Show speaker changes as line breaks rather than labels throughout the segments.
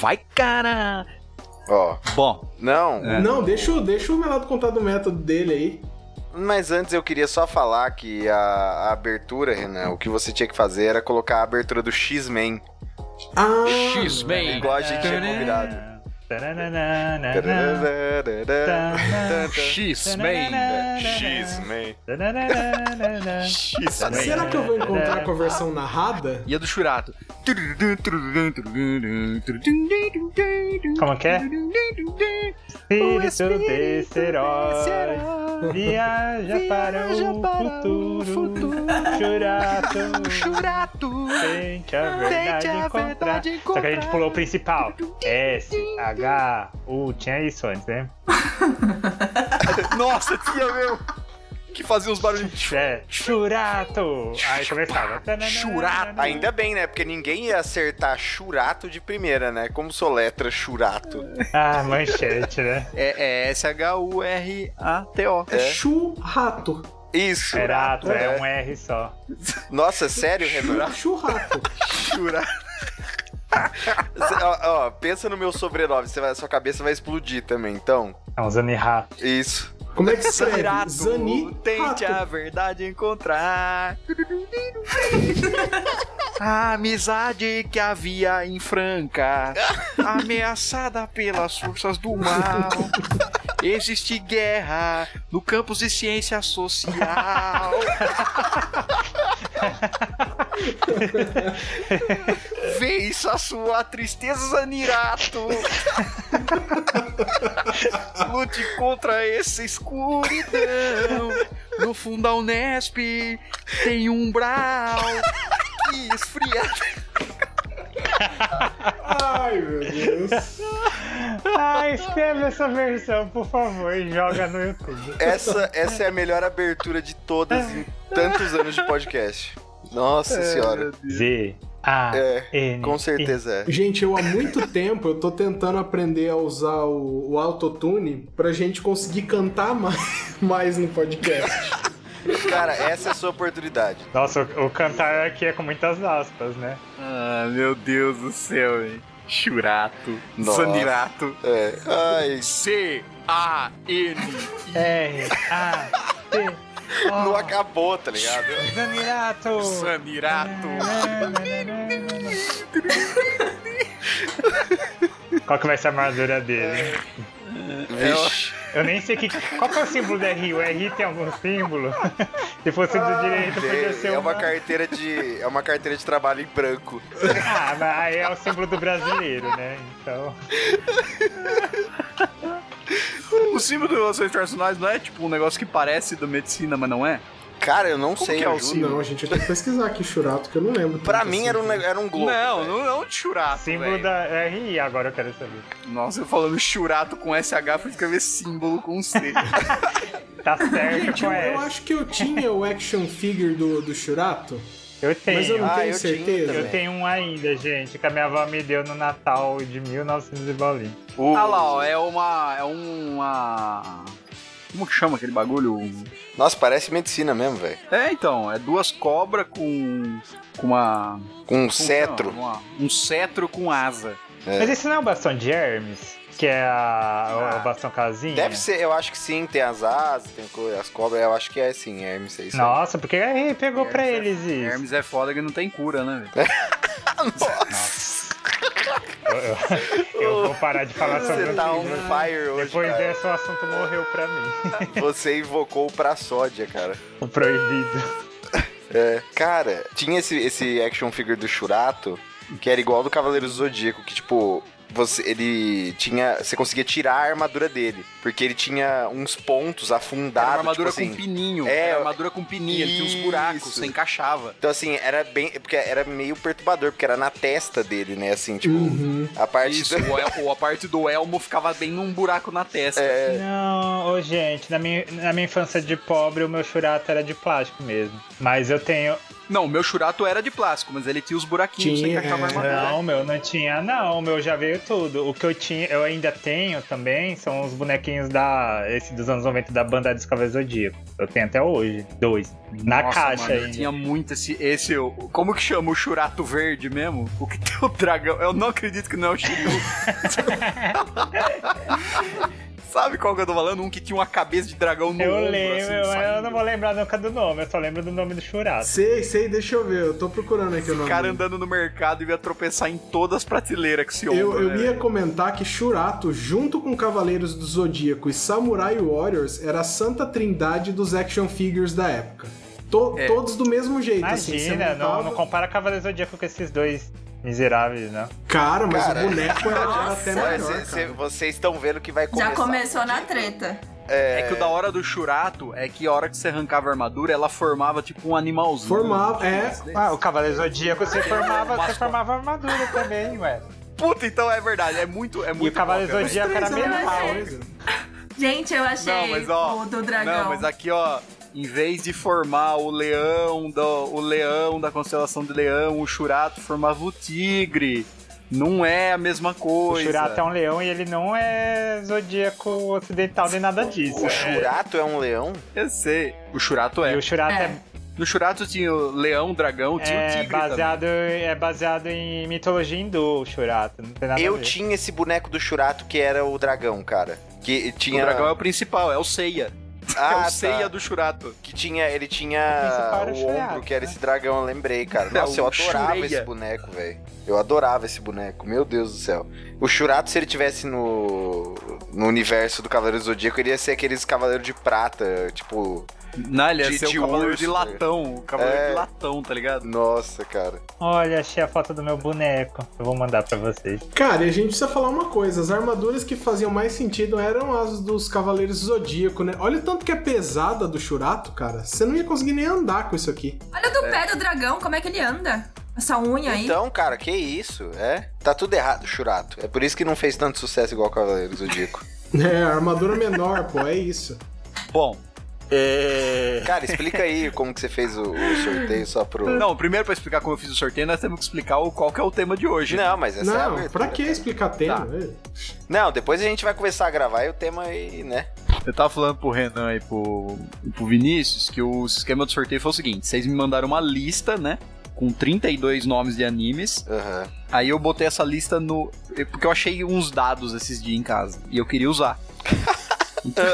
vai, cara!
Ó.
Bom,
Não,
É.
Não, deixa, o- deixa o Melato contar do método dele aí.
mas antes eu queria só falar que a, a abertura, Renan, o que você tinha que fazer era colocar a abertura do X-Men.
Ah,
X-Men.
Igual a gente tinha combinado.
X-Men.
X-Men.
X-Men.
será que eu vou
É.
encontrar com a versão narrada?
E a do Churato.
Como que é? Espírito desse herói viaja para o futuro. Churato, tente a verdade encontrar. Só que a gente pulou o principal. S, H, U, tinha isso antes, né?
Nossa, tinha meu! Que fazia uns barulhos.
É, Churato! Aí começava.
Churato.
Ainda bem, né? Porque ninguém ia acertar Churato de primeira, né? Como soletra Churato?
Ah, manchete, né?
É, é S-H-U-R-A-T-O.
É. Churrato.
Isso.
Churato, é um R só.
Nossa, sério, Renan?
É Churrato.
Churato. Cê- ó, ó, pensa no meu sobrenome, cê vai- sua cabeça vai explodir também, então.
É um Zanirra.
Isso.
Como é que se escreve?
Churato,
Zani.
tente a
Rato.
verdade encontrar. A amizade que havia em Franca, ameaçada pelas forças do mal. Existe guerra no campus de ciência social. Vença sua tristeza, Zanirato. Lute contra essa escuridão. No fundo da Unesp tem um brau que esfria.
Ai, meu Deus.
Ah, escreve essa versão, por favor, e joga no YouTube.
Essa, essa é a melhor abertura de todas em tantos anos de podcast. Nossa
É.
senhora.
Z, A,
É,
N.
com certeza é.
Gente, eu há muito tempo eu tô tentando aprender a usar o, o autotune pra gente conseguir cantar mais, mais no podcast.
Cara, essa é a sua oportunidade.
Nossa, o, o cantar aqui é com muitas aspas, né?
Ah, meu Deus do céu, hein? Churato,
Nossa.
Zanirato,
É. Ai,
C-A-N.
R, A, T, O,
não acabou, tá ligado?
Zanirato.
Oh. Zanirato.
Qual que vai ser a armadura dele?
É. Vixe.
Eu nem sei que. Qual que é o símbolo do RI? O RI tem algum símbolo? Se fosse do direito, podia
É,
ser um Ah,
é uma
uma-
carteira de. É uma carteira de trabalho em branco.
Ah, mas aí é o símbolo do brasileiro, né? Então.
O símbolo das relações internacionais não é tipo um negócio que parece da medicina, mas não é?
Cara, eu não
Como
sei.
que é o
eu juro.
símbolo?
Não, gente, eu tenho que pesquisar aqui Churato, que eu não lembro.
Pra
tanto
mim
assim.
era um, ne- era um globo.
não, não é um churato.
Símbolo
velho.
da RI, é, agora eu quero saber.
Nossa, eu falando churato com SH, fui escrever símbolo com C.
Tá certo
Gente,
um
com
eu, eu
essa.
acho que eu tinha o action figure do, do Churato,
Eu
mas eu
tenho.
não
Ah,
tenho
eu tinha
certeza.
também.
Eu tenho um ainda, gente, que a minha avó me deu no Natal de 1900 e bolinha.
O-
Ah lá, ó, é uma. É uma. Como que chama aquele bagulho?
Nossa, parece medicina mesmo, velho.
É, então, é duas cobras com. com uma.
Com um
com-
cetro.
não, uma- um cetro com asa.
É. Ah,
Mas esse não é o bastão de Hermes? Que é a, o bastão casinha?
Deve ser, eu acho que sim, tem as asas, tem co- as cobras, eu acho que é sim, Hermes, é isso. aí.
Nossa, porque a RI pegou pra
Hermes é-
eles isso.
Hermes é foda que não tem cura, né, velho?
Eu, eu- eu vou parar de falar sobre
Você
o
tá on
livro.
fire hoje,
Depois
cara.
dessa, o assunto morreu pra mim.
Você invocou o Praçódia, cara.
O proibido.
É, cara, tinha esse, esse action figure do Churato, que era igual ao do Cavaleiro do Zodíaco, que tipo, você, ele tinha, você conseguia tirar a armadura dele, porque ele tinha uns pontos
Era
afundados,
uma armadura
tipo assim.
com pininho.
É,
era armadura com pininho, ele tinha uns buracos,
Isso.
você encaixava.
Então assim, era bem, porque era meio perturbador, porque era na testa dele, né, assim, tipo,
Uhum.
a parte
Isso,
do-
o el- a parte do elmo ficava bem num buraco na testa.
É,
Não, ô, gente, na minha, na minha infância de pobre, o meu churato era de plástico mesmo. Mas eu tenho
Não, o meu churato era de plástico, mas ele tinha os buraquinhos
Tinha,
que achava
é.
armadura.
Não, meu, não tinha, não, meu, já veio tudo. O que eu tinha, eu ainda tenho também, são os bonequinhos da. Esse dos anos 90 da banda dos Cavaleiros do Zodíaco. Eu tenho até hoje, dois. Na
Nossa,
caixa
mano, eu
ainda.
Tinha muito esse, esse. o- Como que chama o Churato Verde mesmo? O que tem o dragão? Eu não acredito que não é o Shiryu. Sabe qual que eu tô falando? Um que tinha uma cabeça de dragão no
Eu
ombro,
lembro,
assim,
mas eu
saindo.
não vou lembrar nunca do nome, eu só lembro do nome do Churato.
Sei, sei, deixa eu ver. Eu tô procurando aqui é o
O
nome.
cara
dele.
andando no mercado e ia tropeçar em todas as prateleiras que se ombro,
Eu, eu
né,
ia
velho?
comentar que Shurato, junto com Cavaleiros do Zodíaco e Samurai Warriors, era a santa trindade dos action figures da época. To-
É.
Todos do mesmo jeito, assim. você
Imagina, não,
montava-
não compara Cavaleiros do Zodíaco com esses dois miseráveis, né?
Cara, mas
Cara,
o boneco era, era até
Olha,
melhor,
cê-
cara.
cê- vocês estão vendo que vai começar.
é Já começou na treta.
É que o da hora do Churato é que a hora que você arrancava a armadura, ela formava tipo um animalzinho.
Formava, é.
Ah, o Cavaleiro Zodíaco você formava, você
Mascote.
formava armadura também, ué.
Puta, então é verdade. É muito. É
E o
muito
Cavaleiro
cópia, né?
Zodíaco era
Três
mesmo
anos
metal.
pau,
depois,
Gente, eu achei
Não, mas ó.
o do dragão.
Não, mas aqui, ó. Em vez de formar o leão, do, o leão da constelação de leão, o Churato formava o tigre. Não é a mesma
O
coisa.
Churato é um leão e ele não é zodíaco ocidental nem nada disso.
O Churato é um leão?
Eu sei. O Churato
É. E
é.
o Churato é,
É.
No Churato tinha o leão, o dragão, tinha o
é
tigre também.
baseado, é baseado em mitologia hindu, o Churato. Não tem nada a
Eu
ver.
tinha esse boneco do Churato que era o dragão, cara. Que
O
tinha.
dragão é o principal, é o Seiya.
Ah,
é o
tá.
Seiya do Churato.
Que tinha, ele
O principal
tinha o,
era o
ombro,
Churato,
que era
né?
esse dragão, eu lembrei, cara.
É,
Nossa,
o
eu adorava
Shureya.
esse boneco, velho. Eu adorava esse boneco, meu Deus do céu. O Churato, se ele tivesse no, no universo do Cavaleiro do Zodíaco, ele ia ser aqueles Cavaleiros de Prata, tipo...
Não, ele ia
De-
ser
de
o cavaleiro
urso,
de
né?
latão. O cavaleiro
É.
de latão, tá ligado?
Nossa, cara.
Olha, achei a foto do meu boneco. Eu vou mandar pra vocês.
Cara, e a gente precisa falar uma coisa: as armaduras que faziam mais sentido eram as dos Cavaleiros do Zodíaco, né? Olha o tanto que é pesada do Churato, cara. Você não ia conseguir nem andar com isso aqui.
Olha do pé do dragão, como é que ele anda? Essa unha aí.
Então, cara, que isso, é? Tá tudo errado, Churato. É por isso que não fez tanto sucesso igual o Cavaleiro do Zodíaco.
É, armadura menor, pô, é isso.
Bom. É...
cara, explica aí como que você fez o, o sorteio só pro...
Não, primeiro pra explicar como eu fiz o sorteio, nós temos que explicar o- qual que é o tema de hoje.
Não, mas essa é a
não,
abertura,
pra que
cara.
explicar tema?
Tá.
né?
Não, depois a gente vai começar a gravar e o tema aí, né?
Eu tava falando pro Renan e pro, e pro Vinícius que o esquema do sorteio foi o seguinte: vocês me mandaram uma lista, né? Com 32 nomes de animes.
Aham.
Aí eu botei essa lista no. eh, Porque eu achei uns dados esses dias em casa. E eu queria usar. Então,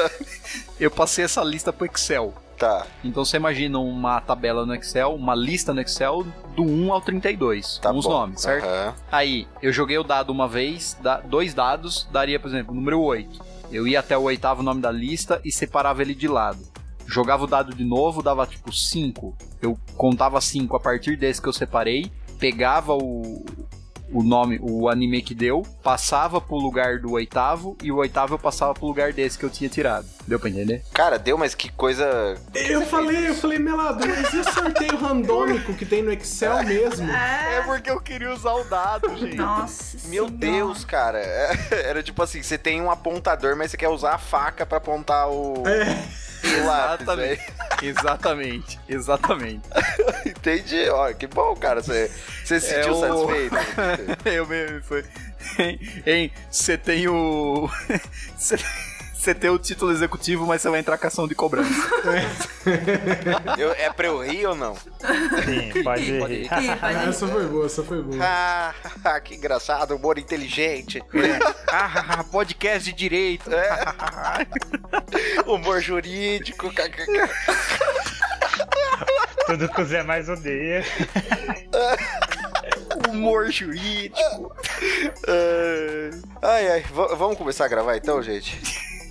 eu passei essa lista pro Excel.
Tá,
Então você imagina uma tabela no Excel, uma lista no Excel do 1 ao 32.
tá
com os
bom.
nomes, certo?
Aham.
Aí, eu joguei o dado uma vez, da- dois dados, daria, por exemplo, o número 8. Eu ia até o oitavo nome da lista e separava ele de lado. Jogava o dado de novo, dava tipo 5. Eu contava 5 a partir desse que eu separei, pegava o, o nome, o anime que deu, passava pro lugar do oitavo e o oitavo eu passava pro lugar desse que eu tinha tirado. Deu pra entender?
Cara, deu, mas que coisa.
Eu falei, eu falei, Melado, mas e o sorteio randômico que tem no Excel mesmo?
É porque eu queria usar o dado, gente.
Nossa
Meu
Senhora.
Deus, cara. Era tipo assim: você tem um apontador, mas você quer usar a faca pra apontar o.
É,
o lápis,
Exatamente.
né?
exatamente, exatamente.
Entendi. Ó, que bom, cara. Você você se
É
sentiu
o-
satisfeito.
Eu mesmo, foi. Hein, você tem o. Você tem o título executivo, mas você vai entrar com ação de cobrança.
Eu- é pra eu rir ou não?
Sim, pode
Pode
rir.
rir.
Ih,
Ah,
mas-
essa foi boa, essa foi boa.
Ah, que engraçado, humor inteligente. É.
ah, podcast de direito.
Humor jurídico. kkk.
Tudo que o Zé mais odeia.
Humor jurídico.
Ai, ai. v- vamos começar a gravar então, gente?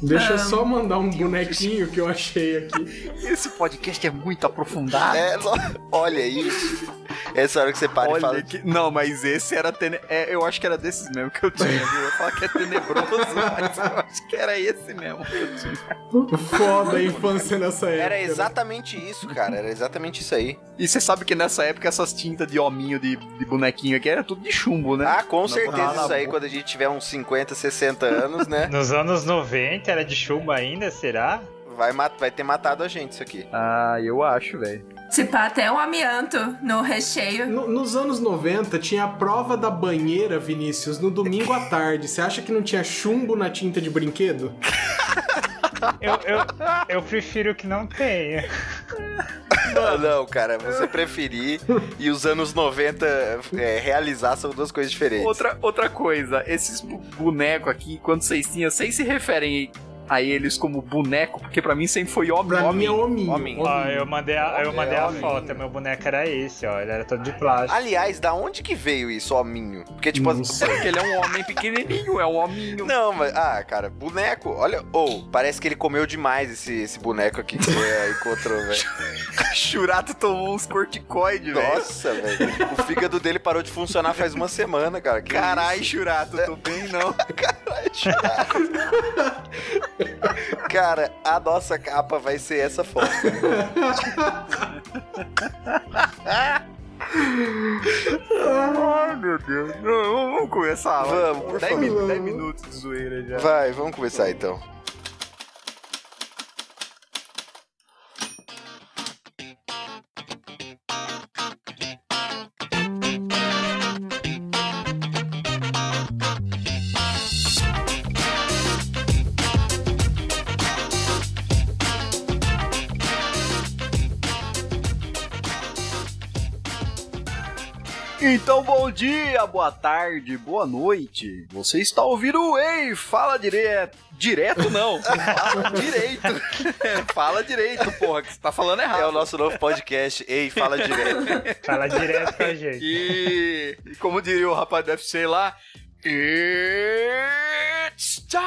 Deixa eu só mandar um bonequinho que eu achei aqui.
Esse podcast é muito aprofundado.
É, lo- olha isso. Essa hora que você para e
Olha
fala.
que... Não, mas esse era... Tene... é, eu acho que era desses mesmo que eu tinha, viu? Eu ia falar que é tenebroso, mas eu acho que era esse mesmo que eu tinha.
Foda a infância nessa época.
Era
né?
exatamente isso, cara. Era exatamente isso aí.
E você sabe que nessa época essas tintas de hominho, de, de bonequinho aqui, era tudo de chumbo, né?
Ah, com certeza
cala
isso
a
aí
boca.
quando a gente tiver uns 50, 60 anos, né?
Nos anos 90 era de chuva ainda, será?
Vai, ma- vai ter matado a gente isso aqui.
Ah, eu acho, velho.
Se pá, até um amianto no recheio.
No- nos anos 90 tinha a prova da banheira, Vinícius, no domingo à tarde. Você acha que não tinha chumbo na tinta de brinquedo?
Eu, eu, eu prefiro que não tenha.
Ah, não, cara, você preferir e os anos 90 é, realizar são duas coisas diferentes.
Outra, outra coisa, esses bu- boneco aqui, quando vocês tinham, vocês se referem a eles como boneco, porque pra mim sempre foi homem.
Pra
homem.
mim é hominho.
homem.
hominho.
Ó, eu mandei a, eu
Olha,
mandei a
olha.
foto, meu boneco era esse, ó. Ele era todo de plástico.
Aliás, da onde que veio isso, hominho? Porque, tipo,
Não
as-
Será que ele é um homem pequenininho? É um hominho.
Não, mas. Ah, cara, boneco. Olha. Ou, parece que ele comeu demais esse, esse boneco aqui que é, encontrou, velho.
Churato tomou uns corticoides, velho.
Nossa, velho. O fígado dele parou de funcionar faz uma semana, cara. Que
Carai,
isso? É.
Churato, tô bem não.
Cara, a nossa capa vai ser essa foto.
Ai, meu Deus. Não, vamos começar. vai.
Vamos, por
Dez
favor.
minu- dez minutos de zoeira já.
Vai, vamos começar então.
Então, bom dia, boa tarde, boa noite. Você está ouvindo o Ei, fala direto. Direto não, fala direito. fala direito, porra, que você tá falando
É o
errado.
nosso novo podcast. Ei, fala direto.
Fala direto com a gente.
E, e como diria o rapaz do UFC lá, It's time!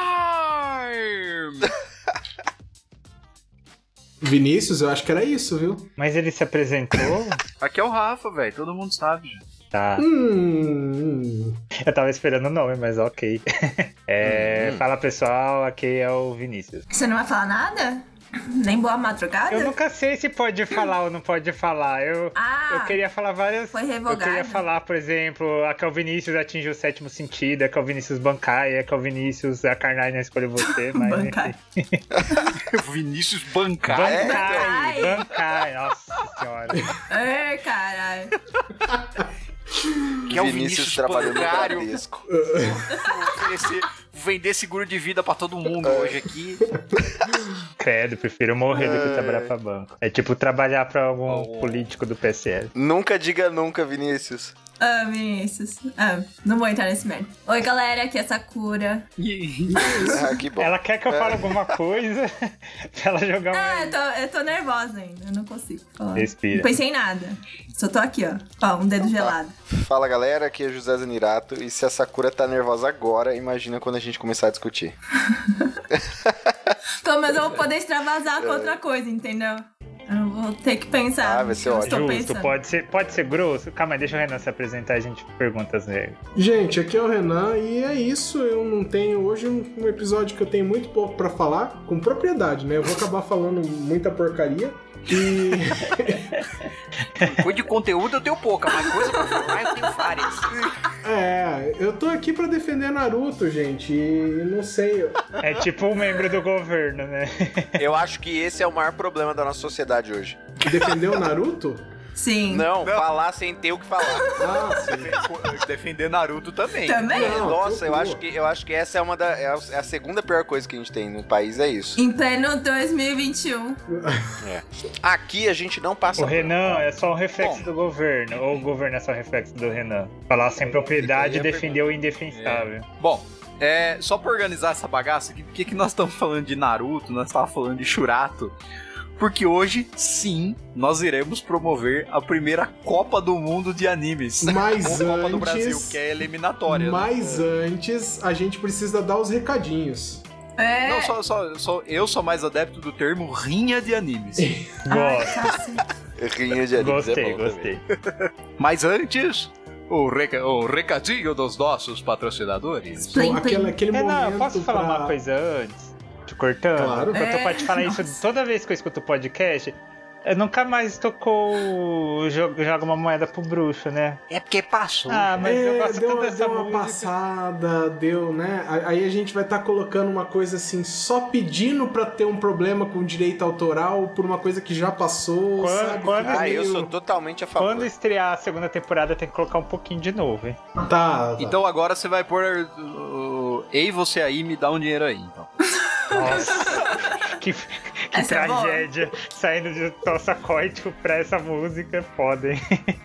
Vinícius, eu acho que era isso, viu?
Mas ele se apresentou?
Aqui é o Rafa, velho, todo mundo sabe.
Tá.
Hum.
Eu tava esperando o nome, mas ok. É, Fala pessoal, aqui é o Vinícius.
Você não vai falar nada? Nem boa madrugada?
Eu nunca sei se pode falar ou não pode falar. Eu,
Ah,
eu queria falar várias.
foi
Eu
revogado.
queria falar, por exemplo, a que é o Vinícius atinge o sétimo sentido, a que é o Vinícius bancai, a que é o Vinícius a Carnai não escolheu você, mas.
Bancai. É,
Vinícius Bancar.
Bancai,
Bancai.
bancai, nossa senhora.
Ai, caralho.
Que é o Vinícius
Vinícius trabalhou no
Pancário.
Bradesco.
oferecer, vender seguro de vida pra todo mundo hoje aqui.
Credo, prefiro morrer do que trabalhar pra banco. É tipo trabalhar pra algum
Algum-
político do PSL.
Nunca diga nunca, Vinícius.
Ah, Vinícius. Ah, não vou entrar nesse merda. Oi, galera, aqui é Sakura.
Ah, que bom.
Ela quer que eu fale alguma coisa pra ela jogar uma.
Ah, eu tô, eu tô nervosa ainda, eu não consigo falar.
Respira.
Não pensei em nada. Só tô aqui, ó. Ó, um dedo gelado.
Fala galera, aqui é José Zanirato. E se a Sakura tá nervosa agora, imagina quando a gente começar a discutir.
Pelo menos eu vou poder extravasar com outra coisa, entendeu? Eu não vou ter que pensar.
Ah, vai ser
Eu
ótimo.
estou
Justo,
pensando.
pode ser, pode ser grosso? Calma aí, deixa o Renan se apresentar e a gente pergunta as regras.
Gente, aqui é o Renan e é isso. Eu não tenho hoje um um episódio que eu tenho muito pouco pra falar, com propriedade, né? Eu vou acabar falando muita porcaria. E
Coisa de conteúdo eu tenho pouca, mas coisa pra falar eu tenho várias.
é, eu tô aqui pra defender Naruto, gente. E não sei,
É tipo um membro do governo, né?
Eu acho que esse é o maior problema da nossa sociedade hoje.
defender o Naruto?
Sim.
Não, falar sem ter o que falar.
Ah, sim.
Defender Naruto também.
Também?
Não,
É, Nossa, eu
tranquilo.
acho, que, eu acho que essa é uma da. É a é a segunda pior coisa que a gente tem no país, é isso.
Em pleno 2021.
Aqui a gente não passa.
O Renan é só um reflexo
Bom.
do governo. Ou o governo é só um reflexo do Renan. Falar sem propriedade e
Fica aí a
defender o indefensável.
Bom, é, só pra organizar essa bagaça, que- por que, que nós estamos falando de Naruto, nós estamos falando de Shurato? Porque hoje, sim, nós iremos promover a primeira Copa do Mundo de Animes.
Mas
Ou Copa do Brasil,
antes-
que é eliminatória. né?
Mas
É.
antes, a gente precisa dar os recadinhos.
É.
Não, só, só, só- eu sou mais adepto do termo rinha de animes.
É.
Gosto,
tá assim.
Rinha de Aris é
gostei,
bom também.
gostei.
Mas antes, o, reca- o recadinho dos nossos patrocinadores.
Plim,
Aquele,
plim.
Então, aquele
Renan,
momento
eu É, posso falar
pra-
uma coisa antes? Te cortando?
Claro.
Porque eu tô pra te falar
É,
isso toda vez que eu escuto podcast. Eu nunca mais tocou joga, joga uma moeda pro bruxo, né?
É porque passou.
Ah, mas eu
É,
gosto
deu,
tanto
uma,
dessa
deu uma
música.
passada, deu, né? A- Aí a gente vai estar colocando uma coisa assim, só pedindo pra ter um problema com direito autoral por uma coisa que já passou,
Quando-
sabe?
quando-
Fica
Ah, eu
meio-
sou totalmente a favor.
Quando estrear a segunda temporada, tem que colocar um pouquinho de novo, hein?
Tá, tá.
Então agora você vai pôr. uh, Ei, você aí, me dá um dinheiro aí. Então.
Que, que
Essa é boa.
tragédia. Saindo de tossa cótico pra essa música, é podem.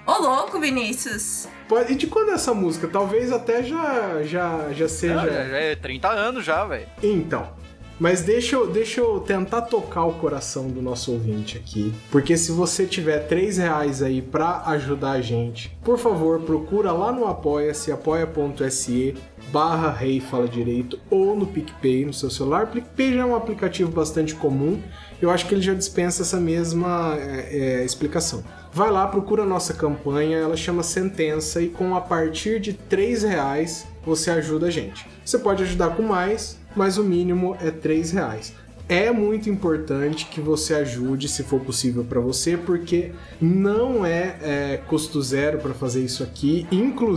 Ô, louco, Vinícius.
Pode- E de quando é essa música? Talvez até já, já, já seja.
Já, já é 30 anos já, velho.
Então. Mas deixa eu, deixa eu tentar tocar o coração do nosso ouvinte aqui. Porque se você tiver 3 reais aí pra ajudar a gente, por favor, procura lá no apoia-se, apoia.se barra rei fala direito ou no PicPay no seu celular. PicPay já é um aplicativo bastante comum. Eu acho que ele já dispensa essa mesma é, é, explicação. Vai lá, procura a nossa campanha, ela chama Sentença e com a partir de 3 reais você ajuda a gente. Você pode ajudar com mais, mas o mínimo é 3 reais. É muito importante que você ajude, se for possível para você, porque não é, é, custo zero para fazer isso aqui.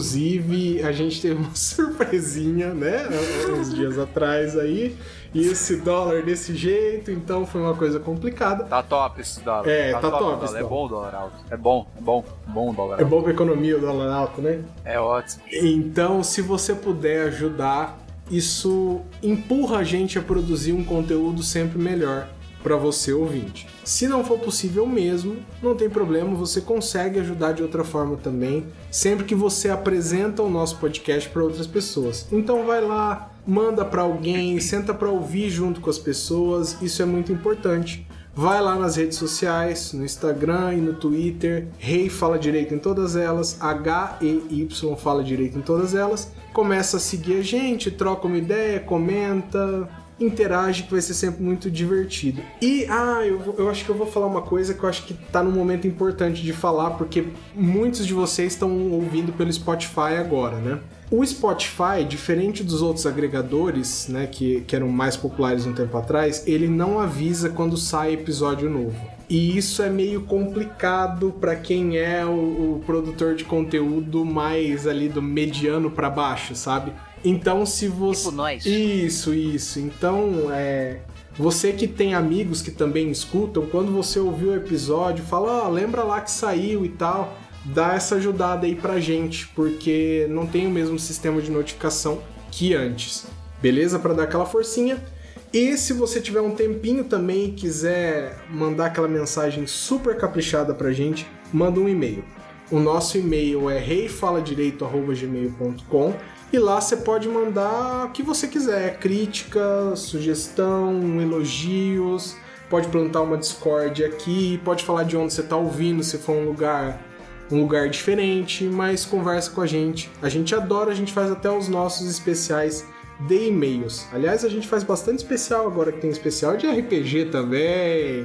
Inclusive, a gente teve uma surpresinha, né? Uns dias atrás aí. E esse dólar desse jeito, então foi uma coisa complicada.
Tá top esse dólar.
É, tá top
esse
esse
dólar. É
dólar.
bom o dólar alto. É bom, é bom, é bom o dólar
É
alto.
bom pra economia o dólar alto, né?
É ótimo.
Então, se você puder ajudar, isso empurra a gente a produzir um conteúdo sempre melhor para você ouvinte. Se não for possível mesmo, não tem problema, você consegue ajudar de outra forma também, sempre que você apresenta o nosso podcast para outras pessoas. Então vai lá, manda para alguém, senta para ouvir junto com as pessoas, isso é muito importante. Vai lá nas redes sociais, no Instagram e no Twitter, Rei Fala Direito em todas elas, H-E-Y Fala Direito em todas elas. Começa a seguir a gente, troca uma ideia, comenta, interage, que vai ser sempre muito divertido. E, ah, eu, vou- eu acho que eu vou falar uma coisa que eu acho que tá num momento importante de falar, porque muitos de vocês estão ouvindo pelo Spotify agora, né? O Spotify, diferente dos outros agregadores, né, que, que eram mais populares um tempo atrás, ele não avisa quando sai episódio novo. E isso é meio complicado para quem é o, o produtor de conteúdo mais ali do mediano para baixo, sabe? Então, se
É
você.
Tipo nós.
Isso, isso. Então, é, você que tem amigos que também escutam, quando você ouvir o episódio, fala, ah, lembra lá que saiu e tal, dá essa ajudada aí pra gente, porque não tem o mesmo sistema de notificação que antes. Beleza? Pra dar aquela forcinha. E se você tiver um tempinho também e quiser mandar aquela mensagem super caprichada pra gente, manda um e-mail. O nosso e-mail é reifaladireito.gmail.com e lá você pode mandar o que você quiser, crítica, sugestão, elogios, pode plantar uma Discord aqui, pode falar de onde você está ouvindo, se for um lugar um lugar diferente, mas conversa com a gente. A gente adora, a gente faz até os nossos especiais de e-mails. Aliás, a gente faz bastante especial agora que tem especial de RPG também.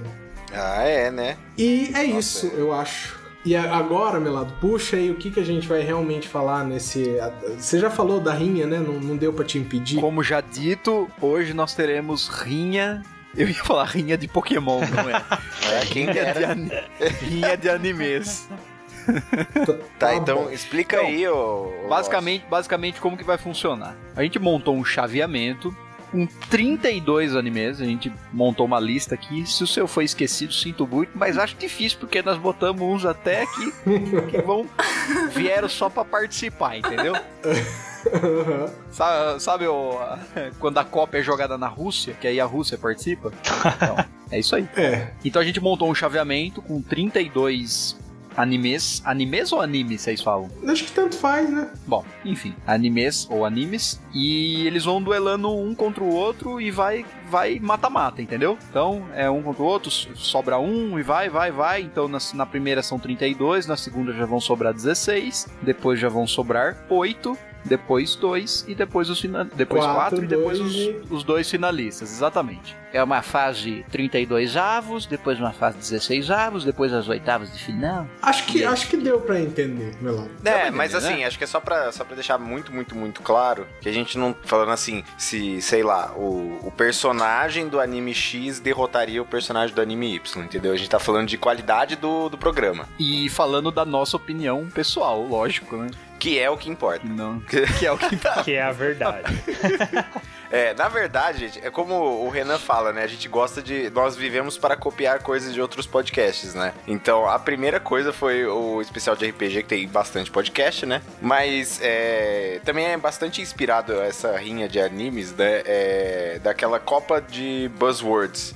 Ah, é, né?
E é
Nossa,
isso,
é.
eu acho. E a- agora, Melado, puxa aí o que, que a gente vai realmente falar nesse. a- Você já falou da rinha, né? Não, não deu pra te impedir.
Como já dito, hoje nós teremos rinha. Eu ia falar rinha de Pokémon, não é?
É, quem
rinha, de
dera.
ani- rinha de animes.
Tá,
Tá
então
bom.
explica
Então,
aí, ô. ô
Basicamente, basicamente, como que vai funcionar? A gente montou um chaveamento com 32 animes, a gente montou uma lista aqui. Se o seu foi esquecido, sinto muito, mas acho difícil porque nós botamos uns até aqui que vão vieram só pra participar, entendeu? Sabe, sabe o- quando a Copa é jogada na Rússia, que aí a Rússia participa? Então, é isso aí.
é,
Então a gente montou um chaveamento com 32 animes. Animes ou animes, vocês falam?
acho que tanto faz, né?
Bom, enfim, animes ou animes. E eles vão duelando um contra o outro e vai vai mata-mata, entendeu? Então é um contra o outro, so- sobra um e vai, vai, vai. Então nas- na, primeira são 32, na segunda já vão sobrar 16, depois já vão sobrar 8.
depois dois e depois os fina... depois
Quatro,
quatro, e depois
dois
os,
e-
os dois finalistas, exatamente.
É uma fase de 32 avos, depois uma fase de 16 avos, depois as oitavas de final.
Acho que, acho que deu pra entender, Melão.
É,
pra
mas
entender,
assim, acho que é só pra, só pra deixar muito, muito, muito claro que a gente não. Falando assim, se, sei lá, o, o personagem do anime X derrotaria o personagem do anime Y, entendeu? A gente tá falando de qualidade do, do programa,
E falando da nossa opinião pessoal, lógico, né?
que é o que importa.
Não, que é o que
Que é a verdade.
É, na verdade, gente, é como o Renan fala, né? A gente gosta de. Nós vivemos para copiar coisas de outros podcasts, né? Então, a primeira coisa foi o especial de RPG, que tem bastante podcast, né? Mas é, também é bastante inspirado essa rinha de animes, né? É, daquela Copa de Buzzwords,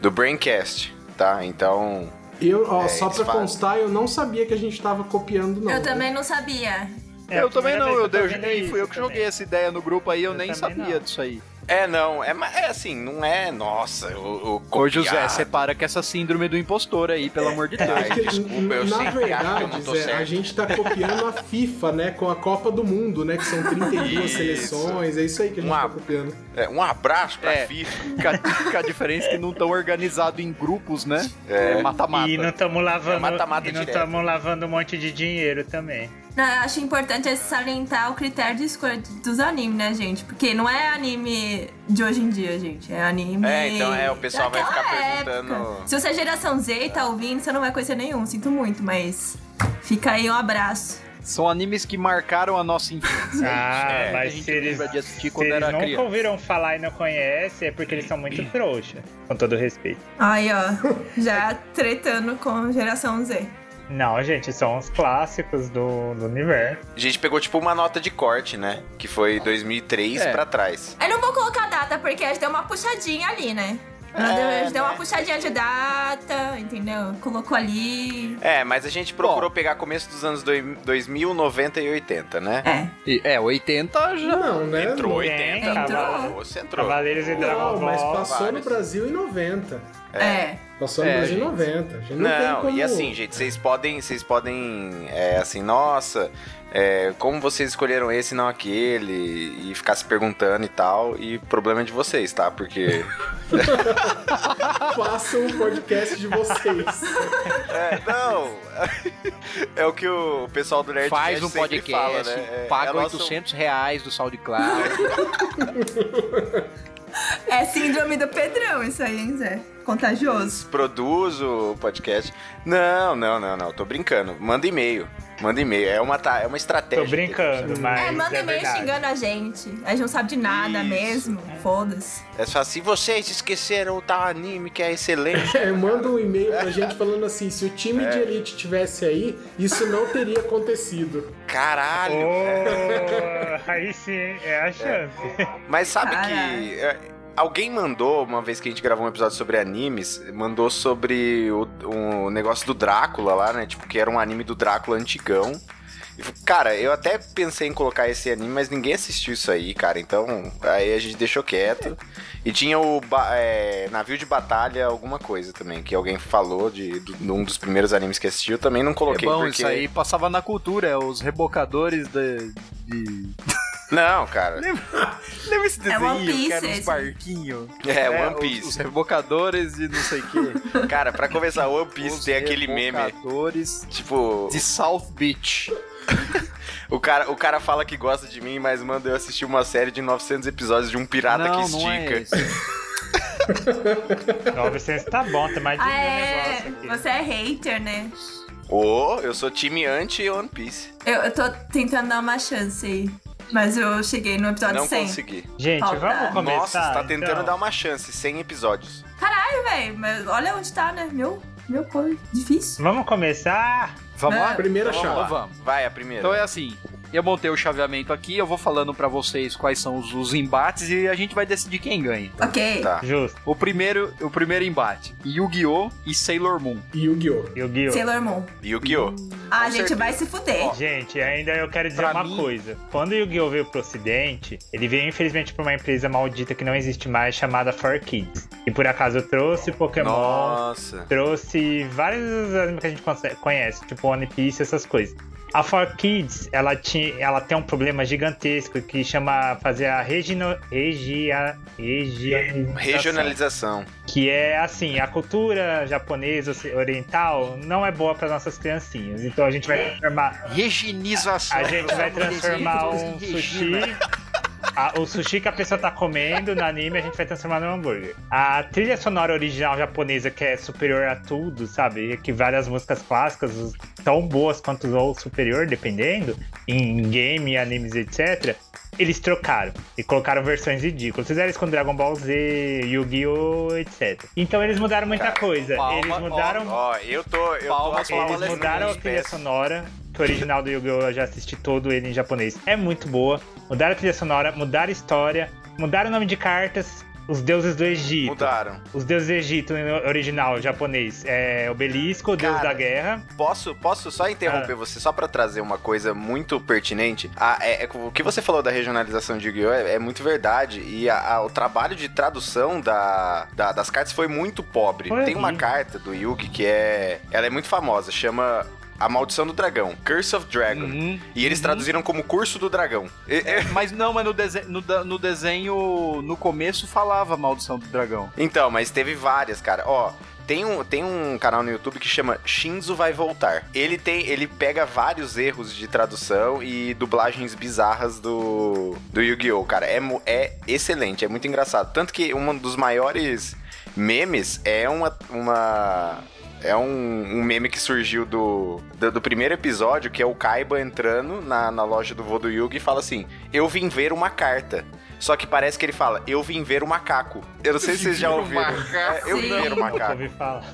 do Braincast, tá? Então.
Eu, ó,
É,
só
eles
pra
fazem.
constar, eu não sabia que a gente tava copiando, não.
Eu também não sabia.
É,
eu
a
também
primeira
não,
vez
eu,
tô
dei-
vendo
eu- fui eu
isso
que
também.
joguei essa ideia no grupo aí, eu,
Eu
nem
também
sabia
não.
disso aí.
É, não, é, ma- é assim, não é, nossa, o, o
Ô José,
copiar-
separa com essa síndrome do impostor aí, pelo amor de Deus.
Ai, desculpa, eu
É na
sempre acho que eu
verdade,
não tô
Zé, a
certo.
gente tá copiando a FIFA, né? Com a Copa do Mundo, né? Que são 32
Isso.
seleções. É isso aí que a gente
Uma-
tá copiando.
É, um abraço pra
É.
FIFA.
Com a- com a diferença que não estão organizados em grupos, né?
É.
É mata-mata.
E não estamos lavando,
É mata-mata
e não
direto.
estamos lavando um monte de dinheiro também.
Não, eu acho importante é salientar o critério de escolha dos animes, né, gente? Porque não é anime de hoje em dia, gente. É anime.
É, então é, o pessoal vai
daquela
ficar
época.
perguntando-
Se você é geração Z e tá ouvindo, você não vai conhecer nenhum, sinto muito, mas fica aí um abraço.
São animes que marcaram a nossa infância.
Ah,
é, a
mas
gente
se eles,
lembra de assistir
se
quando
eles
era
nunca
criança.
ouviram falar e não conhecem, é porque eles são muito trouxa. Com todo respeito.
Aí, ó, já tretando com geração Z.
Não, gente, são os clássicos do, do universo.
A gente pegou tipo uma nota de corte, né? Que foi 2003
É.
pra trás.
Eu não vou colocar a data, porque a gente deu uma puxadinha ali, né? Ela deu- a gente
É,
deu uma
né?
puxadinha de data, entendeu? Colocou ali.
É, mas a gente procurou pegar começo dos anos doi- 2000, 90 e 80, né?
É.
E- é, 80 já.
Não, né?
Entrou
não.
80,
Entrou.
Você entrou.
Cavaleiros e Dragon
Não, mas
Ball.
passou no
vários.
Brasil em 90.
É.
Passou no
É,
Brasil em
gente.
90. A gente não, tem
Não,
como...
e assim, gente, vocês podem, vocês podem, é, assim, nossa, é, como vocês escolheram esse e não aquele, e ficar se perguntando e tal, e problema é de vocês, tá? Porque
Façam um podcast de vocês.
É, não. É o que o pessoal do
É,
Nerdcast
Faz um
sempre
podcast,
fala, né? É,
paga
é a nossa-
800 reais do SoundCloud.
É síndrome do Pedrão, isso aí, hein, Zé? Contagioso.
Produz o podcast. Não, não, não, não. Tô brincando. Manda e-mail. Manda e-mail. É uma, ta- é uma estratégia.
Tô brincando, mas.
é, manda
é
e-mail
verdade.
xingando a gente. A gente não sabe de nada
Isso.
mesmo. Foda-se.
É só assim, vocês esqueceram o tal anime que é excelente.
É, manda um e-mail pra gente falando assim, se o time
É.
de elite tivesse aí, isso não teria acontecido.
Caralho. É,
Oh, aí sim, é a chance.
Mas sabe que.
Caralho.
é, Alguém mandou, uma vez que a gente gravou um episódio sobre animes, mandou sobre o, o negócio do Drácula lá, né? Tipo, que era um anime do Drácula antigão. E, Cara, eu até pensei em colocar esse anime, mas ninguém assistiu isso aí, cara. Então, aí a gente deixou quieto. E tinha o ba- é, navio de batalha, alguma coisa também, que alguém falou de, do- de um dos primeiros animes que assistiu. Também não coloquei
é bom,
porque.
isso aí passava na cultura, é os rebocadores de. de...
Não, cara.
Lembra esse
É One
desenho que
Piece,
era uns
esse.
barquinhos?
É, One
os-
Piece.
Os, rebocadores de não sei o quê.
Cara, pra começar, One Piece
Os
tem aquele meme.
Rebocadores
Tipo,
de South Beach.
O cara, o cara fala que gosta de mim, mas manda eu assistir uma série de 900 episódios de um pirata
não,
que
não é
estica.
esse. É.
900 tá bom, tem mais de
Ah,
mil
é.
negócio aqui.
Você é hater, né?
Ô, eu sou time anti-One Piece.
Eu, eu tô tentando dar uma chance aí. Mas eu cheguei no
Tá
episódio
não
100.
consegui.
Gente,
Falta.
vamos começar.
Nossa, você tá tentando
então?
dar uma chance, 100 episódios.
Ai, velho, mas olha onde tá, né? Meu, meu coisa.
um
Difícil.
Vamos começar?
Vamos
É.
lá?
Primeira
Então
chave.
Vamos, lá, vamos.
Vai, a primeira.
Então é assim, eu montei o chaveamento aqui, eu vou falando pra vocês quais são os, os embates e a gente vai decidir quem ganha.
Ok.
Ah.
Tá.
Justo.
O primeiro, o primeiro embate, Yu-Gi-Oh! e Sailor Moon.
Né,
Yu-Gi-Oh!
Yu-Gi-Oh!
Sailor Moon.
Yu-Gi-Oh!
Ah,
Com
gente,
certeza.
vai se fuder.
Gente, ainda eu quero dizer
Pra
uma
mim-
coisa. Quando o Yu-Gi-Oh! veio pro ocidente, ele veio infelizmente pra uma empresa maldita que não existe mais, chamada 4Kids. E por acaso trouxe Pokémon,
Nossa.
trouxe vários animes que a gente conse- conhece, tipo One Piece, essas coisas. A For Kids, ela, ti- ela tem um problema gigantesco que chama fazer a regino, regia, regianização.
Regionalização.
Que é assim, a cultura japonesa oci- oriental não é boa para nossas criancinhas. Então a gente vai transformar,
Reginização.
a gente vai transformar um sushi, a- o sushi que a pessoa tá comendo no anime, a gente vai transformar num hambúrguer. A trilha sonora original japonesa que é superior a tudo, sabe? Que várias músicas clássicas tão boas quanto ou superior, dependendo, em game, animes, etc. Eles trocaram e colocaram versões ridículas. Fizeram isso com Dragon Ball Z, Yu-Gi-Oh!, etc. Então eles mudaram muita coisa.
palma,
eles mudaram
Ó, eu tô. Eu
Palmas, palmas,
tô
eles
Palestra
mudaram a
nos
trilha
pés.
sonora, que o original do Yu-Gi-Oh! eu já assisti todo ele em japonês. É muito boa. Mudaram a trilha sonora, mudaram a história, mudaram o nome de cartas. Os deuses do Egito.
Mudaram.
Os deuses do Egito no original japonês é Obelisco, o deus
Cara,
da guerra.
Posso, posso só interromper
É.
você, só pra trazer uma coisa muito pertinente? Ah, é, é- o que você falou da regionalização de Yu-Gi-Oh! É, é muito verdade. E a- a- o trabalho de tradução da, da- das cartas foi muito pobre.
Foi
Tem uma
horrível.
carta do Yugi que é. Ela é muito famosa, chama. A Maldição do Dragão, Curse of Dragon.
Uhum.
E eles traduziram como Curso do Dragão. E- e-
É, Mas não, mas no, dese- no da- no desenho, no começo falava Maldição do Dragão.
Então, mas teve várias, cara. Ó, tem um, tem um canal no YouTube que chama Shinzo Vai Voltar. Ele tem, ele pega vários erros de tradução e dublagens bizarras do, do Yu-Gi-Oh, cara. É, mu- é excelente, é muito engraçado. Tanto que um dos maiores memes é uma. uma é um, um meme que surgiu do, do, do primeiro episódio, que é o Kaiba entrando na, na loja do vô do Yugi e fala assim: Eu vim ver uma carta. Só que parece que ele fala, eu vim ver o macaco. Eu não sei se vocês já ouviram. É, eu vim
Sim.
ver o
Nunca
macaco. É.
ouvi falar.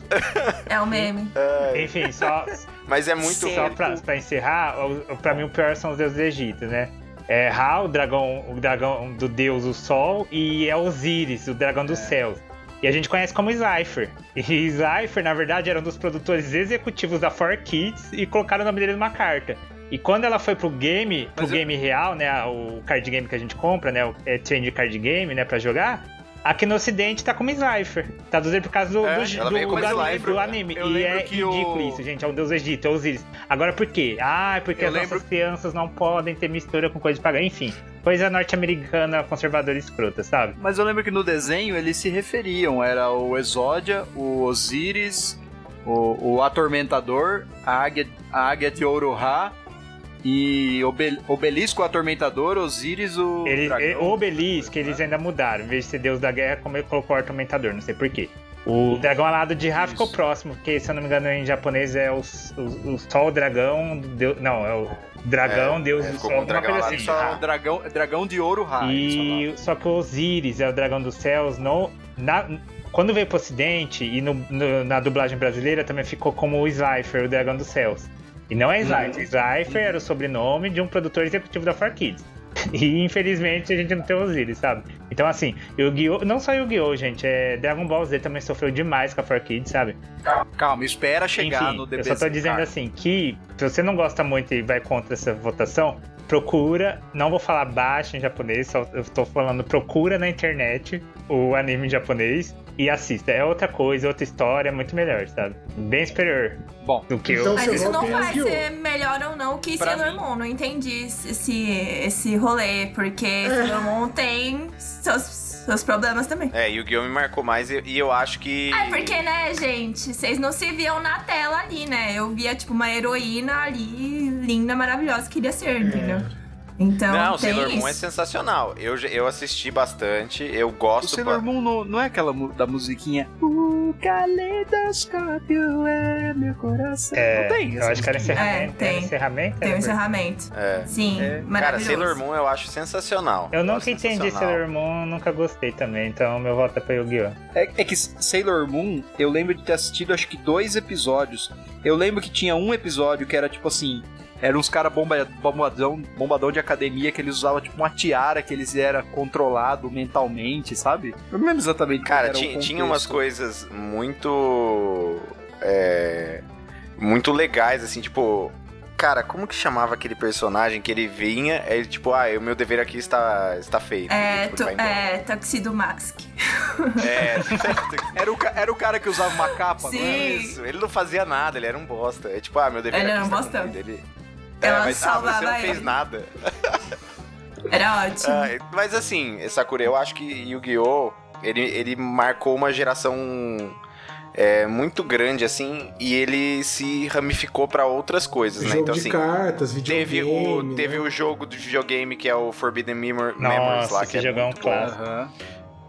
É o meme.
Enfim, só,
Mas é muito.
Só pra, pra encerrar, o- o- pra mim o pior são os deuses do Egito, né? É Ra, o dragão, o dragão do deus do sol, e é Osíris, o dragão dos céus. E a gente conhece como Zypher. E Zypher, na verdade, era um dos produtores executivos da 4Kids e colocaram o nome dele numa carta. E quando ela foi pro game, pro
Mas eu-
game real, né? O card game que a gente compra, né? O é, change card game, né? Pra jogar. Aqui no ocidente tá como Zypher. Tá do por causa do,
É,
do,
ela
do-
veio como
do anime,
Zypher.
do anime.
né? Eu
e
lembro
é
que o-
ridículo isso, gente. É o deus do Egito, é Osíris. Agora por quê? Ah, é porque
Eu
as
lembro-
nossas crianças não podem ter mistura com coisa de pagã. Enfim, coisa norte-americana conservadora e escrota, sabe?
Mas eu lembro que no desenho eles se referiam, era o Exódia, o Osíris, o, o Atormentador, a Águia, a águia de Ouro-Rá e Obel, Obelisco, o Atormentador, Osíris, eh, o
Eles,
dragão.
e- o Obelisco,
né?
eles ainda mudaram. Em vez de ser deus da guerra, como ele colocou o Atormentador, não sei por quê. O dragão alado de Ra ficou
Isso.
próximo, porque se eu não me engano em japonês é o, o, o sol dragão, deu- não, é o dragão, deus
é,
do
ficou
sol,
com o
alguma
dragão
coisa
alado
assim.
de
Só
Ra.
Ah, o dragão, dragão de Ouro-Rá. eles falavam.
E só que o Osiris é o dragão dos céus. No, na- quando veio pro ocidente e no- no- na dublagem brasileira também ficou como o Slifer, o dragão dos céus. E não é
Uhum.
Slifer. Slifer era o sobrenome de um produtor executivo da 4Kids. E infelizmente a gente não tem o Osiris, sabe? Então assim, Yu-Gi-Oh! Não só Yu-Gi-Oh! gente, é, Dragon Ball Z também sofreu demais com a 4Kids, sabe?
Calma, espera chegar
Enfim,
no Ah, DBZ.
Eu só tô dizendo
cara.
assim que se você não gosta muito e vai contra essa votação, procura. Não vou falar baixo em japonês, só eu tô falando procura na internet o anime em japonês e assista. É outra coisa, outra história, é muito melhor, sabe? Bem superior
Bom,
do que
Então,
eu.
Mas
Você
isso não
vota em
faz
Yu-Gi-Oh!
ser melhor ou não que
Pra
Sailor
mim-
Moon. Não entendi esse, esse rolê, porque Sailor Moon tem seus, seus problemas também.
É, Yu-Gi-Oh! me marcou mais e, e eu acho que.
É porque, né, gente, vocês não se viam na tela ali, né? Eu via, tipo, uma heroína ali, linda, maravilhosa, que queria ser, entendeu? Então,
É. Não,
tem
Sailor Moon é
isso.
sensacional. Eu, já- eu assisti bastante, eu
o
gosto.
Sailor
ba-
Moon não, não é aquela mu- da musiquinha O caleidoscópio é meu coração.
É,
não tem
eu
essa
acho que era
musiquinha.
encerramento.
É,
era
tem.
encerramento, né?
Tem um
era por-
encerramento.
É.
Sim,
Cara,
maravilhoso.
Sailor Moon eu acho sensacional.
Eu
acho
nunca entendi
sensacional.
Sailor Moon, nunca gostei também, então meu voto é pra Yu-Gi-Oh!
É, é que Sailor Moon, eu lembro de ter assistido acho que dois episódios. Eu lembro que tinha um episódio que era tipo assim. Eram uns caras bomba, bombadão, bombadão de academia que eles usavam tipo uma tiara que eles era controlado mentalmente, sabe? Eu não lembro exatamente. qual
Cara,
era o
ti- tinha
contexto.
umas coisas muito. É, muito legais, assim, tipo. Cara, como que chamava aquele personagem que ele vinha? Ele, tipo, ah, o meu dever aqui está, está feito.
É,
Tipo,
tu,
vai embora.
é, Tuxedo Mask.
é.
Era o, ca- era o cara que usava uma capa, não era?
Sim.
Isso, ele não fazia nada, ele era um bosta. É tipo, ah, meu dever
Ele
aqui
era um
está
bosta.
cumprido, Ele, É,
Ela
mas ah,
salvava
você não
ele.
fez nada.
Era ótimo.
Ah, mas assim, Sakura, eu acho que Yu-Gi-Oh! Ele, ele marcou uma geração é, muito grande, assim, e ele se ramificou pra outras coisas, né?
Jogo
Então,
de
assim,
cartas, videogame.
teve, o, teve
né?
o jogo do videogame que é o Forbidden Memor- Memories
Nossa,
lá,
que
que, é
jogar é um
muito bom.
clássico.
Aham.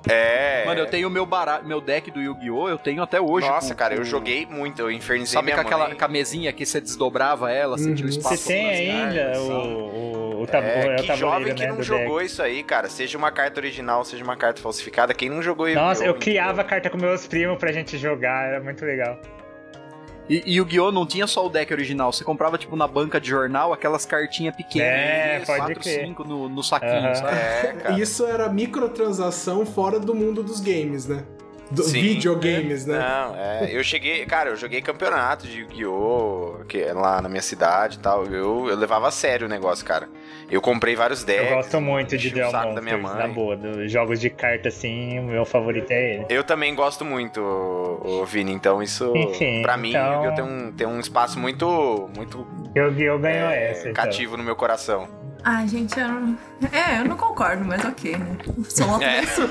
É.
Mano, eu tenho meu baralho, meu deck do Yu-Gi-Oh! Eu tenho até hoje.
Nossa,
com-
cara,
com-
eu joguei muito, eu infernizei
tipo, Sabe
minha
com aquela
mãe.
camezinha que você desdobrava ela, você
assim,
Uhum.
um
tinha o espaço
Você tem
nas
ainda
cartas,
o,
sabe?
o, o, tabu-
É,
é, o
que jovem
tabuleiro,
que
né,
não
do
jogou
deck.
isso aí, cara. Seja uma carta original, seja uma carta falsificada. Quem não jogou
Nossa, eu
entendeu?
criava carta com meus primos pra gente jogar, era muito legal.
E, e Yu-Gi-Oh! não tinha só o deck original, você comprava, tipo, na banca de jornal, aquelas cartinhas pequenas,
É,
de
pode crer.
5 no, no saquinho,
Aham.
sabe?
É, cara.
Isso era microtransação fora do mundo dos games, né? Dos
Sim.
videogames, né?
Não, é, eu cheguei, cara, eu joguei campeonato de Yu-Gi-Oh! que é lá na minha cidade e tal. Eu, eu levava a sério o negócio, cara. Eu comprei vários decks.
eu gosto muito de
enchi É, o
Duel
saco da minha
Monsters, na
mãe.
boa. Dos jogos de carta, assim, o meu favorito é ele.
Eu também gosto muito, ô, ô, Vini, então isso,
Enfim,
pra mim,
então-
Yu-Gi-Oh! tem um, tem um espaço muito, muito
Yu-Gi-Oh! ganhou
é,
essa. então.
cativo no meu coração.
Ai, gente, eu não. É, eu não concordo, mas ok, né? Sou louco mesmo.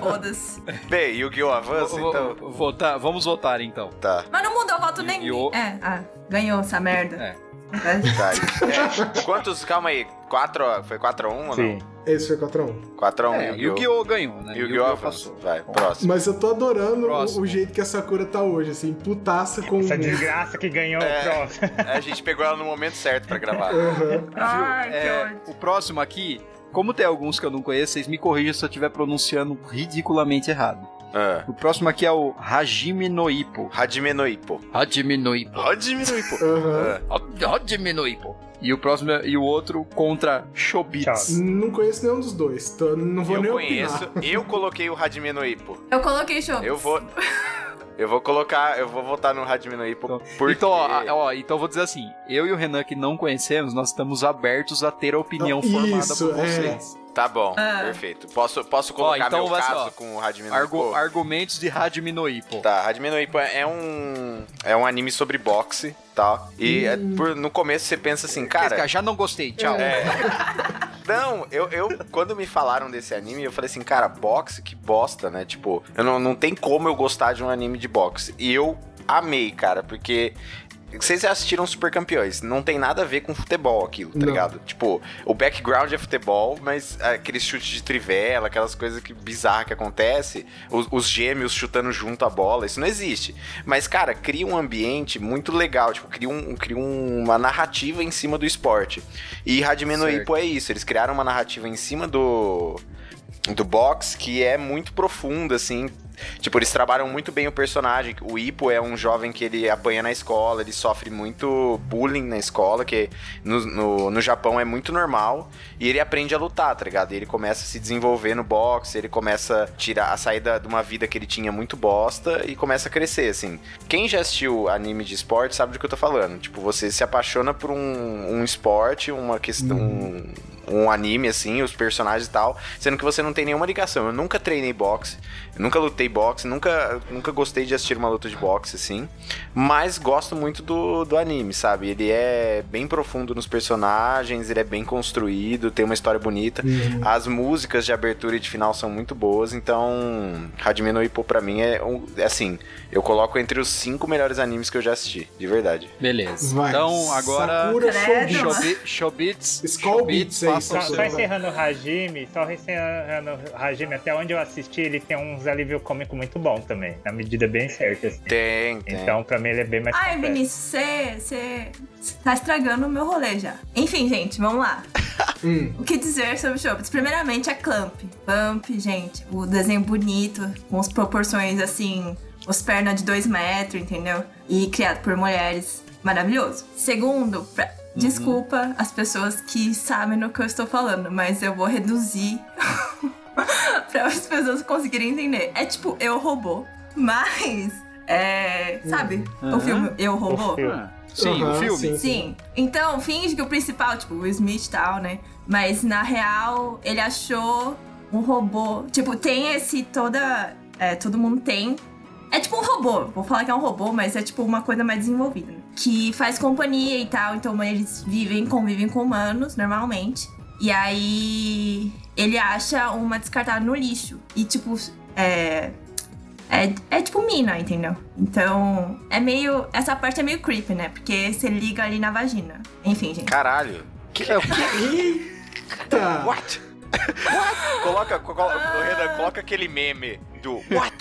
Foda-se.
Bem, Yu-Gi-Oh! avança,
Vou-
então.
vou- votar- vamos votar então.
Tá,
Mas não mudou o voto nem.
Yu-Gi-Oh!
É, ah, ganhou essa merda.
É.
Mas-
tá. É, quantos, calma aí, 4, foi 4x1 ou não?
Sim.
Esse foi 4x1.
4x1,
É,
Yu-Gi-Oh!
Yu-Gi-Oh! ganhou, né?
Yu-Gi-Oh! avança. Vai, próximo.
Mas eu tô adorando o,
Próximo.
o jeito que a Sakura tá hoje, assim, putaça com. um-
Essa desgraça que ganhou
É.
o próximo.
A gente pegou ela no momento certo pra gravar.
Aham.
Ai, que
É,
ódio.
o próximo aqui, como tem alguns que eu não conheço, vocês me corrijam se eu estiver pronunciando ridiculamente errado.
Ah.
O próximo aqui é o Hajime no Ippo.
Hajime no Ippo.
Hajime no Ippo.
Hajime no Ippo.
Aham.
Ah,
Hajime no Ippo. E o próximo é- e o outro contra Shobits.
Tchau.
Não conheço nenhum dos dois. Tô, não vou nem
eu conheço,
opinar.
eu coloquei o Hajime no Ippo.
Eu coloquei show.
Eu vou... Eu vou colocar, eu vou votar no Hajime no Ippo, porque...
Então, ó, a- ó, então eu vou dizer assim, eu e o Renan que não conhecemos, nós estamos abertos a ter a opinião
Isso,
formada por
é.
vocês.
Tá bom,
Ah.
perfeito. Posso, posso colocar
então
meu
vai ser,
caso
ó,
com o Hajime no
Argu-
Ippo?
argumentos de Hajime no Ippo.
Tá, Hajime no Ippo é um, é um anime sobre boxe, tá? E é
Hum.
por- no começo você pensa assim, cara...
já não
É.
gostei, tchau.
Não, eu, eu quando me falaram desse anime, eu falei assim, cara, boxe, que bosta, né? Tipo, eu não, não tem como eu gostar de um anime de boxe. E eu amei, cara, porque. Vocês já assistiram Super Campeões, não tem nada a ver com futebol aquilo, tá
Não.
ligado? Tipo, o background é futebol, mas aqueles chutes de trivela, aquelas coisas que bizarras que acontece, os, os gêmeos chutando junto a bola, isso não existe. Mas, cara, cria um ambiente muito legal, tipo, cria, um, cria uma narrativa em cima do esporte. E Hajime no
Certo.
Ippo é isso, eles criaram uma narrativa em cima do do box que é muito profunda, assim. Tipo, eles trabalham muito bem o personagem. O Ippo é um jovem que ele apanha na escola, ele sofre muito bullying na escola, que no, no, no Japão é muito normal. E ele aprende a lutar, tá ligado? E ele começa a se desenvolver no boxe, ele começa a tirar a saída de uma vida que ele tinha muito bosta e começa a crescer, assim. Quem já assistiu anime de esporte sabe do que eu tô falando. Tipo, você se apaixona por um, um esporte, uma questão. Um anime, assim, os personagens e tal, sendo que você não tem nenhuma ligação. Eu nunca treinei boxe, eu nunca lutei boxe, nunca, nunca gostei de assistir uma luta de boxe, assim. Mas gosto muito do, do anime, sabe? Ele é bem profundo nos personagens, ele é bem construído, tem uma história bonita.
Uhum.
As músicas de abertura e de final são muito boas, então Hajime no Ippo pra mim é, um- é assim, eu coloco entre os cinco melhores animes que eu já assisti, de verdade.
Beleza.
Vai.
Então, agora...
Sakura
Credo,
Soul Beats.
Shobi- Shobits.
Skull Beats é aí,
passa
Só, só
Sakura.
encerrando o Hajime, só encerrando o Hajime, até onde eu assisti, ele tem uns alívio cômico muito bom também, na medida bem certa, assim.
Tem, tem.
Então, pra mim, ele é bem mais
Ai,
completo.
Vinícius, você- você você tá estragando o meu rolê já. Enfim, gente, vamos lá.
Hum.
O que dizer sobre o Chopps? Primeiramente, é Clamp. Clamp, gente, o desenho bonito, com as proporções assim, os pernas de dois metros, entendeu? E criado por mulheres, maravilhoso. Segundo, pra-
Uhum.
desculpa as pessoas que sabem do que eu estou falando, mas eu vou reduzir pra as pessoas conseguirem entender. É tipo, eu robô, mas. É. Sabe? O
Aham.
filme Eu
Uhum.
Robô?
O filme.
Sim,
Aham,
o filme.
sim,
Sim. Então, finge que o principal, tipo, o Smith e tal, né? Mas na real, ele achou um robô. Tipo, tem esse toda. é, todo mundo tem É tipo um robô, vou falar que é um robô, mas é tipo uma coisa mais desenvolvida. né? Que faz companhia e tal, então eles vivem, convivem com humanos normalmente. E aí ele acha uma descartada no lixo. E tipo, é. É, é tipo mina, entendeu? Então, é meio. Essa parte é meio creepy, né? Porque você liga ali na vagina. Enfim, gente.
Caralho. Que, que-
Eita!
what? coloca, colo- o Renan, coloca aquele meme do What?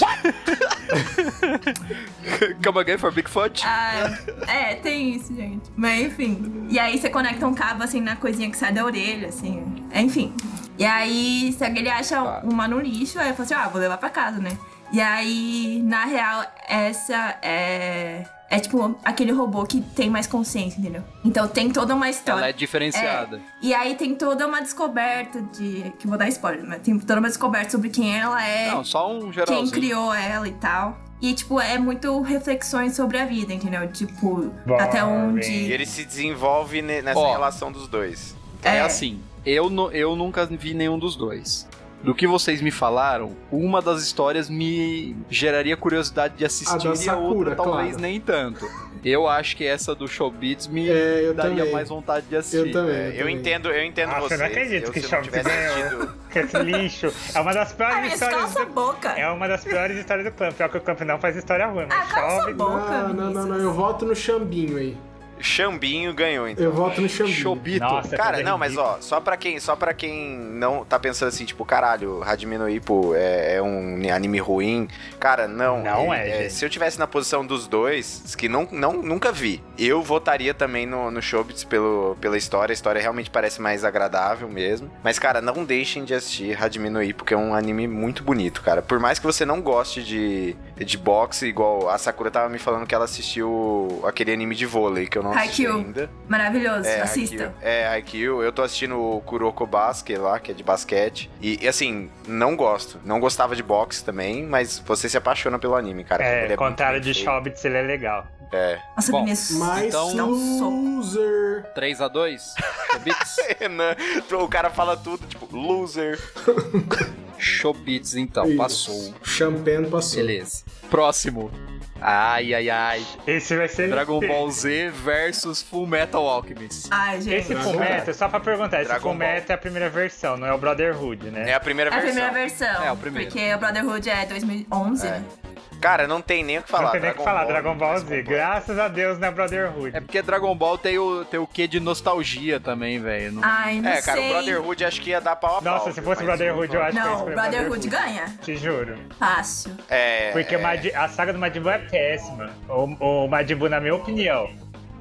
Come again for Bigfoot?
Ah, é, tem isso, gente. Mas enfim. E aí você conecta um cabo assim na coisinha que sai da orelha, assim. Enfim. E aí, se ele acha
Tá.
um uma no lixo, aí eu falo assim, ah, vou levar pra casa, né? E aí, na real, essa é. É tipo aquele robô que tem mais consciência, entendeu? Então tem toda uma história.
Ela é diferenciada.
E aí tem toda uma descoberta de. Que eu vou dar spoiler, mas tem toda uma descoberta sobre quem ela é
Não, só um
quem
geralzinho.
criou ela e tal. E, tipo, é muito reflexões sobre a vida, entendeu? Tipo, até
E
onde.
ele se desenvolve ne- nessa
Ó.
relação dos dois.
É, assim, eu, nu- eu nunca vi nenhum dos dois. Do que vocês me falaram, uma das histórias me geraria curiosidade de assistir
A da
e a outra
Sakura,
talvez
claro.
nem tanto. Eu acho que essa do Showbiz me
É, eu
daria
também.
mais vontade de assistir.
Eu também.
É, eu
também.
entendo, eu entendo
Nossa, eu
vocês.
Ah, não acredito
eu,
que
se eu não
chama
tivesse
Fidel.
assistido.
Que esse lixo. É uma das
Ah,
piores
mas
histórias
cala a
do...
boca!
É uma das piores histórias do Clamp. Pior que o Clamp não faz história ruim,
Ah,
mas
cala sua
chove.
boca!
Não, não, não, não,
Vinícius.
eu voto no Xambinho aí.
Xambinho ganhou, então.
Eu voto no Xambinho.
Showbito.
Nossa, é
Cara,
coisa
não, mas
ridícula.
ó, só pra quem, só pra quem não tá pensando assim, tipo, caralho, Radimino Ippo é, é um anime ruim. Cara, não.
Não é, gente.
Se eu tivesse na posição dos dois, que não, não, nunca vi, eu votaria também no, no Showbiz pelo, pela história. A história realmente parece mais agradável mesmo. Mas, cara, não deixem de assistir Radimino Ippo, que é um anime muito bonito, cara. Por mais que você não goste de, de boxe, igual a Sakura tava me falando que ela assistiu aquele anime de vôlei, que eu não assisti
Haikyuu.
ainda.
Maravilhoso,
É,
assista.
Haikyuu. É, Haikyuu. Eu tô assistindo o Kuroko Basket lá, que é de basquete. E, e, assim, não gosto. Não gostava de boxe também, mas você se apaixona pelo anime, cara. Ele
É,
muito
contrário
bem
de
feito.
Shobits, ele é legal.
É.
Nossa,
Bom,
Vinícius.
Mas
Então-
Dá um soco.
loser.
3x2? Showbits?
Renan, É, né? o cara fala tudo, tipo, loser.
Showbits, então.
Isso.
Passou.
Champagne passou.
Beleza. Próximo. Ai, ai, ai.
Esse vai ser.
Dragon Ball Z versus Full Metal Alchemist.
Ai, gente.
Esse
Dragon
Fullmetal, só pra perguntar, esse
Dragon
Fullmetal é a primeira versão, não é o Brotherhood, né?
É a primeira
É a
versão.
primeira versão.
É, o primeiro.
Porque o Brotherhood é 2011. né?
Cara, não tem nem o que falar.
não tem nem o que falar, Dragon Ball Z.
Dragon Ball.
Graças a Deus não é Brotherhood.
É porque Dragon Ball tem o, tem o quê de nostalgia também, velho. Não-
Ai, não
É, cara,
sei.
o Brotherhood é acho que ia dar pau a pau.
Nossa, se
viu?
fosse
Mas-
Brotherhood, eu acho que eu
Não, o
escolhi
Brotherhood ganha.
Te juro.
Fácil.
É.
Porque
é,
o Majin- a saga do Majin Buu é péssima. O, o Majin Buu, na minha opinião,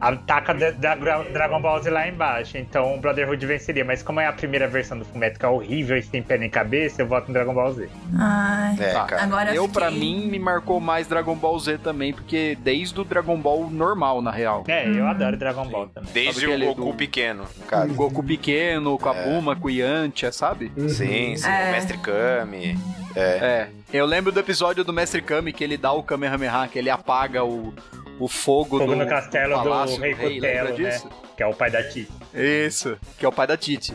ataca da, da Gra- Dragon Ball Z lá embaixo. Então o Brotherhood venceria. Mas como é a primeira versão do Fullmetal que é horrível e sem pé nem cabeça, eu voto no Dragon Ball Z.
Ai.
É,
Tá.
cara.
Agora
eu,
fiquei-
pra mim, me marcou mais Dragon Ball Z também, porque desde o Dragon Ball normal, na real.
É, eu adoro Dragon Ball também.
Desde
Sabe
o
aquele
Goku
do-
pequeno, no
O
caso.
Goku pequeno, com a Buma, com o Yantia, sabe?
Uhum.
Sim, sim.
É.
O Mestre Kami.
É. Eu lembro do episódio do Mestre Kami que ele dá o Kamehameha, que ele apaga o, o fogo,
Fogo
do,
no castelo do
palácio
Rei
lembra
Cutelo, né?
disso?
Que é o pai da Titi.
Isso, que é o pai da Titi.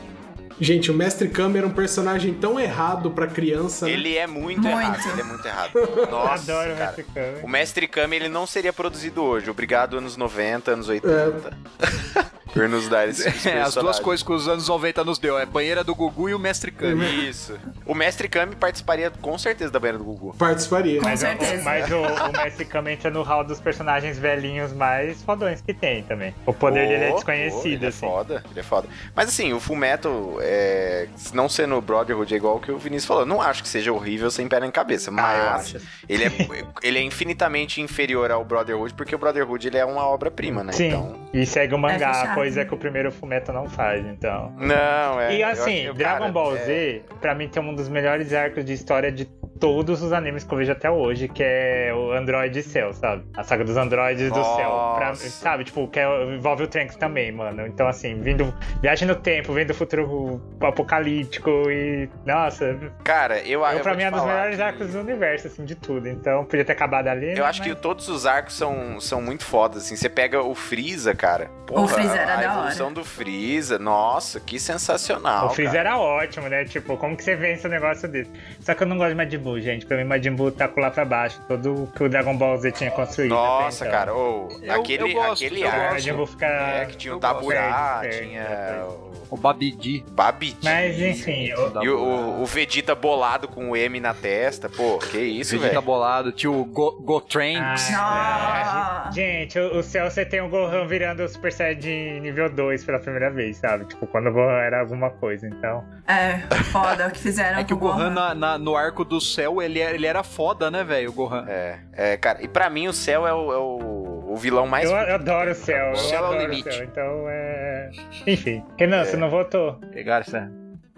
Gente, o Mestre Kama era um personagem tão errado pra criança. né?
Ele é muito,
Muito.
errado, ele é muito errado.
Eu
Nossa,
adoro
cara.
o Kami.
O Mestre Kami, ele não seria produzido hoje. Obrigado, anos 90,
É.
anos 80. Por nos dar esse
É, as duas
personagem.
coisas né? que os anos 90 nos deu, é banheira do Gugu e o Mestre Kami.
Isso. O Mestre Kami participaria com certeza da banheira do Gugu.
Participaria.
Com
Mas, o,
certeza.
mas o, o Mestre Kami entra no hall dos personagens velhinhos mais fodões que tem também. O poder dele é
Pô, pô,
desconhecido,
ele
assim.
É foda, ele é foda. Mas assim, o Fullmetal, é... não sendo o Brotherhood, é igual o que o Vinícius falou. Não acho que seja horrível sem pé nem cabeça, mas ele, é, ele é infinitamente inferior ao Brotherhood, porque o Brotherhood ele é uma obra-prima, né?
Sim,
Então.
e segue o mangá,
fechado.
coisa que o primeiro Fumeto não faz, então.
Não, é.
e
eu
assim,
acho que,
Dragon
cara,
Ball
é-
Z, pra mim, tem um dos melhores arcos de história de todos os animes que eu vejo até hoje, que é o Android Cell, sabe? A saga dos androides do céu. Pra-
Nossa.
sabe, tipo, que é- envolve o Trunks também, mano. Então, assim, vindo. Viagem no tempo, vendo o futuro apocalíptico e. Nossa,
Cara, eu acho.
eu, pra mim é um dos melhores
arcos
arcos do né? universo, assim, de tudo. Então, podia ter acabado ali.
Eu acho que todos os arcos são, são muito fodas, assim. Você pega o Freeza, cara. Porra,
Freeza era
a
da
evolução do Freeza, nossa, que sensacional.
O Freeze
cara.
era ótimo, né? Tipo, como que você vence um negócio desse? Só que eu não gosto de Majin Buu, Buu, gente. Pra mim, Majin Buu tacou lá pra baixo. Tudo que o Dragon Ball Z tinha construído. até
Nossa,
então.
cara, ô,
Eu-
aquele,
eu gosto,
aquele
eu
Ah,
ar,
Majin Buu fica...
é, que tinha o
eu gosto.
Taburá,
Perde, perde,
tinha
perde.
o
O Babidi.
Babidi.
Mas, enfim, eu...
E o, o Vegeta bolado com o M na testa, pô, que isso,
Vegeta
velho.
bolado, tinha o Go- Gotranks.
Ah,
Ah.
Gente, o, o céu você tem o Gohan virando o Super Saiyajin nível 2 pela primeira vez, sabe? Tipo, quando o Gohan era alguma coisa, então.
É, foda o que fizeram
É que o
com
Gohan na- na- no arco do céu, ele, era- ele era foda, né, velho? O Gohan.
É, é, cara, e pra mim o céu é o, é o, o vilão mais.
eu, eu adoro o céu.
O
eu
céu é o
adoro
limite. É.
céu, então é. Enfim. Renan, você não votou.
Pegaram essa.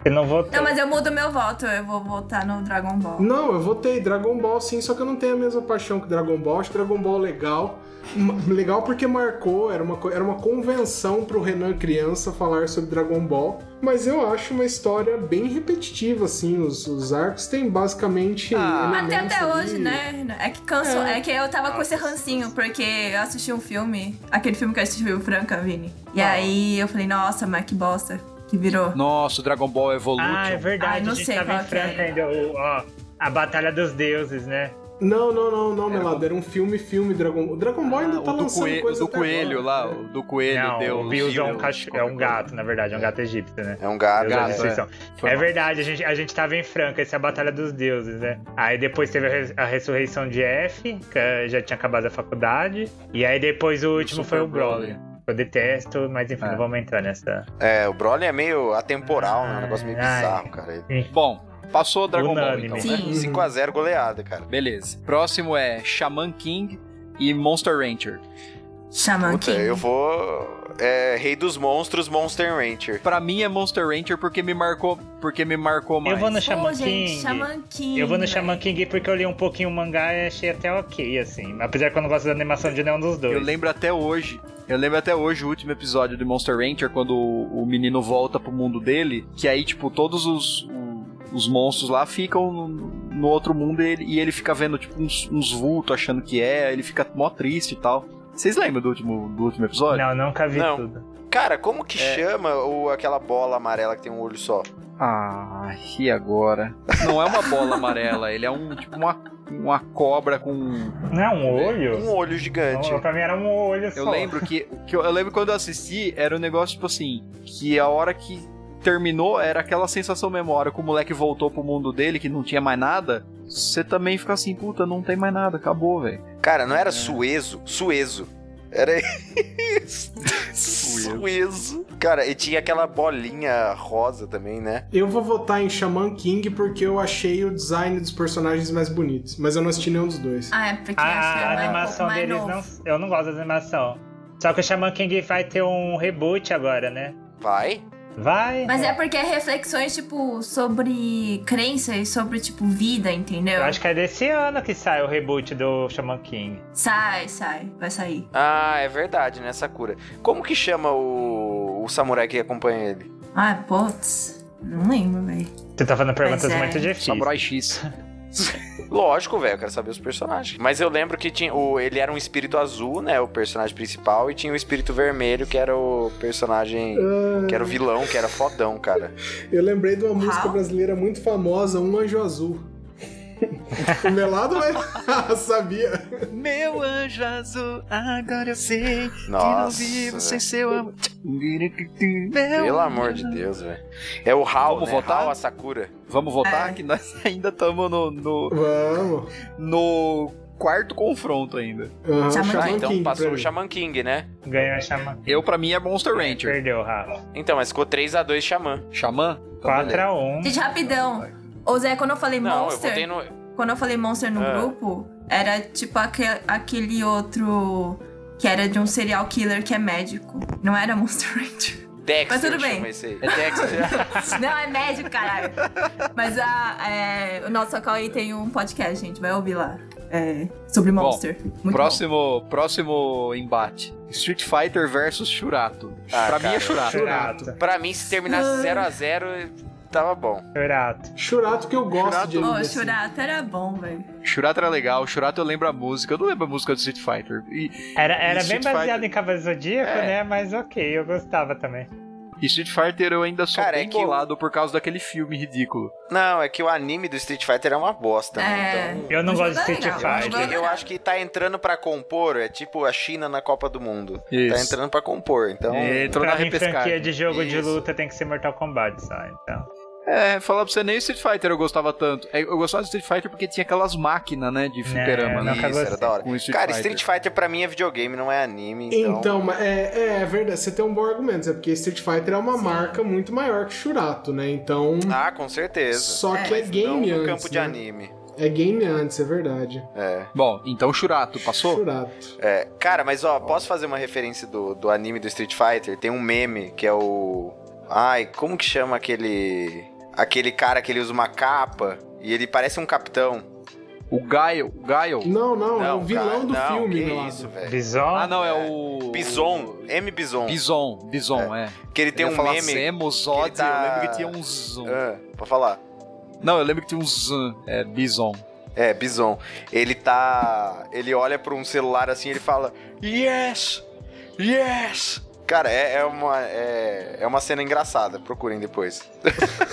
Você não votou.
Não, mas eu mudo meu voto, eu vou votar no Dragon Ball.
Não, eu votei Dragon Ball sim, só que eu não tenho a mesma paixão que Dragon Ball. Acho Dragon Ball legal. Ma- Legal porque marcou, era uma, co- era uma convenção pro Renan criança falar sobre Dragon Ball. Mas eu acho uma história bem repetitiva, assim. Os, os arcos têm basicamente.
Ah.
Mas tem
elementos
até
ali.
hoje, né? É que canso, é. que eu tava com esse rancinho, porque eu assisti um filme, aquele filme que eu assisti o Franca, Vini. E aí eu falei, nossa, mas que bosta que virou.
Nossa, o Dragon Ball Evolution.
Ah, é verdade.
Ah, não
a gente
sei
tava
qual
em
que é.
Franca ainda. o- ó, a Batalha dos Deuses, né?
Não, não, não, não, Melado. Era um filme, filme Dragon Ball. O Dragon Ball ainda
É. Ah, o
tá
do,
lançando
coelho,
coisa
do
até
coelho
agora.
lá, o do coelho,
não,
Deus.
o Bills é um,
Deus,
cach- é
qualquer
um gato, na verdade, é um gato egípcio, né?
É um gato.
Deus da
gato,
né?
Destruição.
Foi
É
mal.
verdade, a gente, a gente tava em Franca, essa é a Batalha dos Deuses, né? Aí depois teve a, res- a ressurreição de F, que eh, já tinha acabado a faculdade. E aí depois o último
Super
foi o Broly. Eu detesto, mas enfim,
É.
não vamos entrar nessa.
É, o Broly é meio atemporal, né? Um negócio meio
Ai.
bizarro, cara. Ele-
Bom, passou o Dragon
Unânime.
Ball então, né?
Sim.
5x0 goleada, cara.
Beleza. Próximo é Shaman King e Monster Rancher.
Shaman
Puta,
King.
eu vou. É, Rei dos Monstros, Monster Rancher.
Pra mim é Monster Rancher porque me marcou, porque me marcou mais.
Eu vou no Shaman
Pô, gente,
King.
Shaman King.
Eu vou no
velho.
Shaman King porque eu li um pouquinho o mangá e achei até ok, assim. Apesar que eu não gosto da animação de nenhum dos dois.
Eu lembro até hoje. Eu lembro até hoje o último episódio do Monster Rancher, quando o, o menino volta pro mundo dele. Que aí, tipo, todos os, o- os monstros lá ficam no, no outro mundo e ele, e ele fica vendo, tipo, uns, uns vultos achando que é. Ele fica mó triste e tal. Vocês lembram do último, do último episódio?
Não, nunca vi
Não.
tudo.
Cara, como que
É.
chama o, aquela bola amarela que tem um olho só?
Ah, e agora? Não é uma bola amarela, ele é um tipo uma, uma cobra com.
Não é um
Um
olho?
olho gigante.
Não, pra mim era um olho só.
Eu lembro que, que eu, eu lembro quando eu assisti era um negócio tipo assim que a hora que terminou era aquela sensação mesmo, a hora que o moleque voltou pro mundo dele que não tinha mais nada. Você também fica assim, puta, não tem mais nada, acabou, velho.
Cara,
É.
não era Suezo? Suezo. Era isso.
Suezo.
Suezo. Cara, e tinha aquela bolinha rosa também, né?
Eu vou votar em Shaman King porque eu achei o design dos personagens mais bonitos, mas eu não assisti nenhum dos dois.
Ah, é porque
A,
acho que
a
é mais-
animação
mais
deles
novo.
não. Eu não gosto da animação. Só que o Shaman King vai ter um reboot agora, né?
Vai.
Vai.
Mas é porque é reflexões, tipo, sobre crença e sobre, tipo, vida, entendeu?
Eu acho que é desse ano que sai o reboot do Shaman King.
Sai, sai, vai sair.
Ah, é verdade, né, Sakura? Como que chama o, o samurai que acompanha ele?
Ah, putz. Não lembro, velho.
Você tá fazendo perguntas
é.
muito difíceis.
Samurai X.
Lógico, velho, eu quero saber os personagens. Mas eu lembro que tinha o, ele era um espírito azul, né, o personagem principal, e tinha o espírito vermelho, que era o personagem...
Ah,
Que era o vilão, que era fodão, cara.
eu lembrei de uma música
How?
brasileira muito famosa, Um Anjo Azul. é o Melado vai... sabia.
Meu anjo azul, agora eu sei
Nossa, velho.
seu amor.
é um
Pelo amor de Deus, velho. É o Hal,
Vamos
né?
votar?
Hal, a Sakura.
Vamos voltar que nós ainda estamos no, no,
Vamos.
no quarto confronto ainda.
Aham,
Shaman
Ah,
Shaman
então
King
passou
pra
o
mim.
Shaman King, né?
Ganhou a Shaman
Eu, pra mim, é Monster Rancher.
Perdeu, Rafa.
Então, mas ficou 3x2 Xamã.
Xamã? Então, beleza.
4x1.
Gente, rapidão. Ô, Zé, quando eu falei
Não, eu
Monster,
votei no.
quando eu falei Monster no
Ah.
É.
grupo, era tipo aque- aquele outro que era de um serial killer que é médico. Não era Monster Rancher.
Dexter.
Mas tudo bem.
chama esse aí.
É Dexter.
Não, é médico, caralho. Mas a, é, o nosso Acauí tem um podcast, gente. Vai ouvir lá. É, sobre
Bom,
Monster. Muito
próximo, próximo embate. Street Fighter versus Shurato.
Ah,
pra mim
cara,
é Shurato.
Churato.
Pra mim, se terminasse 0x0, tava bom.
Churato.
Churato que eu gosto
Churato-
de
bom. Ô,
anime assim.
Churato era bom, velho.
Shurato era legal, Shurato eu lembro a música. Eu não lembro a música do Street Fighter. E,
Era, era bem
Street
baseado
Fighter.
em Cavaleiro do Zodíaco,
É.
né? Mas ok, eu gostava também.
E Street Fighter eu ainda sou
Cara, é
bem
que o-
bolado por causa daquele filme ridículo.
Não, é que o anime do Street Fighter é uma bosta, né?
É.
Então.
Eu não
Mas
gosto de
não é
Street
Eu
legal,
acho,
Vai,
que,
Fighter.
vai.
eu acho que tá entrando pra compor, é tipo a China na Copa do Mundo.
Isso.
Tá entrando pra compor, então.
É, Entrou na
Pra mim, franquia
repescagem.
de jogo de
Isso.
luta tem que ser Mortal Kombat, sabe? Então,
É, falar pra você, nem Street Fighter eu gostava tanto. É, Eu gostava de Street Fighter porque tinha aquelas máquinas, né, de fliperama,
não,
né?
cara,
Isso, era da hora.
com Street
Cara,
Fighter.
Street Fighter pra mim é videogame, não é anime. Então,
Então, ma- é, é, é verdade, você tem um bom argumento, é porque Street Fighter é uma marca muito maior que Shurato, né? Então.
Ah, com certeza.
Só que é,
Mas
game
não no
antes.
campo de
né?
anime.
É game antes, é verdade.
É.
Bom, então Churato, passou?
Shurato.
É, cara, mas ó, posso fazer uma referência do, do anime do Street Fighter? Tem um meme que é o. Ai, como que chama aquele. Aquele cara que ele usa uma capa e ele parece um capitão.
O Gaio, o Gaio.
Não, não, é o vilão
cara,
do
não,
filme,
que
meu lado.
isso, velho.
Bison.
Ah, não, é o
Bison, M Bison.
Bison, Bison, é.
Que ele tem
Eu ia
um
falar
meme.
Zemo, Zod,
que ele tá-
eu lembro que tinha um Zon.
Ah, pra falar.
Não, eu lembro que tinha um Zan, é Bison.
É, Bison. Ele tá. Ele olha pra um celular assim ele fala: Yes! Yes! Cara, é, é uma, é, é uma cena engraçada, procurem depois.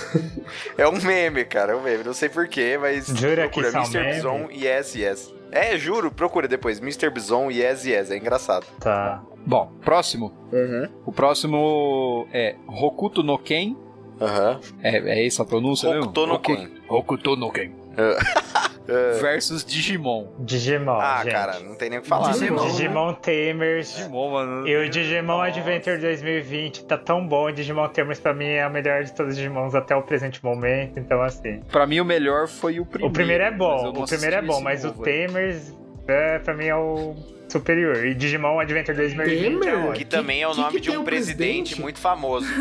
é um meme, cara, é um meme. Não sei porquê, mas.
Jura que
procura
são
Mr. Bison, yes, yes. É, juro, procura depois. Mr. Bison, yes, yes. É engraçado.
Tá.
Bom, próximo.
Uhum.
O próximo é Hokuto no Ken.
Aham.
É, é essa a pronúncia mesmo?
Hokuto no
Hoku-
Ken.
Hokuto no Ken.
É.
Versus Digimon.
Digimon,
Ah, né?
gente.
cara, não tem nem o que falar. né?
Digimon.
Digimon Tamers.
Digimon, mano.
E o Digimon
Nossa.
Adventure 2020 tá tão bom. O Digimon Tamers pra mim é o melhor de todos os Digimons até o presente momento. Então, assim.
Pra mim o melhor foi o primeiro.
o primeiro é
mas eu
bom,
não
o primeiro é
assisti
bom,
esse
mas o
novo, velho.
Tamers é, pra mim é o superior. E Digimon Adventure 2020 é
Tamer?
Que
ótimo.
também é o
que-
nome
que
de
tem
um
o
presidente,
presidente?
muito famoso.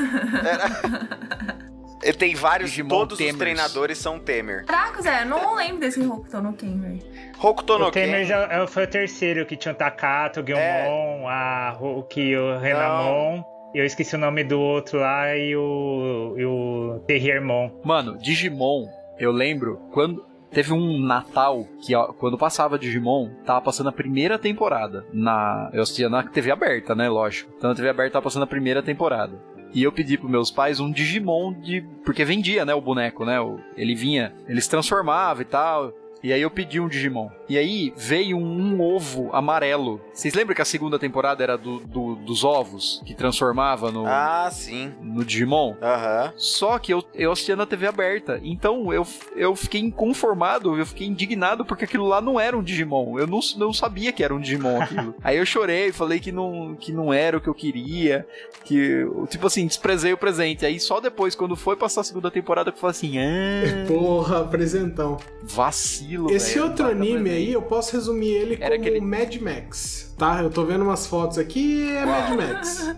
Ele tem vários,
Digimon
todos
Temers.
os treinadores são Temer.
Caraca, Zé, eu não lembro desse Hokuto no Ken, velho.
Hokuto
O
no
Tamers
Ken.
é- é- foi o terceiro, que tinha o Takato, o
É.
Gilmon, a Hulk, o Renamon. E eu esqueci o nome do outro lá e o, e o Terriermon.
Mano, Digimon, eu lembro quando. Teve um Natal que, ó, quando passava Digimon, tava passando a primeira temporada. na Eu assistia na TV aberta, né? Lógico. Então na TV aberta tava passando a primeira temporada. E eu pedi pros meus pais um Digimon de. Porque vendia, né? O boneco, né? o- Ele vinha. Ele se transformava e tal. E aí eu pedi um Digimon. E aí veio um, ovo amarelo. Vocês lembram que a segunda temporada era do, do- dos ovos que transformava no,
Ah, sim.
no Digimon?
Aham.
Só que eu, eu assistia na TV aberta. Então eu, eu fiquei inconformado, eu fiquei indignado porque aquilo lá não era um Digimon. Eu não, não sabia que era um Digimon aquilo. Aí eu chorei, falei que não, que não era o que eu queria. Que, eu, tipo assim, desprezei o presente. Aí só depois, quando foi passar a segunda temporada, que eu falei assim: ah,
Porra, apresentão.
vacilo.
Esse
velho,
outro
baita
anime
presente.
aí, eu posso resumir ele
Era
como
aquele-
Mad Max, tá? Eu tô vendo umas fotos aqui e é Mad Max.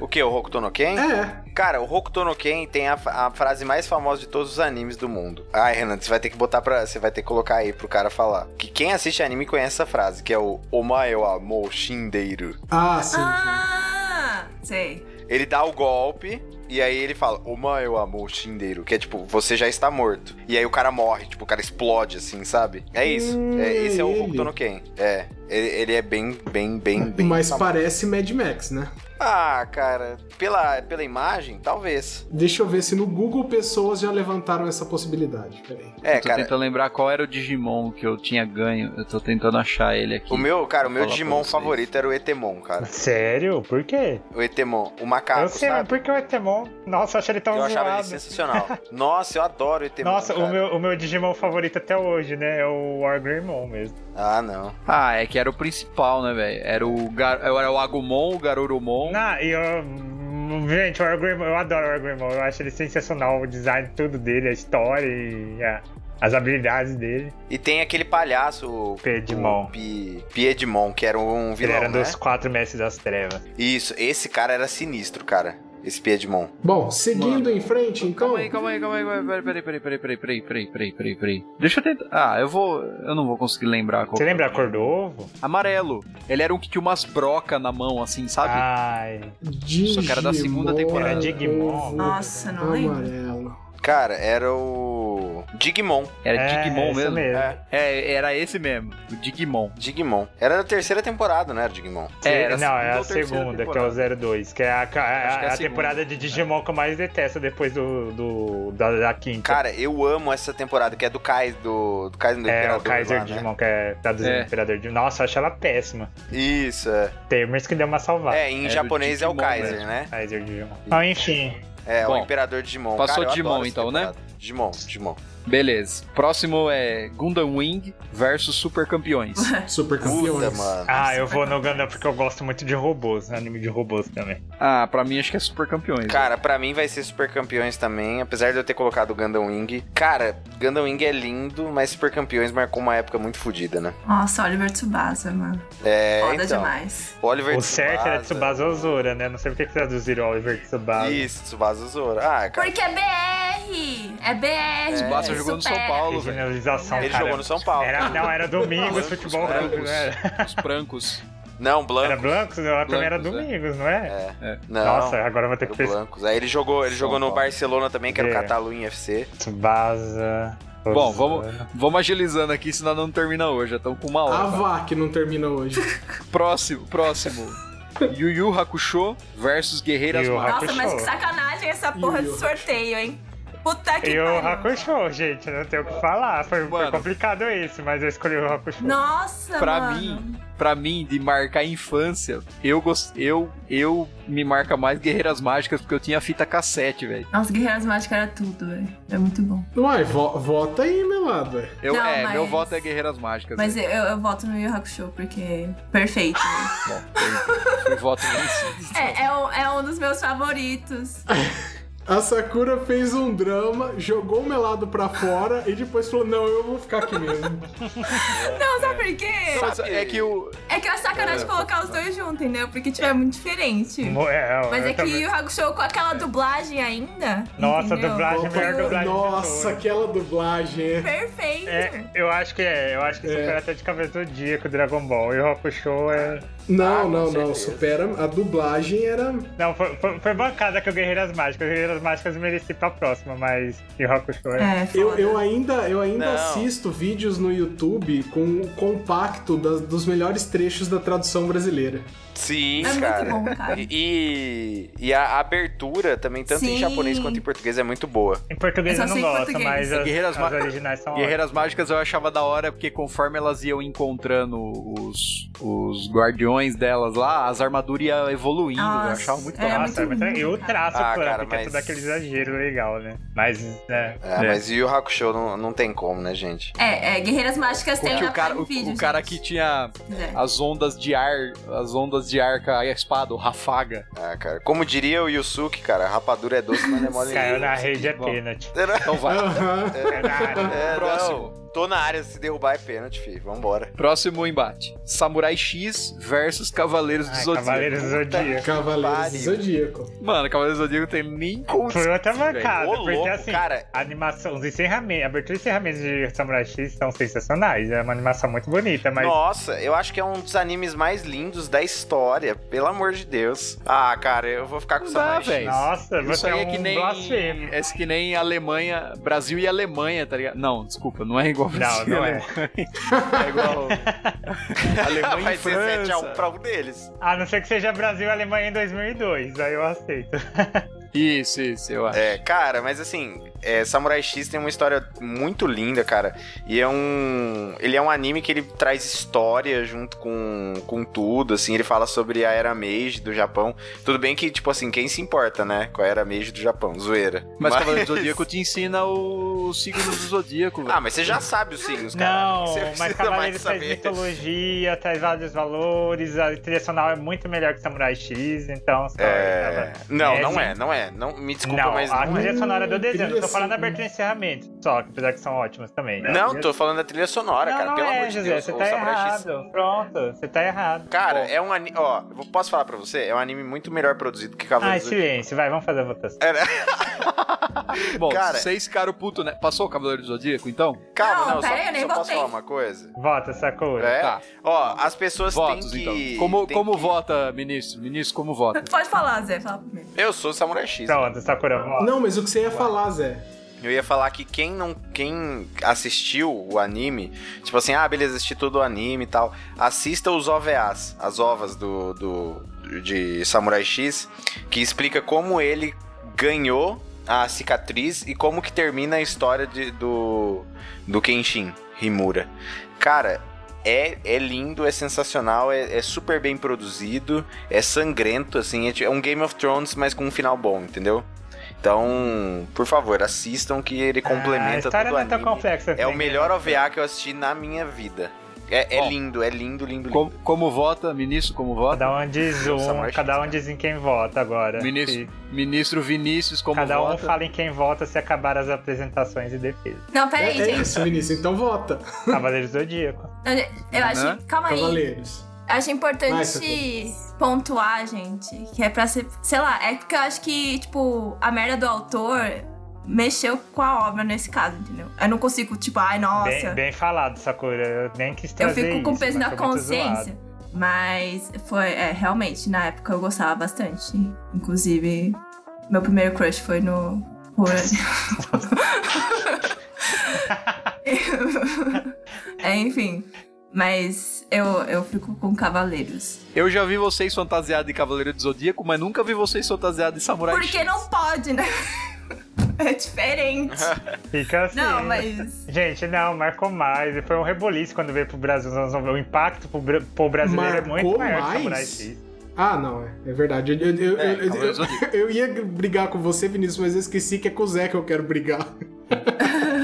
O que? O Hokuto no Ken?
É,
Cara, o Hokuto no Ken tem a, a frase mais famosa de todos os animes do mundo. Ai, Renan, você vai ter que botar pra. Você vai ter que colocar aí pro cara falar. Que quem assiste anime conhece essa frase, que é o Omae wa mou shinderu.
ah, sim.
Ah, sei.
Ele dá o golpe. E aí ele fala, Omae wa mou shinderu, que é tipo, você já está morto. E aí o cara morre, tipo, o cara explode, assim, sabe? É isso.
Hum,
É, esse é o
ele.
Hokuto no Ken. É. Ele, ele é bem, bem, bem, bem.
Mas
famoso.
parece Mad Max, né?
Ah, cara, pela, pela imagem, talvez.
Deixa eu ver se no Google pessoas já levantaram essa possibilidade. Peraí.
É,
Eu tô
cara.
tentando lembrar qual era o Digimon que eu tinha ganho. Eu tô tentando achar ele aqui.
O meu, cara, o
Vou
meu
falar pra
Digimon
vocês.
favorito era o Etemon, cara.
Sério? Por quê?
O Etemon, o macaco,
eu sei, mas
sabe?
por que o Etemon? Nossa, eu achei ele tão
Eu achava ele
zoado.
sensacional. Nossa, eu adoro o Etemon.
Nossa, o
cara.
meu, o meu Digimon favorito até hoje, né? É o Wargreymon mesmo.
Ah, não.
Ah, é que era o principal, né, velho? Era o, Gar... era o Agumon, o Garurumon.
Ah, e eu. Gente, o Wargreymon, eu adoro o Wargreymon. Eu acho ele sensacional, o design tudo dele, a história e a- as habilidades dele.
E tem aquele palhaço, o
Piedmon.
o Pi- Piedmon, que era um vilão,
ele era
né?
dos quatro mestres das trevas.
Isso, esse cara era sinistro, cara. Esse Piedmon.
Bom, seguindo em frente, então.
Calma aí, calma aí, calma aí, calma aí, peraí, peraí, peraí, peraí, peraí, peraí, peraí, peraí, peraí. Deixa eu tentar. Ah, eu vou. Eu não vou conseguir lembrar qual.
Você lembra a cor do ovo?
Amarelo. Ele era um que tinha umas broca na mão, assim, sabe?
Ah, Ai.
Digimon, é
Só que era da segunda temporada.
Era Digimon.
ovo
Nossa, não lembro.
Amarelo.
Cara, era o. Digimon.
Era
É,
Digimon
isso
mesmo?
mesmo.
É, era esse mesmo, o Digimon.
Digimon. Era na terceira temporada, não era Digimon?
É, era a
não, é
segunda
a
ou terceira
segunda, que é
temporada.
o 02, que é a, ca-
Acho que é a
a, a
segunda.
temporada de Digimon que eu mais detesto depois do, do- da, da quinta.
Cara, eu amo essa temporada, que é do Kais, do, do Kais do
é, o
Imperador
Kaiser
lá, né?
Digimon, que é da do
É.
Imperador Digimon. Nossa, eu acho ela péssima.
Isso, é.
Tamers que deu uma salvada.
É, em
É do
japonês é o
Digimon
Kaiser,
mesmo.
né?
Kaiser Digimon. Não, enfim.
É,
Bom,
o Imperador Digimon.
passou
Cara, eu
Digimon,
adoro essa
então, né?
temporada. Digimon, Digimon.
Beleza. Próximo é Gundam Wing versus Super Campeões.
Super
Puta,
campeões.
mano.
É Ah, eu vou no Gundam porque eu gosto muito de robôs, né? anime de robôs também.
ah, pra mim acho que é Super Campeões.
Cara, pra mim vai ser Super Campeões também, apesar de eu ter colocado o Gundam Wing. Cara, Gundam Wing é lindo, mas Super Campeões marcou uma época muito fodida, né?
Nossa, Oliver Tsubasa, mano.
É,
Foda
então.
demais.
Oliver
o certo era Tsubasa Ozora, né? Não sei por que que traduziram Oliver Tsubasa.
Isso, Tsubasa Zora. Ah, cara.
Porque é BR! É BR!
Tsubasa jogou no São
supera.
Paulo, velho.
Regionalização,
Ele
cara.
jogou no São Paulo.
Era, não, era domingo, futebol.
brancos.
não era,
Os brancos.
Não,
era
Blanco.
Blancos? Ela também era
Blancos, é.
domingos, não é?
É.
É.
Não.
Nossa, agora eu vou ter
Era
que
o
pensar.
Blancos. Aí ele jogou, ele jogou no
Paulo.
Barcelona também, que era o
É.
Catalunha FC.
Tsubasa.
Bom, vamos,
Ozora.
vamos agilizando aqui, senão não termina hoje. Já estamos com uma hora.
A vá que não termina hoje.
Próximo, próximo. Yu Yu Hakusho versus Guerreiras
Yu Yu
Mágicas.
Nossa, mas que sacanagem essa porra
Yu,
de
yu.
sorteio, hein? Puta que
E o
pariu.
Hakusho, gente, não tenho o que falar. Foi, foi
Mano.
complicado isso, mas eu escolhi o Hakusho.
Nossa,
Pra
mano.
mim, pra mim de marcar a infância, eu gost... eu eu me marca mais Guerreiras Mágicas porque eu tinha fita cassete, velho.
Nossa, Guerreiras Mágicas era tudo, velho. É muito bom.
Uai, vo- vota aí, meu lado. ué.
Eu
Não,
é,
mas-
meu voto é Guerreiras Mágicas.
Mas
velho.
eu, eu voto no Yu Hakusho, porque... é Perfeito. né?
Bom, foi, foi voto vencido.
é, é, um, é um dos meus favoritos.
A Sakura fez um drama, jogou o melado pra fora e depois falou: Não, eu vou ficar aqui mesmo.
Não, sabe por quê?
Mas É que o
É que era sacanagem colocar os dois juntos, entendeu? Porque, tipo, é muito diferente.
Mo- é, eu-
Mas
eu
é que
também-
o Hakusho com aquela dublagem ainda.
Nossa,
entendeu?
dublagem- Acho a melhor dublagem de né?
Nossa,
todas.
aquela dublagem. é.
Perfeito.
É, eu acho que é, eu acho que
É.
supera até de cabeça do dia com o Dragon Ball. E o Hakusho é.
Ah,
Não,
com
não, não.
certeza.
Supera. A dublagem era.
Não, foi, foi, foi bancada que o Guerreiras Mágicas. O Guerreiras Mágicas mereci pra próxima, mas e o Hakusho é.
É, foda.
Eu, eu ainda, eu ainda
Não.
assisto vídeos no YouTube com o compacto das- dos melhores trechos da tradução brasileira.
Sim,
É muito
cara.
bom, cara.
E, e a abertura também, tanto em
Sim.
japonês quanto em português, é muito boa.
Em português
Eu só
eu, não
sei em
gosto,
português.
mas as,
Guerreiras
as
Ma-
originais são ótimas.
Guerreiras Mágicas eu achava da hora porque conforme elas iam encontrando os, os guardiões delas lá, as armaduras iam evoluindo, eu
Nossa,
achava muito
é
da hora.
Nossa,
muito
mas-
bom,
e o
cara.
traço
Ah,
Clamp,
cara,
que é
mas-
todo aquele exagero legal, né? Mas, né?
Ah, Mas e o Hakusho não, não tem como, né, gente?
É, é, Guerreiras Mágicas tem
Porque
na
o cara,
Prime
o,
Video,
o cara que
um gente,
tinha
se quiser.
as ondas de ar, as ondas de ar com a espada, o Rafaga.
Ah, cara. Como diria o Yusuke, cara, rapadura é doce, mas não é mole.
Caiu
não.
na rede é
Bom.
pênalti.
Então vai.
Aham.
Caiu na área.
É, não.
Próximo.
Tô na área, se derrubar é pênalti, filho. Vambora.
Próximo embate: Samurai X versus Cavaleiros do
Ai,
Zodíaco.
Cavaleiros do Zodíaco.
Cavaleiros do
Pariu.
Zodíaco.
Mano, Cavaleiros do Zodíaco tem nem
Foi outra
velho.
bancada,
Ô,
porque
louco,
assim,
cara.
a animação, os encerramentos, a abertura e encerramentos de Samurai X são sensacionais. É uma animação muito bonita, mas
Nossa, eu acho que é um dos animes mais lindos da história. Pelo amor de Deus. Ah, cara, eu vou ficar com o
Não dá,
Samurai X.
velho.
nossa,
Isso
você é
aí é
um
que nem.
blasfemo.
É que nem Alemanha, Brasil e Alemanha, tá ligado? Não, desculpa, não é igual
Não,
Brasil
não
e
né?
é.
Alemanha. É igual. Alemanha
Vai
e
ser 7x1
França.
pra um deles.
A não ser que seja Brasil e Alemanha em 2002, aí eu aceito.
Isso, isso, eu acho.
É, cara, mas assim, é, Samurai X tem uma história muito linda, cara. E é um. Ele é um anime que ele traz história junto com, com tudo, assim. Ele fala sobre a Era Meiji do Japão. Tudo bem que, tipo assim, quem se importa, né? Com a Era Meiji do Japão? Zoeira.
Mas Cavaleiros do Zodíaco te ensina o signo do Zodíaco, velho.
Ah, mas você já sabe os signos, cara.
Não,
você
mas
precisa mais
Cavaleiros traz
saber.
mitologia, traz vários valores, a trilha sonora é muito melhor que Samurai X, então... sorry,
É...
tava-
Não, não
gente.
é, não é. Não, me desculpa,
Não, ah,
mas
a
não é.
trilha sonora do desenho, eu
Trilha
tô falando da
sonora.
abertura e encerramento, só, que apesar que são ótimas também. né?
Não, tô falando da trilha sonora,
não,
cara.
não
Pelo
é,
amor de
José,
Deus,
você
o
tá
Samurai X
errado. Pronto, você tá errado.
Cara, é um anime. Ó, eu vou- posso falar pra você? É um anime muito melhor produzido que
Ai,
Cavaleiros do Zodíaco.
silêncio, Ah, vai, vamos fazer a votação.
Era...
Bom,
Ah, Cara-
seis caras puto, né? Passou o Cavaleiro do Zodíaco, então?
Calma, não,
Não,
só,
pera aí, eu nem
só posso
votei.
falar uma coisa.
Vota, Sakura.
É?
Tá.
Ó, as pessoas
Votos,
têm
então.
que.
Como,
têm
como
que-
vota, ministro? Ministro, como vota?
Pode falar, Zé, fala primeiro.
Eu sou Samurai X.
Pronto, Sakura, vota.
Não, mas o que você ia falar, Zé?
Eu ia falar que quem não. Quem assistiu o anime, tipo assim, ah, beleza, assisti todo o anime e tal. Assista os OVAs, as ovas do, do de Samurai X, que explica como ele ganhou a cicatriz e como que termina a história de- do, do Kenshin Himura. Cara, é, é lindo, é sensacional, é, é super bem produzido, é sangrento, assim, é, ti- é um Game of Thrones, mas com um final bom, entendeu? Então, por favor, assistam que ele complementa
Ah, a história
todo
não é tão
anime.
complexa.
É o
assim,
melhor
né?
OVA que eu assisti na minha vida. É, é
Bom.
lindo, é lindo, lindo, lindo.
Como, como vota, ministro, como vota?
Cada um diz um,
Samurai
cada
X,
um diz em quem vota agora.
Ministro,
E
ministro Vinícius, como
Cada um
vota?
fala em quem vota se acabar as apresentações e defesa.
Não, pera aí,
É, é
gente.
isso, Vinícius. Então vota,
Cavaleiro do Zodíaco.
Eu acho. Calma aí.
cavaleiros.
Acho
Né? Então, Vai,
importante
Sophie.
pontuar, gente, que é pra ser. Sei lá, é porque eu acho que, tipo, a merda do autor mexeu com a obra nesse caso, entendeu? Eu não consigo, tipo, ai, nossa.
Bem, bem falado, Sakura. Eu nem quis
eu
trazer
fico com
isso,
peso
mas
na
foi muito zoado.
consciência. Mas foi, é, realmente, na época eu gostava bastante. Inclusive, meu primeiro crush foi no Rural. é, enfim. Mas eu, eu fico com cavaleiros.
Eu já vi vocês fantasiados de Cavaleiro do Zodíaco, mas nunca vi vocês fantasiados de Samurai
Porque não pode, né? É diferente.
Fica assim.
Não, mas.
Gente, não, marcou mais. E foi um reboliço quando veio pro Brasil nos anos 90. O impacto pro, bra- pro brasileiro é muito
Marcou
maior que
mais?
Samurai X.
Ah, não, é, é verdade. Eu, eu- eu-
É,
eu-
Cavaleiro do
eu-
Zodíaco.
eu ia brigar com você, Vinícius, mas eu esqueci que é com o Zé que eu quero brigar.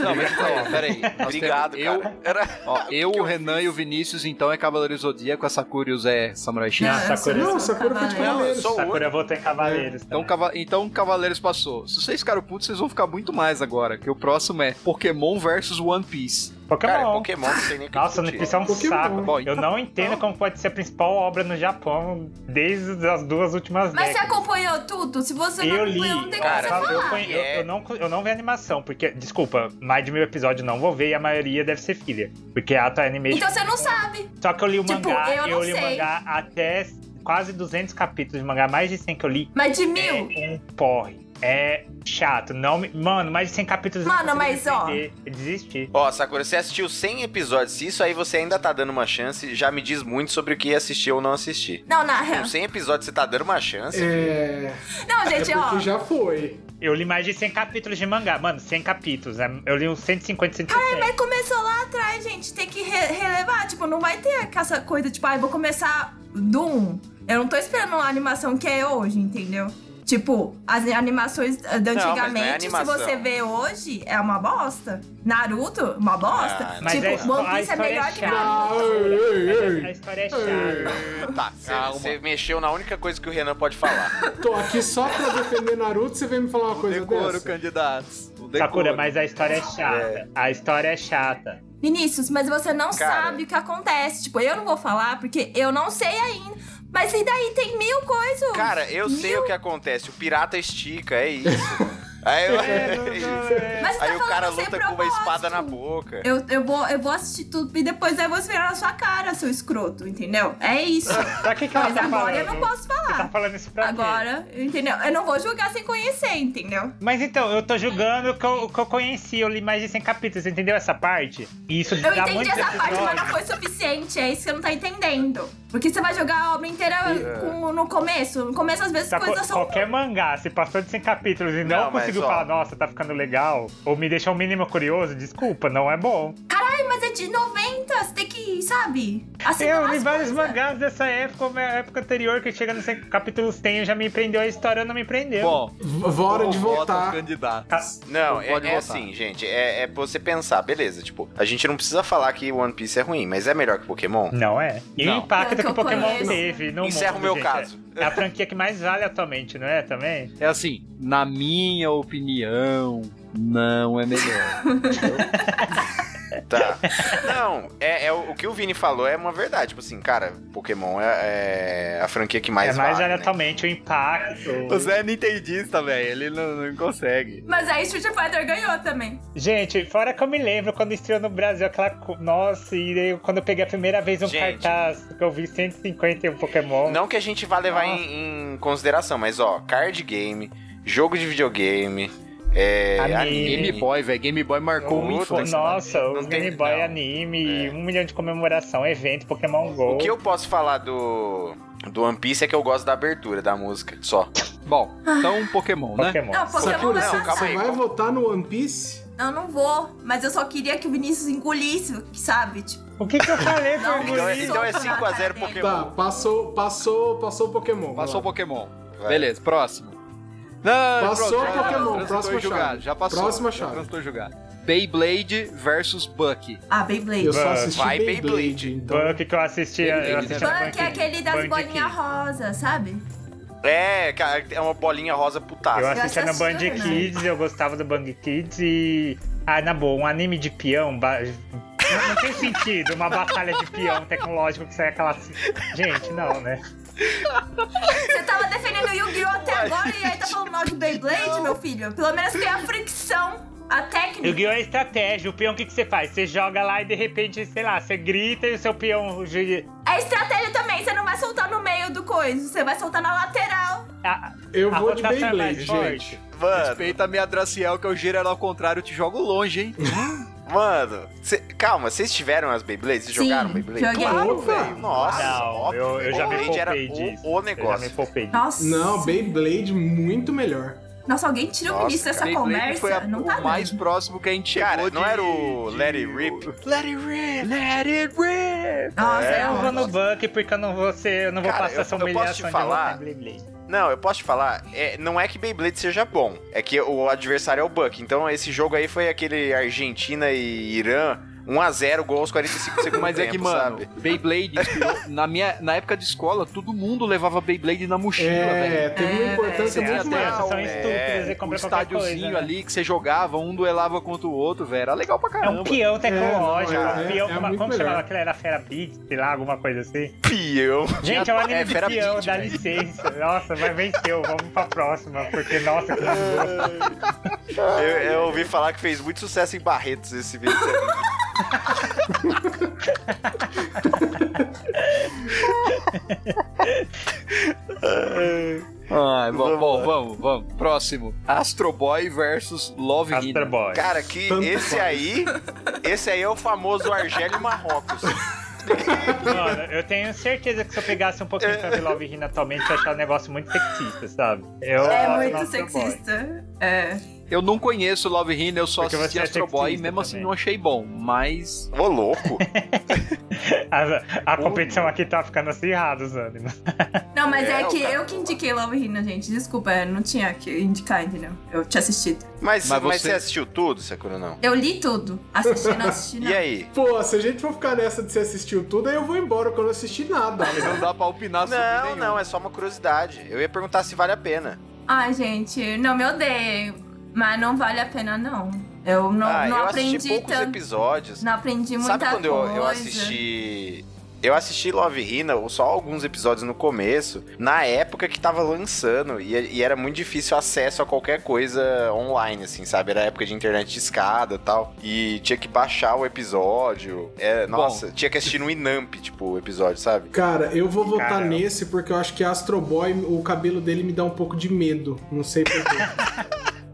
Não, mas então, ó, peraí. Nós
Obrigado,
temos-
cara.
Eu, ó, eu, o Renan e o Vinícius, então, é Cavaleiro do Zodíaco, a Sakura e o Zé é Samurai X.
Não, eu sou-
Sakura.
eu sou
Não, Sakura foi de
cavaleiro.
Não, eu
cavaleiros.
sou o
Sakura votou em Cavaleiros.
Então,
também.
cava- então Cavaleiros passou. Se vocês ficaram putos, vocês vão ficar muito mais agora, que o próximo é Pokémon versus One Piece.
Pokémon.
Cara, Pokémon não tem nem o que
Nossa,
discutir.
isso é um
Pokémon.
saco.
Bom,
Eu não entendo como pode ser a principal obra no Japão desde as duas últimas
Mas você
décadas.
acompanhou tudo? Se você não
Eu li.
acompanhou, não tem
Cara,
como
eu,
você falar.
conhe- eu, eu não, eu não vi animação, porque, desculpa, mais de mil episódios não vou ver e a maioria deve ser filha. Porque a Toei Animation.
Então você não sabe.
Só que eu li o
tipo,
mangá,
eu
eu,
não
li o
sei.
mangá até quase 200 capítulos de mangá, mais de 100 que eu li.
Mas de
É
mil.
um porre. É chato. Não me... Mano, mais de 100 capítulos eu não
Mano,
consigo
mas, ó.
entender. Eu
é
desisti.
Ó, Sakura, você assistiu 100 episódios. Se isso aí você ainda tá dando uma chance, já me diz muito sobre o que assistir ou não assistir.
Não, na real.
Com 100 episódios você tá dando uma chance?
É,
Não,
é
gente, ó.
porque já foi.
Eu li mais de 100 capítulos de mangá. Mano, 100 capítulos. né? Eu li uns 150, 160.
Mas começou lá atrás, gente. Tem que re- relevar. Tipo, não vai ter essa coisa, tipo, ai, vou começar do 1. Eu não tô esperando uma animação que é hoje, entendeu? Tipo, as animações
Não,
eh, de
mas não é
antigamente, se
animação.
você vê hoje, é uma bosta. Naruto, uma bosta.
Ah,
mas
tipo,
a histó-
One
a
Piece é
história
melhor
é
que
chata.
Naruto.
Ah, ei, ei,
A
ei.
história é chata.
Tá,
calma.
você mexeu na única coisa que o Renan pode falar.
Tô aqui só pra defender Naruto, você vem me falar uma coisa
Decoro,
dessa?
candidatos. O decoro.
Sakura, mas a história é chata. A história é chata.
Vinícius, mas você não
Cara.
sabe o que acontece. Tipo, eu não vou falar porque eu não sei ainda. Mas e daí? Tem mil coisas.
Cara, eu sei o que acontece. O pirata estica, é isso. Aí, eu- é isso.
Mas você
Aí
tá
o
falando
cara
sem
luta com uma
propósito.
espada na
É.
boca.
Eu, eu, vou, eu vou assistir tudo e depois eu vou esfregar na sua cara, seu escroto, entendeu? É isso.
Pra que, que ela
Mas
tá
agora
falando?
eu não posso
Você tá
falar.
falando isso pra quê?
Agora, entendeu? Eu não vou julgar sem conhecer, entendeu?
Mas então, eu tô julgando o que eu, o que eu conheci, eu li mais de 100 capítulos, entendeu essa parte? E isso
Eu
dá
entendi
muito
essa parte, mas não
episódio.
foi suficiente. É isso que você não tá entendendo. Porque você vai jogar a obra inteira com- no começo. No começo, às vezes,
é. Tá,
coisas
co-
são.
qualquer mangá, se passou de 100 capítulos e não,
Não, mas,
conseguiu
ó.
falar, nossa, tá ficando legal, ou me deixou o mínimo curioso, desculpa, não é bom.
Ai, mas é de 90, você tem que, sabe?
eu
Aceitar
li
as
vários
coisas.
mangás dessa época, ou época anterior, que chega nos 100 capítulos tem, já me prendeu a história, não me prendeu. Ah,
Bom,
V- Vora de
como votam
votar.
candidatos.
Não,
Não
é,
pode
é
votar.
assim, gente. É, é pra você pensar, beleza. Tipo, a gente não precisa falar que One Piece é ruim, mas é melhor que Pokémon?
Não é. E
Não.
o impacto
É o que
que o
eu
Pokémon
conheço.
teve no
Encerra
mundo,
o meu
gente.
caso.
É a franquia que mais vale atualmente, não é? Também?
É assim, na minha opinião, não é melhor.
Tá. Não, é, é o o que o Vini falou é uma verdade. Tipo assim, cara, Pokémon é, é a franquia que mais
é mais
vale, né?
atualmente o impacto.
o Zé é nintendista, velho, ele não, não consegue.
Mas aí Street Fighter ganhou também.
Gente, fora que eu me lembro quando estreou no Brasil aquela. co- Nossa, e daí quando eu peguei a primeira vez um
Gente.
cartaz que eu vi 151 Pokémon.
Não que a gente vá levar em, em consideração, mas ó, card game, jogo de videogame, É,
Anime.
anime.
Game Boy, velho. Game Boy marcou assim. uma
Puta
infância.
Nossa,
não
o
tem-
Game Boy
não. É.
anime, um milhão de comemoração, evento, Pokémon GO.
O que eu posso falar do, do One Piece é que eu gosto da abertura da música, só.
Bom, então Pokémon, né?
Pokémon.
Não, Pokémon
Sakura,
vai
não,
passar.
calma aí.
Você vai votar no One Piece?
Eu não vou, mas eu só queria que o Vinícius engolisse, sabe? Tipo,
O que, que eu falei pra
Não,
Então, é-
engolir?
então é 5x0
Tá.
Tá,
Pokémon.
passou, passou, passou o Pokémon.
Passou o
vai lá.
Pokémon.
Vai.
Beleza, próximo. Não,
Passou
pronto,
o
já-
Pokémon,
transitor
próxima
julgado,
chave.
Já passou.
Próxima
já
chave.
transitor julgado. Beyblade versus Bucky.
ah, Beyblade.
Eu só assisti
Vai, Beyblade.
Beyblade, então.
Bunk que eu assisti. Eu assisti
tá
Bunk é
Bunk.
né?
aquele das
Bunk
bolinhas rosas, sabe?
É, cara, é uma bolinha rosa
Eu
putaça.
assistia no
assisti
Band
também.
Kids, eu gostava do Band Kids e. Ah, na boa, um anime de peão. ba- Não, não tem sentido uma batalha de peão tecnológico que sai aquela. Gente, não, né?
Você tava defendendo o Yu-Gi-Oh! até agora e aí tá falando mal de Beyblade, meu filho? Pelo menos tem a fricção, a
O
técnica.
guião é estratégia. O peão, o que, que você faz? Você joga lá e de repente, sei lá, você grita e o seu peão. o ju-
É estratégia também, você não vai soltar no meio do coisa, você vai soltar na lateral.
A-
Eu
a
vou de
rotação é mais
Beyblade, gente.
forte.
Mano,
Respeita a minha Draciel, que eu giro ela ao contrário, eu te jogo longe, hein?
mano. cê- calma, vocês tiveram as Beyblades? Vocês
Sim,
jogaram Beyblade?
joguei.
Claro,
Opa!
velho. Nossa,
Não,
óbvio.
eu- eu já me
Beyblade era
poupei disso.
o, o
Eu já me
negócio.
poupei.
Nossa.
Não, Beyblade muito melhor.
Nossa, alguém tira o
Nossa,
Vinícius dessa
Beyblade
conversa?
foi a-
não
o
tá
mais
dando.
próximo que a gente chegou
Cara,
de...
não era o
de-
Let It Rip?
Let It Rip! Let It Rip!
Nossa,
É,
é,
Eu
um-
vou no Buck porque eu não vou ser. Eu não vou
Cara,
passar
eu-
essa
eu posso te
humilhação de
falar?
votar em Beyblade.
Não, eu posso te falar, é, não é que Beyblade seja bom, é que o adversário é o Buck. Então esse jogo aí foi aquele Argentina e Irã, 1x0, gol aos 45 segundos.
Mas é que,
tempo,
mano,
sabe?
Beyblade, inspirou- na, minha, na época de escola, todo mundo levava Beyblade na mochila, velho.
É, teve uma
É,
importância
velho,
muito
As
Não,
maior.
crianças são
é,
estúpidas e
um
compram qualquer
estádiozinho
coisa. né?
ali que você jogava, um duelava contra o outro, velho. Era legal pra
É um
caramba.
peão tecnológico,
É, não,
um
é,
peão,
é
como,
muito
como chamava
melhor.
aquilo? Era Fera Beat, sei lá, alguma coisa assim.
Pião.
Gente, é um anime
É,
de
Fera
peão,
Beat,
dá
velho.
licença. Nossa, mas venceu, vamos pra próxima, porque nossa, que
Eu, eu ouvi falar que fez muito sucesso em Barretos esse vídeo.
Ah, bom, bom, vamos, vamos. Próximo. Astro Boy versus Love
Astro
Hina.
Boy.
Cara, que
Tanto
esse aí, esse aí é o famoso Argélio Marrocos.
Mano, eu tenho certeza que se eu pegasse um pouquinho de Love Hina atualmente, eu ia achar um negócio muito sexista, sabe? Eu
é
voto
muito
no Astro Boy.
sexista. É.
Eu não conheço Love Hina, eu só
Porque
assisti
você é
Astro Boy e
sexista
mesmo assim
também.
não achei bom, mas...
Ô, louco.
A, a competição aqui tá ficando acirrada, os ânimos.
Não, mas é,
É, o
que
cara-
eu que indiquei Love Hina, gente. Desculpa, eu não tinha que indicar, entendeu? Eu tinha assistido.
Mas,
Mas
mas,
você-
você assistiu tudo, Sakura, não?
Eu li tudo. Assisti, não assisti, não.
E aí?
Pô, se a gente for ficar nessa de você assistiu tudo, aí eu vou embora, porque eu não assisti nada.
Não então- dá pra opinar sobre
Não,
nenhum.
não, é só uma curiosidade. Eu ia perguntar se vale a pena.
Ai, gente, não me odeiem. Mas não vale a pena, não. Eu não,
ah,
não
eu assisti
aprendi
poucos
tanto.
episódios.
Não aprendi muita
Sabe quando eu,
coisa.
eu assisti. Eu assisti Love Hina, ou só alguns episódios no começo, na época que tava lançando, e, e era muito difícil acesso a qualquer coisa online, assim, sabe? Era época de internet de escada e tal, e tinha que baixar o episódio. É,
Bom.
nossa, tinha que assistir no Inamp, tipo, o episódio, sabe?
Cara, eu vou votar
Caramba.
nesse porque eu acho que Astro Boy, o cabelo dele me dá um pouco de medo. Não sei porquê.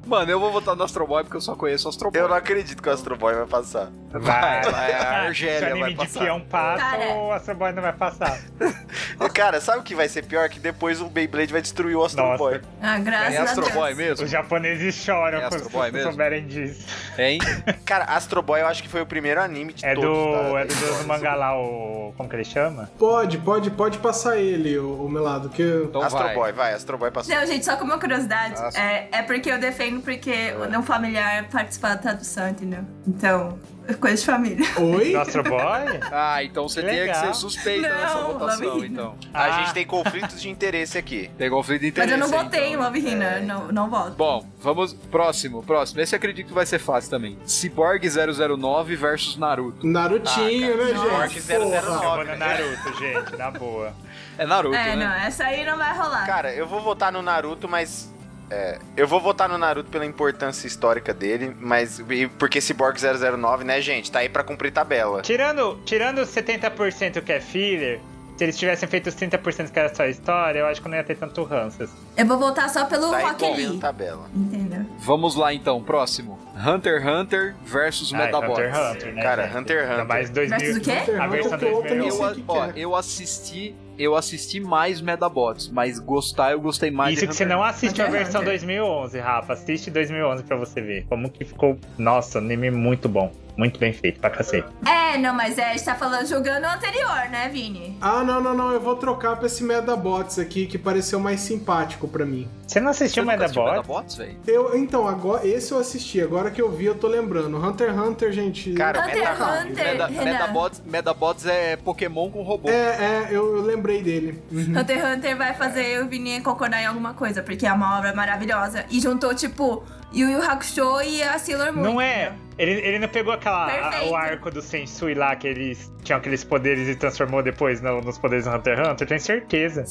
Mano, eu vou votar no Astro Boy porque eu só conheço Astro Boy.
Eu não acredito que o Astro Boy vai passar.
Vai, Ah,
vai, a Argélia
Se o
vai
anime de
passar.
peão passa,
Cara.
o Astro Boy não vai passar.
Cara, sabe o que vai ser pior? Que depois o Beyblade vai destruir o Astro
Nossa.
Boy.
Ah, graças
É
a
Astro
Deus.
Boy mesmo?
Os japoneses choram
É
quando
Astro Boy
se
mesmo?
souberem disso.
Hein?
Cara, Astro Boy eu acho que foi o primeiro anime de
É
todos.
do,
tá?
é do Deus do mangá lá, o... como que ele chama?
Pode, pode, pode passar ele, o, Melado, que eu-
Então
Astro
vai.
Boy, vai, Astro Boy passou.
Não, gente, só como uma curiosidade.
Nossa.
É, é porque eu defendo porque
É.
um familiar participa da tradução, entendeu? Então, é coisa de família.
Oi?
Do Astro Boy?
Ah, então você tem que
Legal.
ser suspeita
Não,
nessa votação,
Love Hina.
então.
A
Ah.
gente tem conflitos de interesse aqui.
Tem conflito de
Mas
interesse.
eu não votei em
então.
Love Hina,
é.
não, não voto.
Bom, vamos. Próximo, próximo. Esse eu acredito que vai ser fácil também. Cyborg 009 versus Naruto.
Narutinho, né,
Nossa,
gente?
Eu
009.
vou no Naruto, gente, na boa.
É Naruto,
é,
né?
não, essa aí não vai rolar.
Cara, eu vou votar no Naruto, mas. É, eu vou votar no Naruto pela importância histórica dele, mas. e Porque Cyborg 009, né, gente? Tá aí pra cumprir tabela.
Tirando, tirando os 70% que é filler, se eles tivessem feito os 30% que era só história, eu acho que eu não ia ter tanto ranço.
Eu vou votar só pelo
Tá aí
Rock
cumprindo
Lee.
tabela.
Entendeu?
Vamos lá então, próximo. Hunter x Hunter versus
Ah, é
Metabots.
Hunter x Hunter, né?
Cara,
gente?
Hunter x
Ainda
Hunter.
mais 2000.
Versus o quê?
Hunter,
um, A versão
Hunter, Hunter, não
2000.
Eu,
sei
a-
o que que
ó,
é.
eu assisti, eu assisti mais Metabots, mas gostar eu gostei mais
Isso
de
que você
Hunter.
não assiste a
Hunter x
versão
Hunter.
2011, Rafa. Assiste 2011 pra você ver. Como que ficou. Nossa, anime muito bom. Muito bem feito, pra cacete.
É, não, mas é, a gente tá falando jogando o anterior, né, Vini?
Ah, não, não, não. Eu vou trocar pra esse Medabots aqui que pareceu mais simpático pra mim.
Você não
Você
assistiu
nunca assistiu
Medabot?
Metabots, velho?
Eu, então, agora esse eu assisti. Agora que eu vi, eu tô lembrando. Hunter x Hunter, gente.
Cara,
Hunter x
Metabots.
Hunter,
Meta,
É, Renan.
Metabots, Metabots é Pokémon com robô.
é, é, eu, eu lembrei dele. Uhum.
Hunter x Hunter vai fazer o Vini concordar em alguma coisa, porque é uma obra maravilhosa. E juntou, tipo, Yu Yu Hakusho e a Sailor Moon.
Não é.
entendeu?
Ele, ele não pegou aquela, a-
né? Perfeito.
o arco do Sensui lá, que eles tinham aqueles poderes e transformou depois no- nos poderes do Hunter x Hunter? Tenho certeza.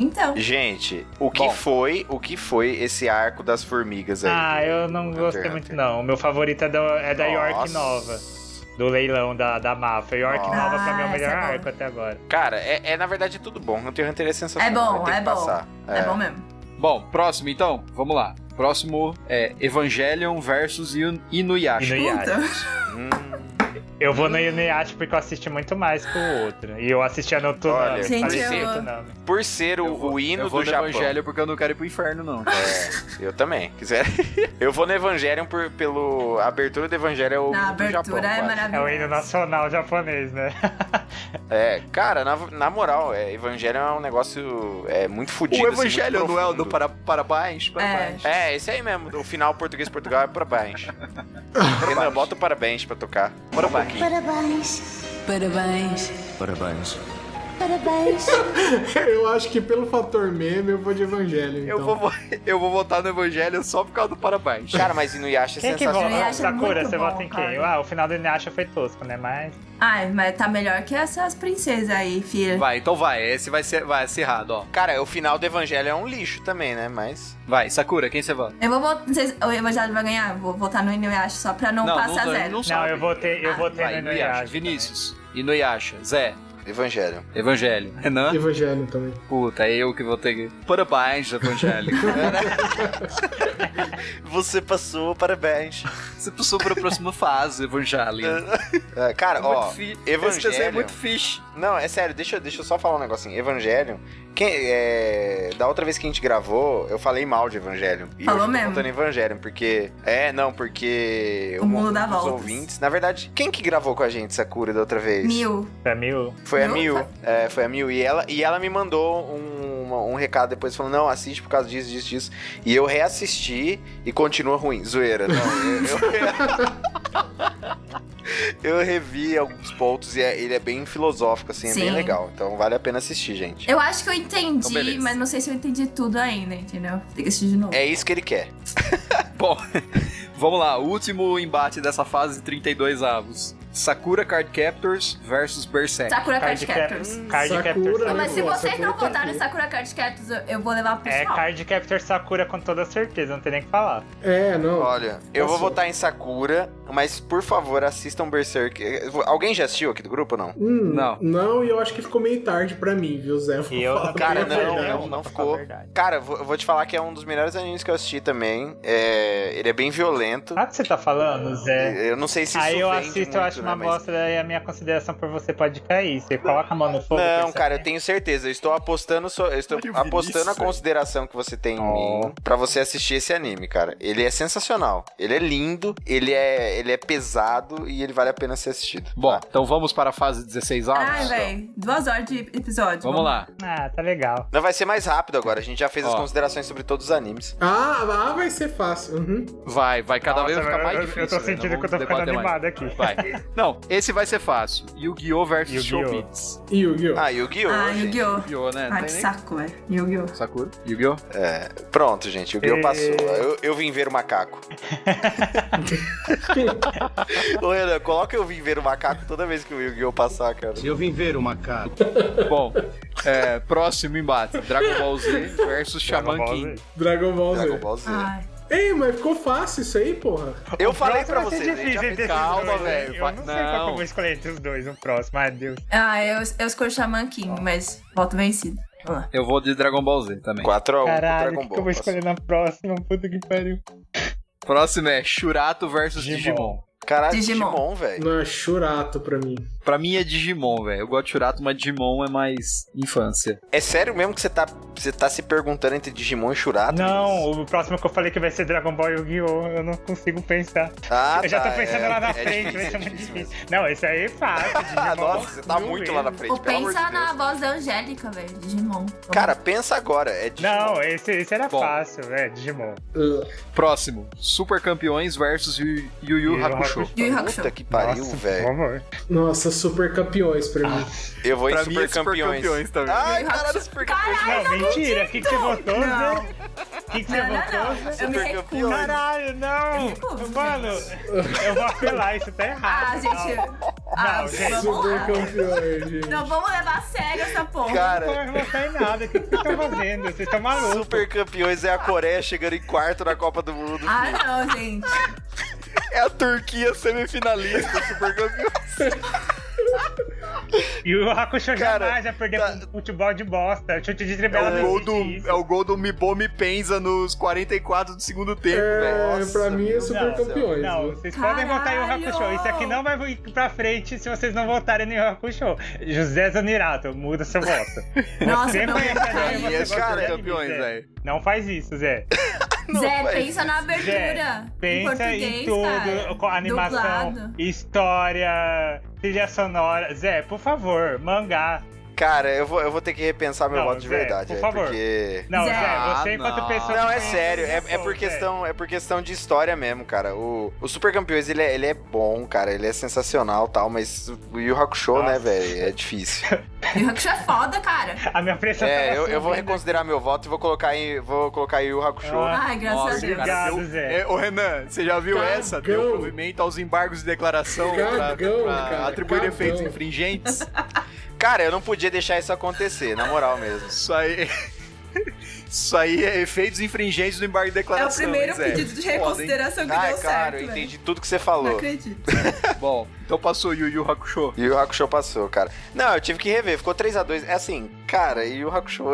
Então,
Gente, o que
Bom.
foi, o que foi esse arco das formigas aí?
Ah,
do-
eu
do
não
Hunter
gostei
x
muito,
Hunter?
não. O meu favorito é, da- é da York
Nossa.
Nova. Do leilão da, da Mafra. York
Nossa.
Nova pra mim é o
Ah,
melhor
essa é boa.
arco até agora.
Cara, é, é, na verdade é tudo bom. Hunter x Hunter é
é
sensacional. vai
bom,
ter
é
que
bom.
passar.
É. bom mesmo.
Bom, próximo então, vamos lá. Próximo é Evangelion versus Inu- Inuyasha.
Inuyasha.
Puta.
Hum,
Eu vou no Inuyasha porque eu assisti muito mais que o outro. E eu assistia no Tsunami.
Olha,
Gente, eu-
Tsunami.
por ser o,
Eu vou-
o hino
eu vou
do
no
Japão.
Evangelho porque eu não quero ir pro inferno, não.
É, eu também. Quiser. Eu vou no Evangelion por, pelo. A abertura do Evangelho é o
Na
hino do
abertura
Japão. eu
é
acho.
É o hino
maravilhosa.
nacional japonês, né?
É, cara, na, na moral, é, Evangelho é um negócio é, muito fodido.
O Evangelho
assim, muito
não é o
profundo.
do para, para baixo? Para
É.
baixo.
É, esse aí mesmo. O final português Portugal é parabéns. Renan, bota o parabéns pra tocar. um Parabéns.
Parabéns.
Parabéns.
Parabéns.
eu acho que pelo fator meme, eu vou de Evangelho. Então.
Eu, vou, vo- eu vou votar no Evangelho só por causa do para baixo.
Cara, mas Inuyasha é
Quem que
sensacional.
vota?
Inuyasha é
Sakura,
muito
você
bom,
vota em quem?
cara.
Ah, o final do Inuyasha foi tosco, né? Mas...
Ai, mas tá melhor que essas princesas aí, filha.
Vai, então vai. Esse vai ser vai acirrado, ó.
Cara, o final do Evangelho é um lixo também, né? Mas.
Vai, Sakura, quem você vota?
Eu vou votar. Vocês, o Evangelho vai ganhar? Eu Vou votar no Inuyasha só pra não, passar
não,
zero.
não
Não,
sabe.
eu votei, eu votei
Vai,
no
Inuyasha.
Inuyasha.
Vinícius, Inuyasha, Zé,
Evangelho.
Evangelho, Renan.
Evangelho também.
Puta, é eu que vou ter que. Parabéns, Evangelho.
Você passou, parabéns.
Você passou para a próxima fase, Evangelho.
É,
É, cara, ó.
Esse desenho é
Evangelho.
muito fixe.
Não, é sério, deixa, eu- deixa eu só falar um negocinho. Evangelho. Quem, é, da outra vez que a gente gravou, eu falei mal de Evangelho. E
Falou
hoje eu tô
mesmo.
Contando Evangelho, porque. É, não, porque.
O mundo dá
dos
voltas.
ouvintes. Na verdade, quem que gravou com a gente, Sakura, da outra vez?
Mil.
Pra mim, o-
Foi a
Não,
Mil.
tá.
É, foi a Mil. E ela, e ela me mandou um, uma- um recado depois falando: não, assiste por causa disso, disso, disso. E eu reassisti e continua ruim. Zoeira. né? Não, eu, eu, eu revi alguns pontos e é- ele é bem filosófico, assim, é bem
Sim.
legal. Então vale a pena assistir, gente.
Eu acho que eu
Então,
entendi,
beleza.
mas não sei se eu entendi tudo ainda, entendeu? Tem que assistir de novo.
É isso que ele quer.
Bom, vamos lá. Último embate dessa fase 32 avos. Sakura Card Captors versus Berserk.
Sakura Card
Card
Captors.
Cap- Card
Sakura,
Captors.
Não, é mas se
Pô,
vocês não
Sakura tá
votarem
aqui.
em Sakura Card Captors, eu- eu vou levar pro
É
pessoal.
Card Captor Sakura com toda certeza, não tem nem o que falar.
É, não.
Olha, eu vou
Passou.
votar em Sakura, mas por favor, assistam Berserk. Alguém já assistiu aqui do grupo ou não?
Hum,
Não.
Não, e eu acho que ficou meio tarde pra mim, viu, Zé? Vou
E eu é
falar
Cara,
bem a
não,
verdade.
um-
não, não ficou.
verdade.
Cara, eu vou eu vou te falar que é um dos melhores animes que eu assisti também. É, ele é bem violento.
Sabe o que você tá falando, Zé?
Eu não sei se isso
É. Aí eu
vende
assisto,
muito,
eu acho
né,
uma
mas-
bosta, um daí a minha consideração por você pode cair. Você coloca a mão no fogo.
Não,
pensa-
cara, eu tenho certeza. Eu estou apostando, só- eu estou
Olha o
apostando a
Vinícius,
consideração que você tem em
Ó.
mim pra você assistir esse anime, cara. Ele é sensacional. Ele é lindo, ele é, ele é pesado e ele vale a pena ser assistido.
Bom,
Tá?
então vamos para a fase 16 avos.
Ai, velho. Duas horas de episódio.
Vamos lá.
Ah, tá legal.
Não vai ser mais rápido agora. A gente já fez as
Ó.
considerações sobre todos os animes.
Ah, lá vai ser fácil. Uhum.
Vai, vai cada vez vai
Nossa,
ficar mais
eu- eu-
difícil.
Eu tô
velho.
sentindo
Não
que eu tô
vamos
ficando
debater mais.
animado aqui.
Vai. Não, esse vai ser fácil. Yu-Gi-Oh! versus
Yu-Gi-Oh!
Showbiz.
E o Gil?
Ah, Yu-Gi-Oh!
Ah,
gente.
Yu-Gi-Oh!
Yu-Gi-Oh, né? Não
Ah,
tem
que
nem-
saco, velho. Yu-Gi-Oh!
Sakura? Yu-Gi-Oh!
Pronto, gente, Yu-Gi-Oh!
E-
passou.
É.
Eu, eu vim ver o macaco. Ô, Renan, coloca eu vim ver o macaco toda vez que o Yu-Gi-Oh! passar, cara.
Eu vim ver o macaco.
Bom, é, próximo embate: Dragon Ball Z versus
Dragon
Shaman
Ball
King.
Z.
Dragon Ball Z.
Dragon Ball Z.
Ah,
Ai.
Ei, mas ficou fácil isso aí, porra.
Eu falei pra
Próximo vai
vocês,
ser
gente, já
é difícil
fez
entre
calma,
esses dois, né?
velho, vai-
Eu não sei qual que
não.
eu vou escolher entre os dois, um próximo. Ai, Deus.
Ah, eu, eu escolho Shaman King, mas voto vencido. Vamos lá.
Eu vou de Dragon Ball Z também.
4x1 pro
Caralho, o
Dragon
que, que eu
Ball.
vou escolher na próxima? Puta que pariu.
Próximo é Shurato versus Digimon.
Digimon.
Caralho,
Digimon.
Digimon, velho.
Não, é churato pra mim.
Pra mim é Digimon, velho. Eu gosto de Shurato, mas Digimon é mais infância.
É sério mesmo que você tá, você tá se perguntando entre Digimon e Shurato?
Não, o próximo que eu falei que vai ser Dragon Ball e Yu-Gi-Oh! Eu não consigo pensar.
Ah,
eu já tô
tá,
pensando
é,
lá na
é
frente, vai
difícil,
ser
é
muito
difícil
difícil. Não, esse aí é fácil.
Ah,
Digimon,
nossa, você tá
mil
muito lá na
vezes.
frente,
Ou
pelo amor de
pensa na
Deus.
voz da Angélica, velho, Digimon.
Cara, pensa agora, é Digimon.
Não, esse, esse era
Bom.
fácil, é Digimon.
Uh,
Próximo, Super Campeões versus Yu Yu, Yu
Yu
Hakusho.
Hakusho.
Yu Yu Hakusho.
Puta que pariu,
Nossa,
velho.
vamos ver.
Nossa, super campeões pra mim.
Eu vou
Pra
em
mim
super,
é Super
campeões.
Campeões também. né?
Ai,
Yu Hakusho.
caralho, super campeões.
Caralho,
Não, mentira, o que, que você votou,
Não.
Zé? O que, que você
Não, não,
votou,
não.
Zé?
Eu me
Super
recuso.
campeões.
Caralho, não!
Desculpa,
Mano, eu vou apelar, isso tá errado.
Ah, gente. Ah,
gente.
vamos
Super
lá.
campeões, gente.
Não vamos levar a sério essa porra.
Não
Cara,
vai votar em nada, o que vocês estão fazendo? Vocês estão malucos.
super campeões é a Coreia chegando em quarto na Copa do Mundo.
Ah, não, gente.
É a Turquia semifinalista, super campeões.
E o Hakusho
Cara,
jamais vai perder
tá-
pro futebol de bosta. Chute de
É
trivela
o,
não
gol
existe
do,
isso.
é o gol do Mibo Mi Penza nos 44 do segundo tempo, velho.
É,
Nossa,
pra mim é
meu
super
Deus do
campeões.
Não,
né?
vocês podem votar em o
Caralho!
Hakusho. Isso aqui não vai ir pra frente se vocês não votarem em o Hakusho. José Zanirato, muda seu voto.
Nossa,
Você
não.
conhece a
E
Zé,
é
você
Super
gosta de
Campeões,
Zé.
velho.
Não faz isso, Zé.
Zé,
faz
pensa
Zé,
na abertura. em
pensa
português,
em tudo,
cara.
com animação,
Dublado.
história, trilha sonora. Zé, por favor, mangá.
Cara, eu vou, eu vou ter que repensar meu
Não,
voto de
Zé,
verdade,
por
é,
favor.
porque...
Não,
Zé.
Zé, você
Ah,
enquanto
não.
pessoa...
Não,
que
é
tem
sério, é, é
educação,
por
Zé.
questão, é por questão de história mesmo, cara. O, o Super Campeões, ele é, ele é bom, cara, ele é sensacional e tal, mas o Yu Hakusho, né,
Nossa.
velho, é difícil.
Yu Hakusho é foda, cara.
A minha pressão
É,
tava
eu, eu vou
subindo.
reconsiderar meu voto e vou colocar em, vou colocar Yu Hakusho.
Ah.
Ai, graças
Nossa,
a Deus.
cara.
Obrigado,
deu-
Zé.
É, ô Renan, você já viu
Cagão.
essa? Deu provimento aos embargos de declaração pra,
Cagão,
pra
cara,
atribuir
cagão.
efeitos infringentes?
Cara, eu não podia deixar isso acontecer, na moral mesmo.
Isso aí. Isso aí é efeitos infringentes do embargo de
É o
declaração.
primeiro
hein, Zé?
pedido de
Foda, hein?
reconsideração que
Ah,
deu
é claro,
certo.
eu
velho.
entendi tudo que você
Não
falou.
acredito.
Bom, então passou Yu Yu Hakusho.
E o Hakusho passou, cara. Não, eu tive que rever, ficou 3 a 2 É assim, cara, e o Hakusho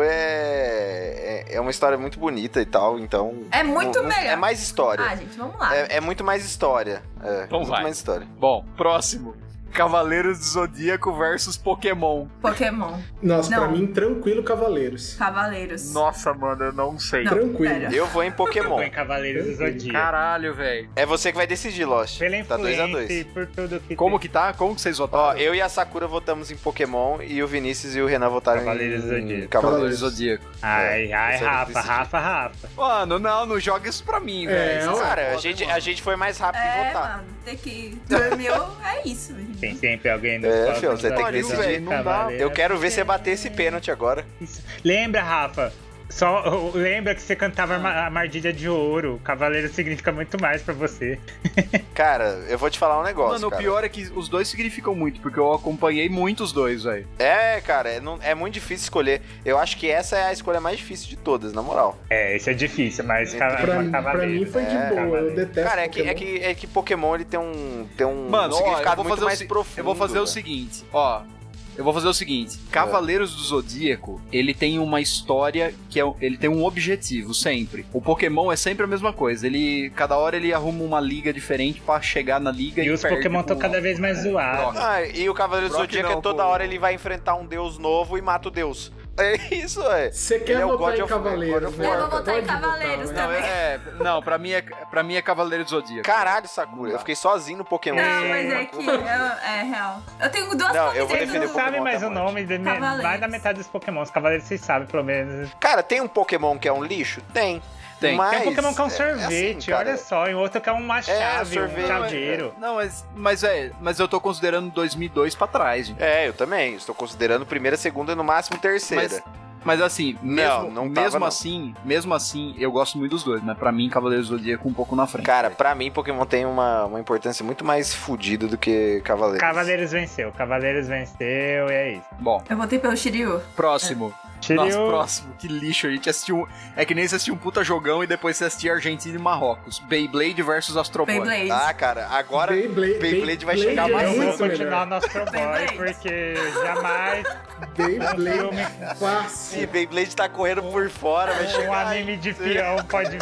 é... é. é uma história muito bonita e tal, então.
É muito
Não- não-
melhor.
É mais história.
Ah, gente, vamos lá.
É, é muito mais história. É,
Então
muito
vai.
mais história.
Bom, próximo. Cavaleiros do Zodíaco versus Pokémon.
Pokémon,
Nossa, pra
Não.
mim, tranquilo, Cavaleiros.
Cavaleiros.
Nossa, mano, eu não sei.
Não,
tranquilo.
pera.
Eu vou em
Foi em
Pokémon.
Cavaleiros do Zodíaco.
Caralho, velho.
É você que vai decidir, Lost.
Pela
Tá 2 a
influência
2
e por tudo que
Como que tá? Como que vocês
Ó,
votaram?
eu e a Sakura votamos em Pokémon e o Vinícius e o Renan votaram
Cavaleiros do
em
Zodíaco.
Cavaleiros. do Zodíaco.
Zodíaco.
Ai, ai,
Você
Rafa,
decide.
Rafa, Rafa.
Mano, não, não joga isso pra mim,
É,
velho.
ó.
Cara, a gente, a gente foi mais rápido em
É,
votar.
mano, tem que. Dormiu, é isso, velho.
Tem sempre alguém no
É,
palco
fio, você
pra
tem que
decidir,
decidir.
Não dá.
Cavaleiro.
Eu quero ver você bater esse pênalti agora.
Isso. Lembra, Rafa? Só lembra que você
Ah.
cantava a Mardilha de Ouro. Cavaleiro significa muito mais pra você.
Cara, eu vou te falar um negócio.
Mano, o
cara.
pior é que os dois significam muito, porque eu acompanhei muito os dois, velho.
É, cara, é, não- é muito difícil escolher. Eu acho que essa é a escolha mais difícil de todas, na moral.
É, isso é difícil, mas
Pra
cava-
Pra, mim- pra
Cavaleiro.
mim foi de
É,
boa,
Cavaleiro.
eu detesto.
Cara, é que, é,
Pokémon.
que, é que Pokémon ele tem um, tem um
Mano, ó, eu
significado
vou
muito
fazer o
mais
se-
profundo.
Eu vou fazer o
velho. É.
seguinte, ó. Eu vou fazer o seguinte, Cavaleiros do Zodíaco, ele tem uma história que é, um- ele tem um objetivo sempre. O Pokémon é sempre a mesma coisa. Ele cada hora ele arruma uma liga diferente pra chegar na liga e,
E os
perde
Pokémon
pro-
estão cada vez mais zoados.
Brock.
Ah, e o Cavaleiro do
Brock
Zodíaco
não,
é toda
pô.
hora ele vai enfrentar um deus novo e mata o deus. É isso, é.
Você
Ele
quer
é o
votar
God
em
of War, God
Cavaleiros,
of
né?
War,
Eu vou votar em
Pode votar,
Cavaleiros
né?
Não, é, não, para mim é para mim é Cavaleiros do Zodíaco.
Caralho, Sakura, eu fiquei sozinho no Pokémon.
Não, mas é que. eu- é real. Eu tenho duas
Não, eu vou
camisetas
Vocês
defender
não
do-
Pokémon
sabem mais
até
o nome de me-
Cavaleiros.
mais da metade dos Pokémon. Os Cavaleiros vocês sabem, pelo menos.
Cara, tem um Pokémon que é um lixo? Tem.
Tem.
Mas
Tem um Pokémon que é um
é- é assim,
sorvete,
cara.
olha só. E outro que é uma chave, um
sorvete,
chaveiro.
Não, mas mas é, mas eu tô considerando 2002 pra trás, gente.
É, eu também. Estou considerando primeira, segunda e no máximo terceira.
Mas, mas assim,
Não,
mesmo,
não tava,
mesmo
não.
assim, mesmo assim, eu gosto muito dos dois, mas pra mim Cavaleiros do Zodíaco um pouco na frente.
Cara, pra mim, Pokémon tem uma, uma importância muito mais fodida do que Cavaleiros.
Cavaleiros venceu, Cavaleiros venceu, e é isso.
Bom,
Eu votei pelo Shiryu.
É.
próximo. Nossa,
Shiryu.
próximo, que lixo. A gente assistiu. É que nem você assistiu um puta jogão e depois você assistia Argentina e Marrocos. Beyblade versus Astro Boy.
Beyblade.
Ah, cara, agora
Beyblade-
Beyblade vai
Beyblade
chegar
é
eu
mais
muito
vou
longe.
continuar no Astro Boy,
Beyblade.
porque jamais um
Beyblade
filme.
Se
fácil.
Beyblade tá correndo por fora, vai
um
chegar.
anime de
em-
peão pode.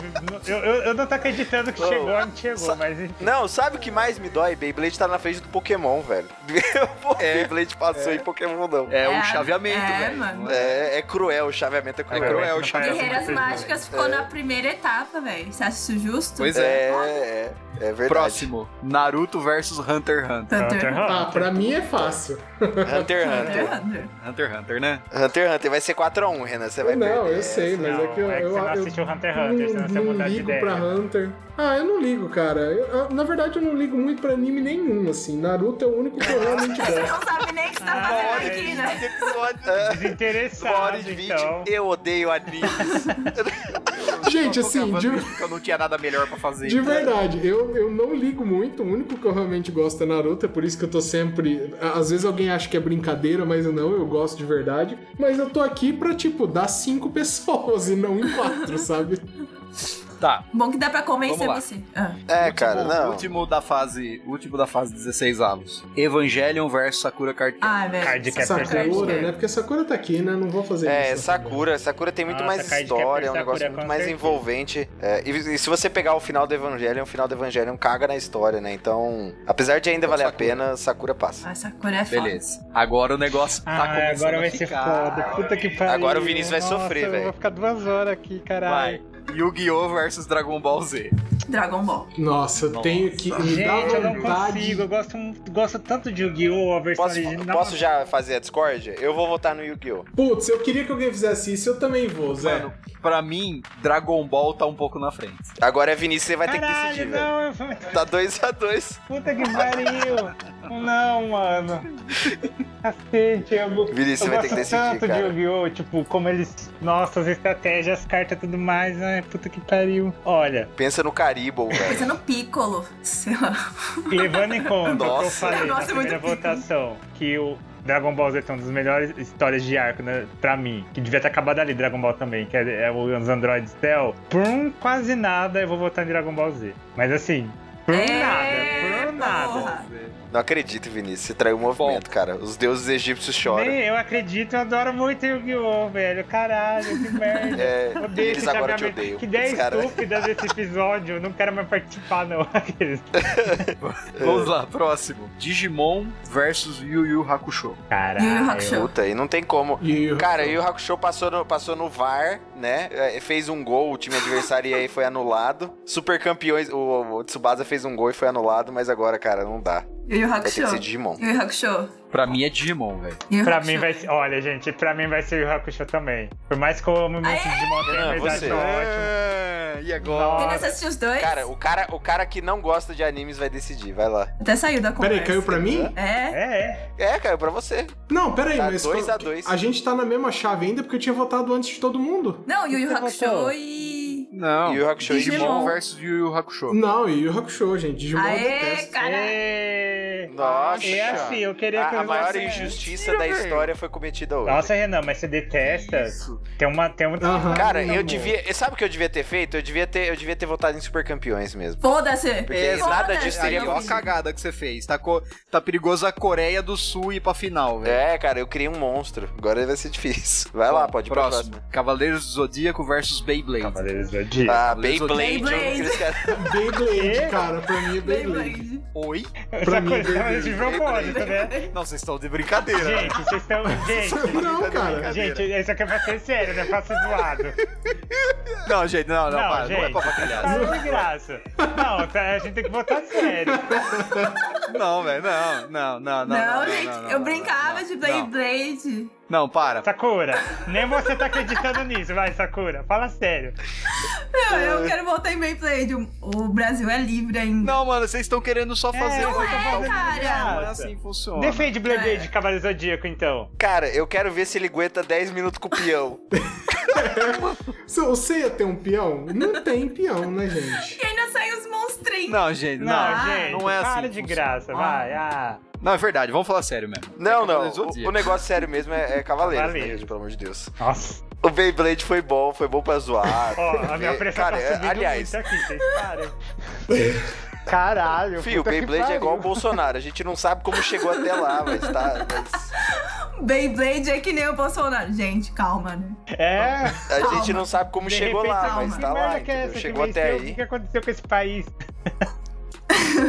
Eu, eu, eu não tô acreditando que
Ô,
chegou, não chegou,
sa-
mas enfim.
Não, sabe o que mais me dói? Beyblade tá na frente do Pokémon, velho. Pô, Beyblade passou em Pokémon, não.
É,
É,
um chaveamento,
é,
velho.
mano.
É, é cruel, o chaveamento é cruel.
É cruel,
Não
Shiryu.
parece
Guerreiras
muito
Mágicas ficou na primeira etapa, velho. Você acha isso justo?
Pois
É, é, é verdade.
Próximo, Naruto versus Hunter x Hunter.
Hunter.
Hunter x Hunter.
Ah, pra mim é fácil.
Hunter x
Hunter,
Hunter.
Hunter.
Hunter x Hunter, né?
Hunter x Hunter vai ser 4x1, Renan. Você vai
não,
perder. assim,
eu sei, mas é que eu.
Não, é que
eu,
você não
eu
assistiu Hunter x Hunter, senão você ia
não
mudar de
ligo
ideia. né?
pra Hunter. Ah, eu não ligo, cara. Eu- eu- na verdade, eu não ligo muito pra anime nenhum, assim. Naruto é o único que eu realmente
Você
gosto.
não sabe nem o que você tá
Ah,
fazendo
é
aqui,
isso.
né?
Episódio- Ah,
Desinteressado,
Uma hora e um. vinte,
então.
eu odeio animes.
Gente, assim, de,
Porque eu não tinha nada melhor pra fazer.
Então,
de verdade, eu, eu não ligo muito. O único que eu realmente gosto é Naruto, é por isso que eu tô sempre. a- Às vezes alguém acha que é brincadeira, mas eu não, eu gosto de verdade. Mas eu tô aqui pra, tipo, dar cinco pessoas e não em quatro, sabe?
Tá.
Bom que dá pra convencer
Vamos lá.
você. Ah.
É, cara,
último,
não.
Último da fase, último da fase 16 avos. Evangelion versus Sakura Card Captor.
Ai, velho.
Card Captor.
Sakura, né? Porque Sakura tá aqui, né? Não vou fazer
É,
isso.
Sakura. Sakura tem muito
Nossa,
mais
Card Captor
história, é um
Sakura,
negócio
com
muito mais
certeza.
envolvente. É, e, e se você pegar o final do Evangelion, o final do Evangelion caga na história, né? Então, apesar de ainda valer a pena, Sakura passa.
Essa cor é foda.
Beleza. Agora o negócio tá
Ah,
começando
agora
a
vai ser
ficar.
foda. Puta que pariu.
Agora o Vinícius vai
Nossa,
sofrer,
Eu
velho.
vou ficar duas horas aqui,
Vai.
caralho.
Yu-Gi-Oh! versus Dragon Ball Z.
Dragon Ball.
Nossa, eu
Nossa.
tenho que. Me dá
Gente, eu não
vontade
consigo. Eu gosto, muito- gosto tanto de Yu-Gi-Oh! a versão
Posso,
original.
posso já fazer a discórdia? Eu vou votar no Yu-Gi-Oh!
Putz, eu queria que alguém fizesse isso, eu também vou, Zé.
Mano, pra mim, Dragon Ball tá um pouco na frente.
Agora é Vinícius, você vai ter que
Caralho,
decidir, velho.
não, eu-
Tá 2x2.
Puta que pariu! Não, mano. Cacete, eu,
Vinícius,
eu
vai ter
gosto
que decidir,
tanto
cara.
de Yu-Gi-Oh! Tipo, como eles... Nossa, as estratégias, as cartas e tudo mais. Ai, puta que pariu. Olha,
Pensa no Caribou, velho.
Pensa no Piccolo. Sei lá.
levando em conta o que eu
Nossa.
falei na
Nossa, é muito
primeira
pica.
votação, que o Dragon Ball Z é uma das melhores histórias de arco, né, pra mim. Que devia ter acabado ali, Dragon Ball também, que é, é os androides Cell. Por um quase nada, eu vou votar em Dragon Ball Z. Mas assim, por um
É,
nada, por um nada.
porra.
Não acredito, Vinícius. Você traiu o movimento, cara. Os deuses egípcios choram.
Nem eu acredito, eu adoro muito Yu-Gi-Oh, velho. Caralho, que merda.
É, e
Odeio
eles
esse
agora te
chaveamento.
odeiam.
Que ideia
Os cara-
estúpida desse episódio. eu Não quero mais participar, não. Aqueles.
É.
Vamos lá, próximo. Digimon versus Yu Yu Hakusho.
Caralho.
Yu Yu Hakusho.
Puta, e não tem como.
E eu-
Cara, e o Hakusho passou no, passou no VAR, né? É, Fez um gol, o time adversário e aí foi anulado. Super campeões, o, o Tsubasa fez um gol e foi anulado, mas agora, cara, não dá.
Yu Yu
Vai ter que
Hakusho.
ser Digimon.
Yu Yu Hakusho.
Pra mim é Digimon, velho.
Yu Yu
Pra
Hakusho.
mim vai ser. Olha, gente, pra mim vai ser Yu Yu Hakusho também. Por mais que eu me mostre de montanha,
Renan,
mas
você.
acho ótimo.
É,
e agora?
Quem não assistiu os dois?
Cara, o cara, o cara que não gosta de animes vai decidir, vai lá.
Até saiu da conversa.
Peraí, caiu pra mim?
É.
É, é.
É, caiu pra você.
Não, peraí,
né? Tá
mas.
dois
qual-
a dois.
A gente tá na mesma chave ainda porque eu tinha votado antes de todo mundo.
Não, Yu Yu
Você
Hakusho
votou?
e...
Não.
E o Hakusho
Digimon.
Digimon versus Yu Yu Hakusho.
Não, e o Hakusho, gente. Digimon eu
Aê,
detesto.
cara.
É.
Nossa.
É assim, eu queria que
A, a
eu-
maior
Nossa, é.
injustiça da história foi cometida hoje.
Nossa, Renan, mas você detesta.
Isso.
Tem uma. Tem um...
Aham.
Cara,
Não,
eu
amor.
devia. Sabe o que eu devia ter feito? Eu devia ter, eu devia ter votado em Super Campeões mesmo.
Foda-se.
Porque
Foda-se.
nada disso
Aí,
teria
ó a cagada que você fez. Tá, co- tá perigoso a Coreia do Sul ir pra final, velho.
É, cara, eu criei um monstro. Agora vai ser difícil. Vai lá, pode ir pra
Próximo.
próxima.
Cavaleiros do Zodíaco versus
Tá.
Beyblade.
Cavaleiros do Zodíaco.
Ah,
Cavaleiros do
Beyblade.
Zodíaco.
eu não queria esquecer.
Beyblade, cara. Pra mim é Beyblade.
Beyblade.
Oi?
Essa
mim,
coisa é de
Beyblade.
propósito, né?
Tá.
Não, vocês estão de brincadeira. né?
Gente, vocês estão. Gente,
Não, cara.
gente, isso aqui é pra ser sério, não é pra ser zoado.
Não, gente, não, não,
Não,
para. Não é
gente.
pra bacalhar.
Tá de graça. Não, tá- a gente tem que votar sério.
Não, velho, não, não, não, não.
Não, gente,
não, não,
eu
não,
brincava
não,
de
não.
Beyblade.
Não, para.
Sakura, nem você tá acreditando nisso, vai, Sakura. Fala sério.
Não, eu quero voltar em Beyblade. O- O Brasil é livre ainda.
Não, mano, vocês estão querendo só fazer.
não
vocês
é,
tão fazendo-
cara.
Não é assim que funciona.
Defende Blade de Cavaleiro Zodíaco, então.
Cara, eu quero ver se ele aguenta 10 minutos com o peão.
Se eu sei ter um peão, não tem peão, né, gente?
E ainda saem os monstrinhos assim?
Não, gente, não.
Não,
Ah,
gente,
não é assim
para
que
de
funciona.
graça, vai. Ah,
Não, é verdade, vamos falar sério mesmo.
Não,
É que eu
não.
falei
O,
Zodíaco.
o negócio sério mesmo é, é Cavaleiros, né,
Cavaleiros.
gente, pelo amor de Deus.
nossa.
O Beyblade foi bom, foi bom pra zoar.
Ó, a minha
É,
pressão
cara,
tá
é,
subindo
aliás,
muito aqui, vocês parem.
Caralho.
Fio, o
puta que
Beyblade é
pariu.
igual o Bolsonaro. A gente não sabe como chegou até lá, mas tá. mas
Beyblade é que nem o Bolsonaro. Gente, calma, né?
É,
a gente não sabe como
De
chegou
repente,
lá,
calma.
mas
Que
tá
que
lá.
merda que é
entendeu?
essa que
Chegou até
venceu? O que é
aí.
que aconteceu com esse país?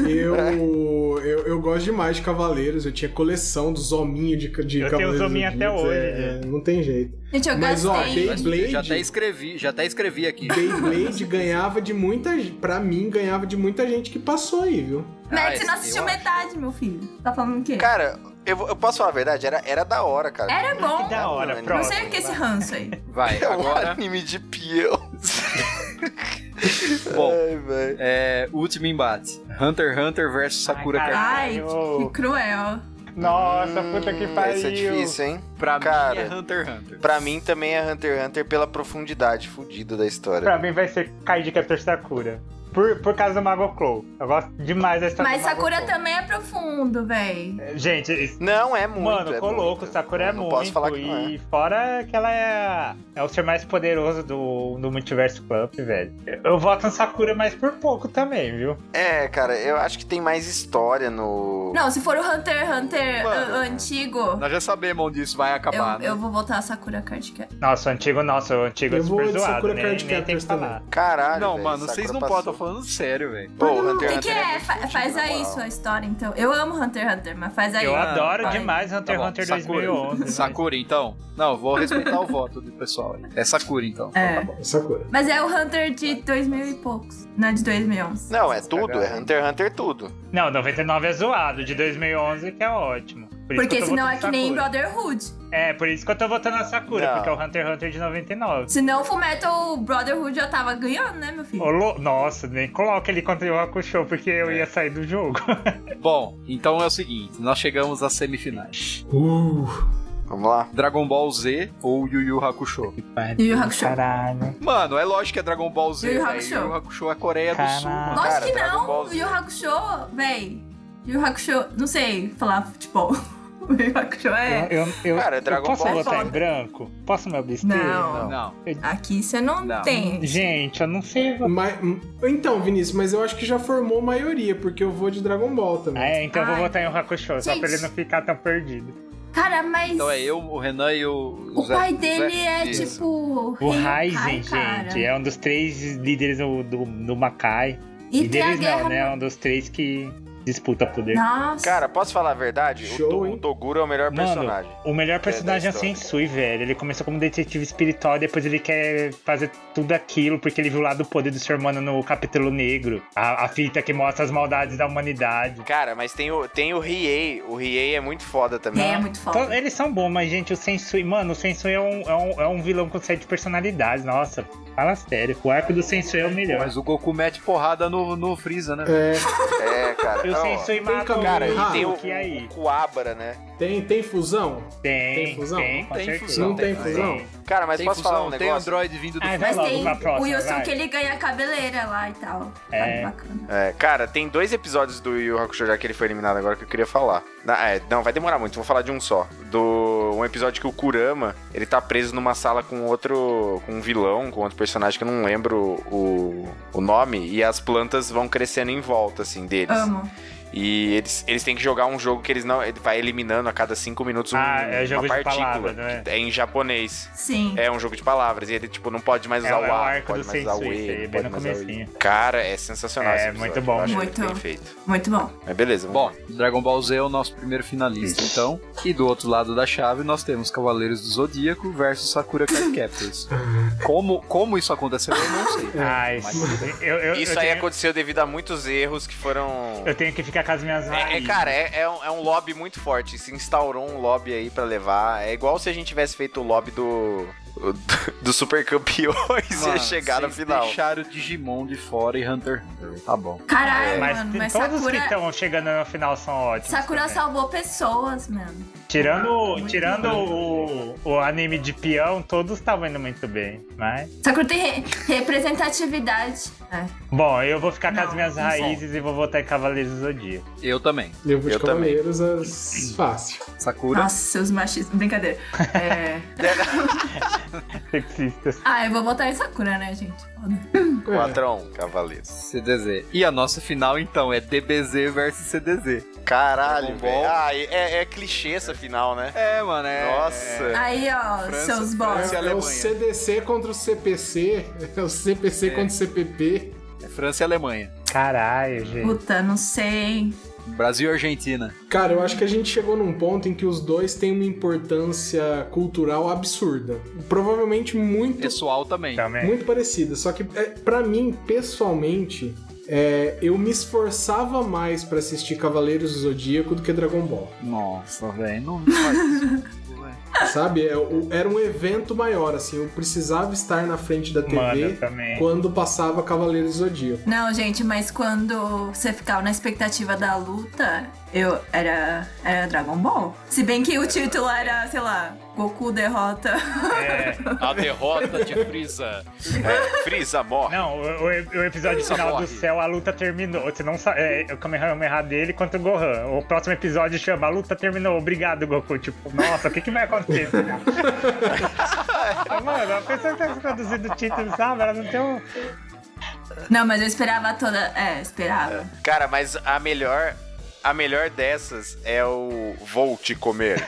Eu, eu, eu gosto demais de Cavaleiros. Eu tinha coleção dos hominhos de, de
Eu tenho os
Cavaleiros.
hominhos
do
até
Zodíaco, é,
hoje,
não tem jeito.
Gente, eu
Mas, ó,
gastei.
Bey- Beyblade?
Já até escrevi, já até escrevi aqui.
Beyblade ganhava de muita gente. Pra mim, ganhava de muita gente que passou aí, viu?
Max, você
esse
não assistiu
Ah, é, eu acho.
metade, meu filho. Tá falando o quê?
Cara, eu, vou- eu posso falar a verdade? Era, era da hora, cara.
Era bom.
Da hora,
mano.
pronto.
Não sei o que é esse ranço aí.
Vai,
É um
agora.
anime de peão.
Bom,
Ai, velho.
é, último embate: Hunter x Hunter versus Sakura
Ai,
Card.
Ai,
Caralho.
que cruel.
Nossa, puta que
Hum,
pariu.
Esse é difícil, hein?
Pra
Cara.
mim é Hunter x Hunter.
Pra mim também é Hunter x Hunter pela profundidade fudida da história.
Pra mim vai ser Kaiji Captor Sakura. Por, por causa do Mago Clow. Eu gosto demais da história
Mas
do Mago
Sakura tá-
Clow.
também é profundo, véi.
Gente, isso-
Não, é muito.
mano,
é
ficou louco.
muito.
Sakura é
não
muito.
Posso falar que não é.
e fora que ela é, é o ser mais poderoso do, do Multiverso Club, velho. Eu voto no Sakura, mas por pouco também, viu?
É, cara, eu acho que tem mais história no.
Não, se for o Hunter x Hunter
Mano.
uh, antigo,
Nós já sabemos onde isso vai
eu,
acabar. né?
eu vou votar a Sakura Card Captor.
Nossa, o antigo, nossa, o antigo é
Eu vou
super
de
zoado,
Sakura
nem,
Card
nem tem que
Captors
falar.
Caralho.
Não,
velho,
mano,
Sakura
vocês não
passou.
podem, tô falando sério, velho.
Pô, o
O
Hunter
que,
x
que
Hunter
é?
muito
Fa-
fodido,
faz
na
aí
moral.
sua história, então. Eu amo Hunter x Hunter, mas faz aí.
Eu
Ah,
adoro
vai.
demais
Tá
Hunter x
Tá bom,
Hunter
Sakura.
2011. mas-
Sakura, então? Não, vou respeitar o voto do pessoal. aí. É Sakura, então.
É.
Essa coisa.
Mas é o Hunter de 2000 e poucos, não é de 2011.
Não, é tudo, é Hunter x Hunter tudo.
Não, 99 é zoado, de 2011 que é ótimo. Por isso que eu
Porque
tô
senão é que
votando
nem
Sakura.
Brotherhood.
É, por isso que eu tô votando na Sakura,
Não.
porque é o Hunter x Hunter de 99.
Senão o Fullmetal Brotherhood já tava ganhando, né, meu filho?
Ô, Lu- Nossa, nem coloca ele contra o Hakusho, porque eu
É.
ia sair do jogo.
Bom, então é o seguinte: nós chegamos às semifinais.
Uh,
Vamos lá.
Dragon Ball Z ou Yu Yu Hakusho?
Yu Yu Hakusho.
Caralho.
Mano, é lógico que é Dragon Ball Z.
Yu Yu
velho.
Hakusho.
Yu Yu Hakusho é Coreia do Sul.
Caraca.
mano.
Lógico
Cara,
que
Dragon Ball
não,
Z.
Yu Yu Hakusho, véi. Yu Yu Hakusho, não sei falar futebol. Yu Yu Hakusho é.
Eu, eu,
Cara,
eu
Dragon
posso
Ball é
votar
foda.
em branco? Posso me abster?
Não.
Não.
Aqui você não,
Não.
tem.
Gente, eu não sei. votar.
mas- então, Vinícius, mas eu acho que já formou maioria, porque eu vou de Dragon Ball também.
Ah, é, então eu vou
Ai.
votar em Hakusho, só pra
Gente.
ele não ficar tão perdido.
Cara, mas
Então é eu, o Renan e o.
o
Zé-
pai
Zé-
dele é
Isso.
tipo.
O
rei
Raiden,
Kai, cara.
gente, é um dos três líderes do, do, do Makai.
E tem a
líderes
guerra.
não, né? É um dos três que disputa poder.
Nossa.
Cara, posso falar a verdade?
Show,
o, Do-
hein?
o Doguro é o melhor
Mano,
personagem.
O melhor personagem é o
da história.
Sensui, velho. Ele começou como detetive espiritual, depois ele quer fazer tudo aquilo porque ele viu lá do poder do seu irmão no capítulo negro. A, a fita que mostra as maldades da humanidade.
Cara, mas tem o, tem o Riei. O Riei é muito foda também.
é, é muito
Então,
foda.
eles são bons, mas, gente, o Sensui... Mano, o Sensui é um, é um, é um vilão com sete personalidades, nossa. Fala sério, o arco do Sensui é o melhor.
Mas o Goku mete porrada no, no Freeza, né?
É,
É, cara.
E o
Não,
tem
Sensui mata o...
Cara,
Ah,
e tem o,
que é aí?
o Kuabara, né?
tem, tem fusão? tem
Tem,
fusão?
tem, com
Tem
certeza.
fusão.
Não tem fusão?
Tem.
Cara, mas
tem
posso
fusão,
falar um
tem
negócio?
Android vindo do.
Ai, vai
Mas
logo
tem
pra
o
próxima,
Wilson
vai.
que ele ganha a cabeleira lá e tal.
É.
Tá bacana.
É, cara, tem dois episódios do Yu Yu Hakusho já que ele foi eliminado agora que eu queria falar. Na- é, não, vai demorar muito, vou falar de um só. Do um episódio que o Kurama, ele tá preso numa sala com outro, com um vilão, com outro personagem que eu não lembro o, o nome e as plantas vão crescendo em volta assim deles.
Amo.
E eles, eles têm que jogar um jogo que eles não, ele vai eliminando a cada cinco minutos um,
Ah, é jogo
uma
de
partícula.
palavra, não é?
que é em japonês.
Sim.
É um jogo de palavras. E ele, tipo, não pode mais
É,
usar
é
o
o
A, não
arco
pode
do
mais usar o
Sensui,
E.
isso aí,
não
bem
pode
no
mais usar o I.
comecinho.
Cara, é sensacional
É,
esse episódio.
muito bom.
Eu acho
Muito.
muito bem feito.
Muito bom.
Mas beleza.
Bom, Dragon Ball Z é o nosso primeiro finalista, então. E do outro lado da chave nós temos Cavaleiros do Zodíaco versus Sakura Card Captors. Como, como isso aconteceu, eu não sei.
Ai, eu, eu,
Isso
eu
aí é
tenho,
aconteceu devido a muitos erros que foram.
Eu tenho que ficar com as minhas
É, é,
raízes.
cara, é, é um, é um lobby muito forte. Se instaurou um lobby aí pra levar. É igual se a gente tivesse feito o lobby do, dos super campeões ia chegar na
Vocês
final.
Deixaram o Digimon de fora e Hunter x Hunter. Tá bom.
Caralho,
Mas,
mano,
tem-
mas
todos que
Sakura,
estão né? chegando na final são ótimos.
Sakura
também.
salvou pessoas, mano.
Tirando, o-
Muito
tirando o, o anime de peão, todos estavam indo muito bem, mas...
Sakura tem re- representatividade. É.
Bom, eu vou ficar com
Não,
as minhas
não
raízes e vou votar em Cavaleiros do Zodíaco.
Eu também.
Eu vou de
Eu também.
Cavaleiros as- fácil.
Sakura.
Nossa, seus machistas. Brincadeira. É...
Sexistas.
Ah, eu vou votar em Sakura, né, gente? Foda.
4x1, Cavaleiros.
CDZ. E a nossa final, então, é DBZ versus CDZ.
Caralho,
Dragon Ball.
velho. Ah, é, é clichê essa final, né?
É, mano, é.
Nossa.
Aí, ó,
França,
seus bosta.
França.
É, é o
Alemanha.
CDC contra o CPC, é o CPC contra o CPP.
É França e Alemanha.
Caralho, gente.
Puta, não sei.
Brasil e Argentina.
Cara, eu acho que a gente chegou num ponto em que os dois têm uma importância cultural absurda. Provavelmente muito
Pessoal também.
Também.
Muito parecida, só que é, para mim, pessoalmente, é, eu me esforçava mais pra assistir Cavaleiros do Zodíaco do que Dragon Ball.
Nossa, velho. Não faz isso. véi.
Sabe? É, o- era um evento maior, assim, eu precisava estar na frente da TV
Mano, eu também.
quando passava Cavaleiros do Zodíaco.
Não, gente, mas quando você ficava na expectativa da luta, eu era, era Dragon Ball. Se bem que o título era, sei lá, Goku derrota.
É.
A derrota de Frieza.
É, Frieza morre.
Não, o, o- o episódio
Só
final
morre.
do céu, a luta terminou. Você não sabe. É, o Kamehameha dele contra o Gohan. O próximo episódio chama A luta terminou. Obrigado, Goku. Tipo, nossa, o que, que vai acontecer? Ah, Mano, a pessoa que tá traduzindo o título, sabe? Ela não tem um.
Não, mas eu esperava toda. É, esperava.
Cara, mas a melhor. A melhor dessas é o Vou te comer.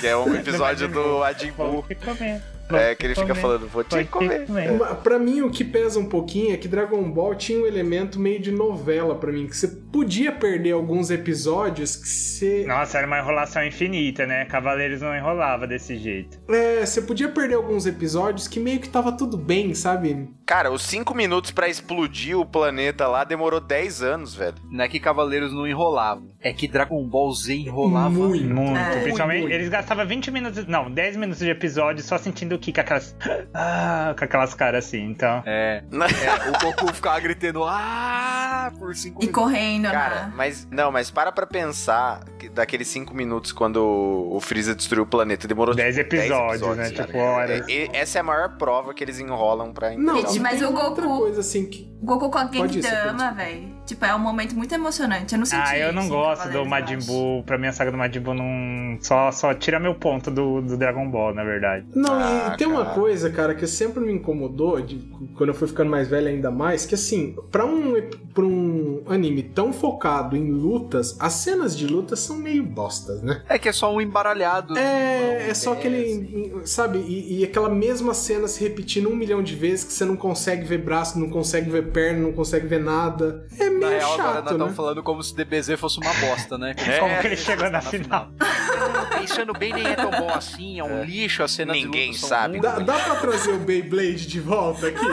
que é um episódio do Adin
Bom,
Buu.
Tipo, que comer. Bom,
É, que ele fica
comer.
falando, vou te
Bom, que
comer.
comer.
Ma- Pra mim, o que pesa um pouquinho é que Dragon Ball tinha um elemento meio de novela pra mim, que você podia perder alguns episódios que você.
Nossa, era uma enrolação infinita, né? Cavaleiros não enrolava desse jeito.
É, você podia perder alguns episódios que meio que tava tudo bem, sabe?
Cara, os 5 minutos pra explodir o planeta lá demorou 10 anos, velho.
Não é que Cavaleiros não enrolavam. É que Dragon Ball Z enrolava.
Muito.
Muito.
É.
Principalmente,
Muito.
eles gastavam 20 minutos. Não, 10 minutos de episódio só sentindo o que com aquelas. Ah, com aquelas caras assim, então.
É. é. O Goku ficava gritando, ah, por cinco
E
minutos.
correndo,
Cara,
né?
mas não, mas para pra pensar que daqueles 5 minutos quando o Freeza destruiu o planeta. Demorou
10
tipo,
episódios, né?
cara.
Tipo, horas.
É, e- essa é a maior prova que eles enrolam pra
Não,
Gente,
e
mas
tem
o
outra
Goku-
coisa assim que
O Goku com a
Pode ir, você
Gengama,
pode.
velho. Tipo, é um momento muito emocionante. Eu não senti
Ah, eu não
isso em
gosto do
Cavaleiros, eu
Majin
acho.
Buu. Pra mim, a saga do Majin Buu não. Só, só tira meu ponto do, do Dragon Ball, na verdade.
Não,
Ah,
e tem uma
cara.
coisa, cara, que sempre me incomodou, de- quando eu fui ficando mais velho ainda mais, que assim, pra um, ep- pra um anime tão focado em lutas, as cenas de luta são meio bostas, né?
É que é só um embaralhado.
É, é só
Não,
aquele, sabe, e, e aquela mesma cena se repetindo um milhão de vezes que você não consegue ver braço, não consegue ver perna, não consegue ver nada. É
Na
meio
real, agora nós
chato,
estamos
né?
falando como se DBZ fosse uma bosta, né? Como
É. Como que ele chegou na
na
final?
Pensando bem, nem é tão bom assim, é um lixo, a cena
Ninguém
de luta são
sabe.
muito
Dá, dá pra trazer o Beyblade de volta aqui?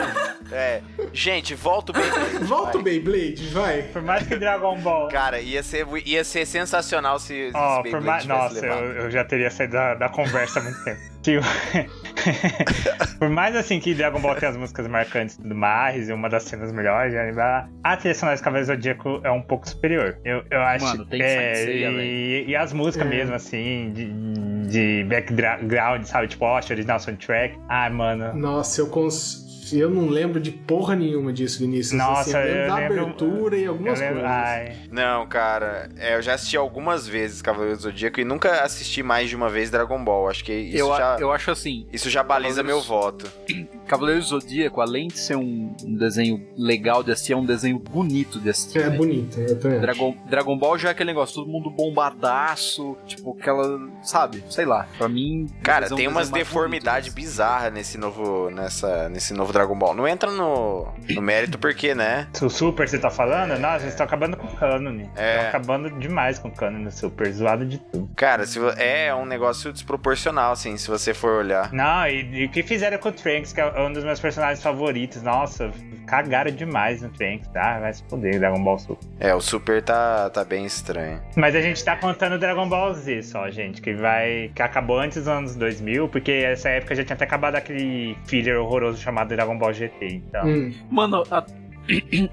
É. Gente, volta o Beyblade.
Volta o Beyblade, vai.
Por mais que Dragon Ball.
Cara, ia ser, ia ser sensacional se esse
Ó, por
Beyblade
mais.
tivesse
Oh, Nossa,
levado.
eu, eu já teria saído da, da conversa há muito tempo. Tipo, por mais assim que Dragon Ball tem as músicas marcantes e tudo mais, e uma das cenas melhores, né, blá, a trilha sonora de Cavaleiro Zodíaco é um pouco superior. Eu, eu acho.
Mano, tem
é,
Saint Seiya,
e, e as músicas mesmo, assim, de, de background, sabe? Tipo, ó, original soundtrack. Ai, Ah, mano.
Nossa, eu cons... Eu não lembro de porra nenhuma disso, Vinícius.
Nossa,
assim, eu lembro
eu
da
lembro-
abertura e
Eu
algumas
lembro,
coisas.
ai.
Não, cara, é, eu já assisti algumas vezes Cavaleiro do Zodíaco e nunca assisti mais de uma vez Dragon Ball. Acho que isso
Eu, a-
já.
eu acho assim,
Isso já baliza meu
Cavaleiros-
voto.
Cavaleiro do Zodíaco, além de ser um, um desenho legal de assistir, é um desenho bonito de assistir.
É
né?
bonito, eu também. acho.
Dragon, Dragon Ball já é aquele negócio, todo mundo bombadaço, tipo aquela, sabe, sei lá, pra mim...
Cara,
é um
tem umas
desenho mais
deformidades
bonito,
bizarras nesse novo, nessa, nesse novo Dragon Ball. Não entra no, no mérito porque, né?
O Super, você tá
É.
falando? Nossa, vocês estão acabando com o cânone.
É.
Estão acabando demais com o cânone do Super, zoado de tudo.
Cara, se, vo- é um negócio desproporcional, assim, se você for olhar.
Não, e e o que fizeram com o Trunks, que é um dos meus personagens favoritos. Nossa, cagaram demais no Trunks, tá? Vai se poder, Dragon Ball Super.
É, o Super tá, tá bem estranho.
Mas a gente tá contando Dragon Ball Z só, gente, que vai... que acabou antes dos anos 2000, porque essa época já tinha até acabado aquele filler horroroso chamado Dragon Ball GT, então...
Hum.
Mano, a-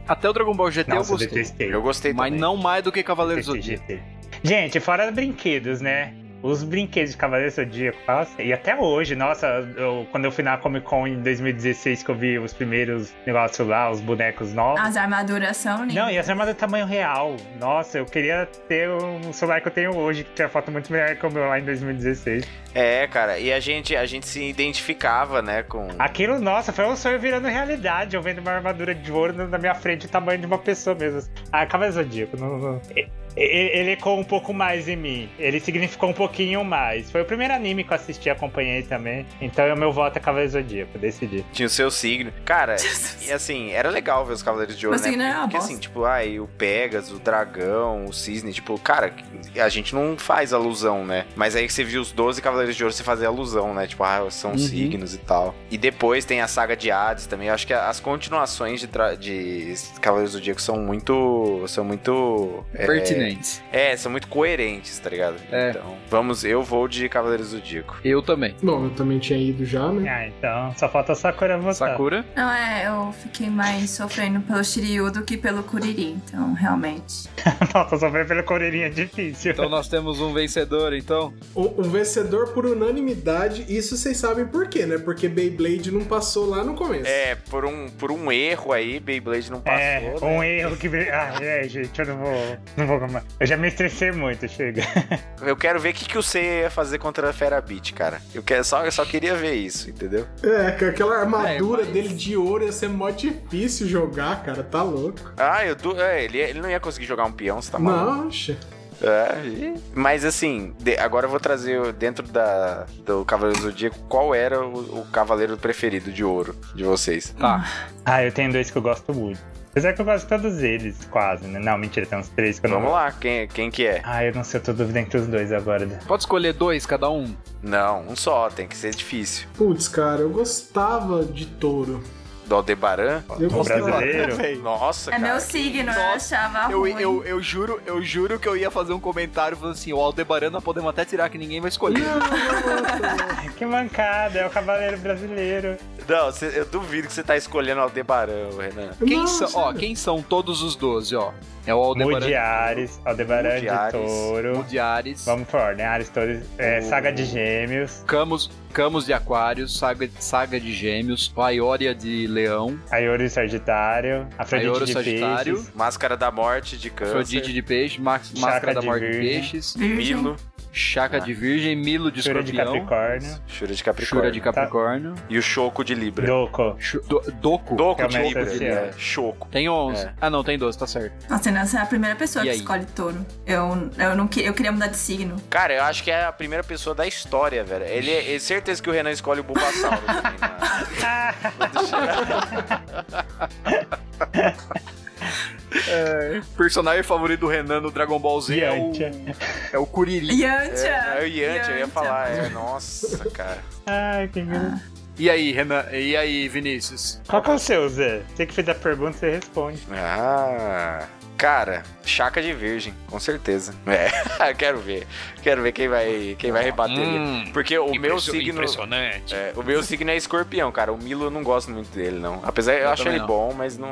até o Dragon Ball GT
Nossa,
eu gostei.
detestei.
Eu gostei
Mas
é também.
não mais do que Cavaleiros do
Detestei
Zodíaco.
GT. Gente, fora brinquedos, né? Os brinquedos de Cavaleiro Zodíaco, nossa, e até hoje, nossa, eu- quando eu fui na Comic Con em 2016 que eu vi os primeiros negócios lá, os bonecos novos.
As armaduras são lindas.
Não, e as armaduras tamanho real. Nossa, eu queria ter um celular que eu tenho hoje, que tinha foto muito melhor que o meu lá em 2016.
É, cara, e a gente, a gente se identificava, né, com...
Aquilo, nossa, foi um sonho virando realidade. Eu vendo uma armadura de ouro na minha frente, o tamanho de uma pessoa mesmo. Ah, Cavaleiro Zodíaco, não, não. E- e- Ele ecoou um pouco mais em mim. Ele significou um pouquinho mais. Foi o primeiro anime que eu assisti, acompanhei também. Então, o meu voto é Cavaleiro Zodíaco, decidi.
Tinha o seu signo. Cara, e assim, era legal ver os Cavaleiros de Ouro,
Meu
né?
signo era uma
Porque
bosta.
assim, tipo, ai, o Pegasus, o Dragão, o Cisne, tipo, cara, a gente não faz alusão, né? Mas aí que você viu os 12 Cavaleiros de Ouro, você fazia alusão, né? Tipo, ah, são
Uhum.
signos e tal. E depois tem a saga de Hades também. Eu acho que as continuações de, tra- de Cavaleiros do Zodíaco são muito. são muito. é,
Pertinentes.
É, são muito coerentes, tá ligado?
É.
Então, vamos, eu vou de Cavaleiros do Zodíaco.
Eu também.
Bom, eu também tinha ido já, né?
Ah, então, só falta a Sakura votar.
Sakura?
Não, é, eu fiquei mais sofrendo pelo Shiryu do que pelo Kuriri, então realmente.
Nossa, sofrer pela Coreirinha é difícil.
Então nós temos um vencedor, então.
Um, um vencedor por unanimidade, isso vocês sabem por quê, né? Porque Beyblade não passou lá no começo.
É, por um, por um erro aí, Beyblade não passou.
É,
né?
um erro que. Ah, é, gente, eu não vou. Não vou comer. Eu já me estressei muito, chega.
Eu quero ver o que, que o C ia fazer contra a Fera Beat, cara. Eu, quero, só, eu só queria ver isso, entendeu?
É, com aquela armadura
É, mas-
dele de ouro ia ser mó difícil jogar, cara. Tá louco.
Ah, eu du- é, ele, ele não ia conseguir jogar um peão, você tá maluco?
Não, oxe.
É, e- mas assim, de- agora eu vou trazer o- dentro da, do Cavaleiro do Zodíaco qual era o, o cavaleiro preferido de ouro de vocês.
Tá.
Ah, eu tenho dois que eu gosto muito. Apesar que eu gosto de todos eles, quase, né? Não, mentira, tem uns três que eu não
Vamos
gosto.
lá, quem, quem que é?
Ah, eu não sei, eu tô dúvida entre os dois agora.
Pode escolher dois, cada um.
Não, um só, tem que ser difícil.
Putz, cara, eu gostava de touro.
Do Aldebaran?
Eu
O
gostava.
brasileiro?
Nossa,
É
cara.
meu signo, eu
Nossa,
achava
Eu,
ruim.
eu, eu juro, eu juro que eu ia fazer um comentário falando assim, o Aldebaran nós podemos até tirar que ninguém vai escolher.
que mancada, é o cavaleiro brasileiro.
Não, cê- eu duvido que você tá escolhendo o Aldebaran, Renan.
Quem
Não,
são, ó,
sério.
quem são todos os 12, ó? É o
Mude
Aldebaran,
Ares, Aldebaran
Mude Ares,
de Touro.
Mude Ares,
Vamos por ordem, Ares, Touro, é, Saga de Gêmeos,
Camus, Camus de Aquários, Saga, Saga de Gêmeos, Aioria de Leão,
Aioro e Sagitário, Afrodite
Aioro
de
Sagitário,
Peixes,
Máscara da Morte de Câncer.
Afrodite de Peixe, Max, Máscara
Chakra
da
de
Morte de
Virgem.
Peixes,
Virgem.
Milo,
Chaca
Ah.
de Virgem, Milo de
Chura de
Escorpião,
Capricórnio,
Shura de Capricórnio.
Chura de Capricórnio,
E o Choco de Libra.
Doco.
Chu- Do- Doco.
Doco
É o
de
mestre
Libra.
oceano.
É. Choco.
Tem 11.
É.
Ah, não, tem 12, tá certo.
Nossa, Renan, você é a primeira pessoa
E
que
aí?
escolhe touro. Eu, eu, não, que- eu queria mudar de signo.
Cara, eu acho que é a primeira pessoa da história, velho. Ele é, é certeza que o Renan escolhe o Bulbasauro. também, né?
Personagem favorito do Renan no Dragon Ball Z é o,
Yantia.
é o Kuririn.
Yantia!
É o Yantia, eu ia falar. É, nossa, cara.
Ai, que engraçado.
E aí, Renan? E aí, Vinícius?
Qual que é o seu, Zé? Você que fez a pergunta, você responde.
Ah. Cara, chaca de virgem, com certeza. É, quero ver. Quero ver quem vai, quem vai rebater.
Hum,
Porque o meu
impression-
signo.
Impressionante.
É, o meu signo é escorpião, cara. O Milo eu não gosto muito dele, não. Apesar, eu,
Eu
acho
também
ele
não.
bom, mas não...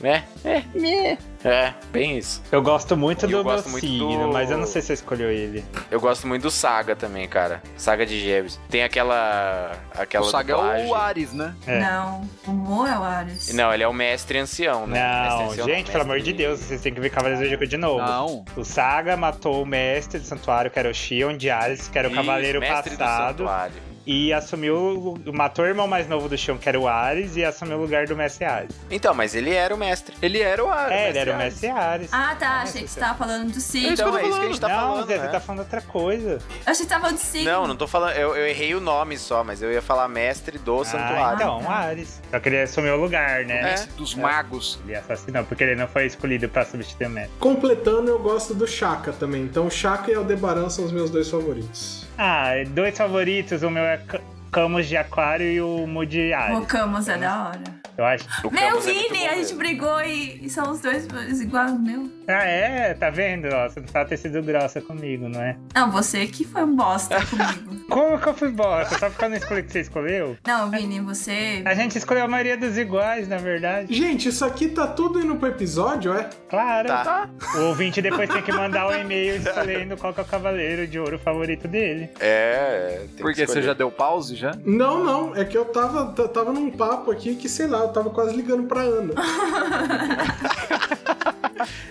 É, é, é. É, bem isso.
Eu gosto muito
Eu
do
gosto
meu
muito
signo,
do-
mas eu não sei se você escolheu ele.
Eu gosto muito do Saga também, cara. Saga de Gêmeos. Tem aquela... Aquela
o Saga é
dublagem.
o Ares, né?
É.
Não, o Mo é o Ares.
Não, ele é o mestre ancião, né? Mestre
Não,
ancião,
gente, pelo amor de
mestre-
Deus, vocês têm que ver Cavaleiro do Zodíaco de novo.
Não.
O Saga matou o mestre do santuário, que era o Shion de Ares, que era o
Isso,
cavaleiro
mestre do
passado.
santuário.
E assumiu. o lu- Matou o irmão mais novo do Xion, que era o Ares, e assumiu o lugar do Mestre Ares.
Então, mas ele era o mestre.
Ele era o Ares.
é, ele era o Mestre Ares.
Ah, tá. Achei que você tava falando do Sig.
Então, é isso que a gente tá
não,
falando,
Zé,
né?
você tá falando outra coisa.
Achei que tava falando do Sig.
Não, não tô falando. Eu, eu errei o nome só, mas eu ia falar mestre do
Ah,
santuário. É.
então, Ares. Só que ele assumiu o lugar, né?
Mestre dos magos.
Ele assassinou, porque ele não foi escolhido pra substituir o Mestre.
Completando, eu gosto do Chaka também. Então, Chaka e Aldebaran são os meus dois favoritos.
Ah, dois favoritos, o meu é C- Camus de Aquário e o Mu de
O
Ares.
Camus é da hora.
Eu acho.
O
Meu
Camus é muito
Vini,
bom
a gente
mesmo.
brigou e, e são os dois igual ao meu.
Ah, é? Tá vendo? Ó, Você não tá ter sido grossa comigo, não é?
Não, você que foi um bosta comigo.
Como que eu fui bosta? Só porque eu não escolhi o que você escolheu?
Não, Vini, você.
A gente escolheu a maioria dos iguais, na verdade.
Gente, isso aqui tá tudo indo pro episódio, é?
Claro.
Tá.
O ouvinte depois tem que mandar um e-mail escolhendo qual que é o cavaleiro de ouro favorito dele.
É. tem que
Porque você
escolher.
já deu pause já?
Não, não. É que eu tava, t- tava num papo aqui que, sei lá, eu tava quase ligando pra Ana.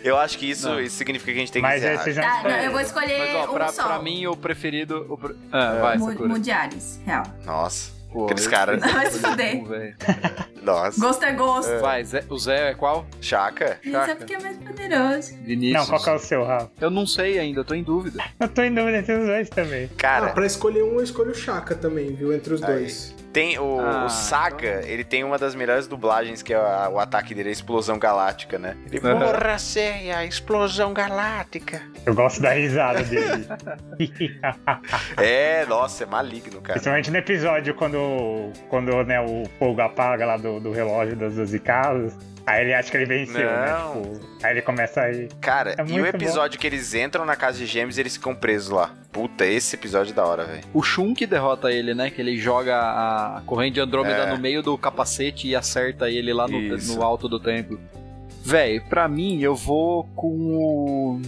Eu acho que isso,
Não.
isso significa que a gente tem que
Mas é aí
encerrar.
vocês não
Ah, não, eu
escolheram.
vou escolher
É,
Mas ó, pra,
um só.
pra mim o preferido. O pre- Ah, vai,
Mu-
Sakura.
Mu de Ares, real.
Nossa.
Pô,
Aqueles
eu-
caras.
Vai se fuder.
velho.
Nossa.
Gosto é gosto.
Vai, Zé- o Zé é qual?
Chaca.
Isso
Chaca.
é porque é mais poderoso.
Vinícius.
Não, qual que é o seu, Rafa?
Eu não sei ainda, eu tô em dúvida.
Ah,
Eu tô em dúvida entre os dois também.
Ah,
Cara,
pra escolher um, eu escolho o Chaka também, viu? Entre os
Aí.
dois.
tem o,
Ah,
o Saga, ele tem uma das melhores dublagens, que é a- o ataque dele, a explosão galáctica, né? Ele
Aham.
porra, ceia, explosão galáctica.
Eu gosto da risada dele.
É, nossa, é maligno, cara.
Principalmente no episódio quando, quando né, o fogo apaga lá do, do relógio das 12 casas. Aí ele acha que ele venceu,
Não.
né? Tipo, aí ele começa a ir.
Cara,
É
e
muito
o episódio que eles entram na casa de gêmeos e eles ficam presos lá. Puta, esse episódio é da hora, velho.
O Shun que derrota ele, né? Que ele joga a corrente de Andrômeda
É.
no meio do capacete e acerta ele lá no,
Isso.
no alto do templo. Véi, pra mim, eu vou com o.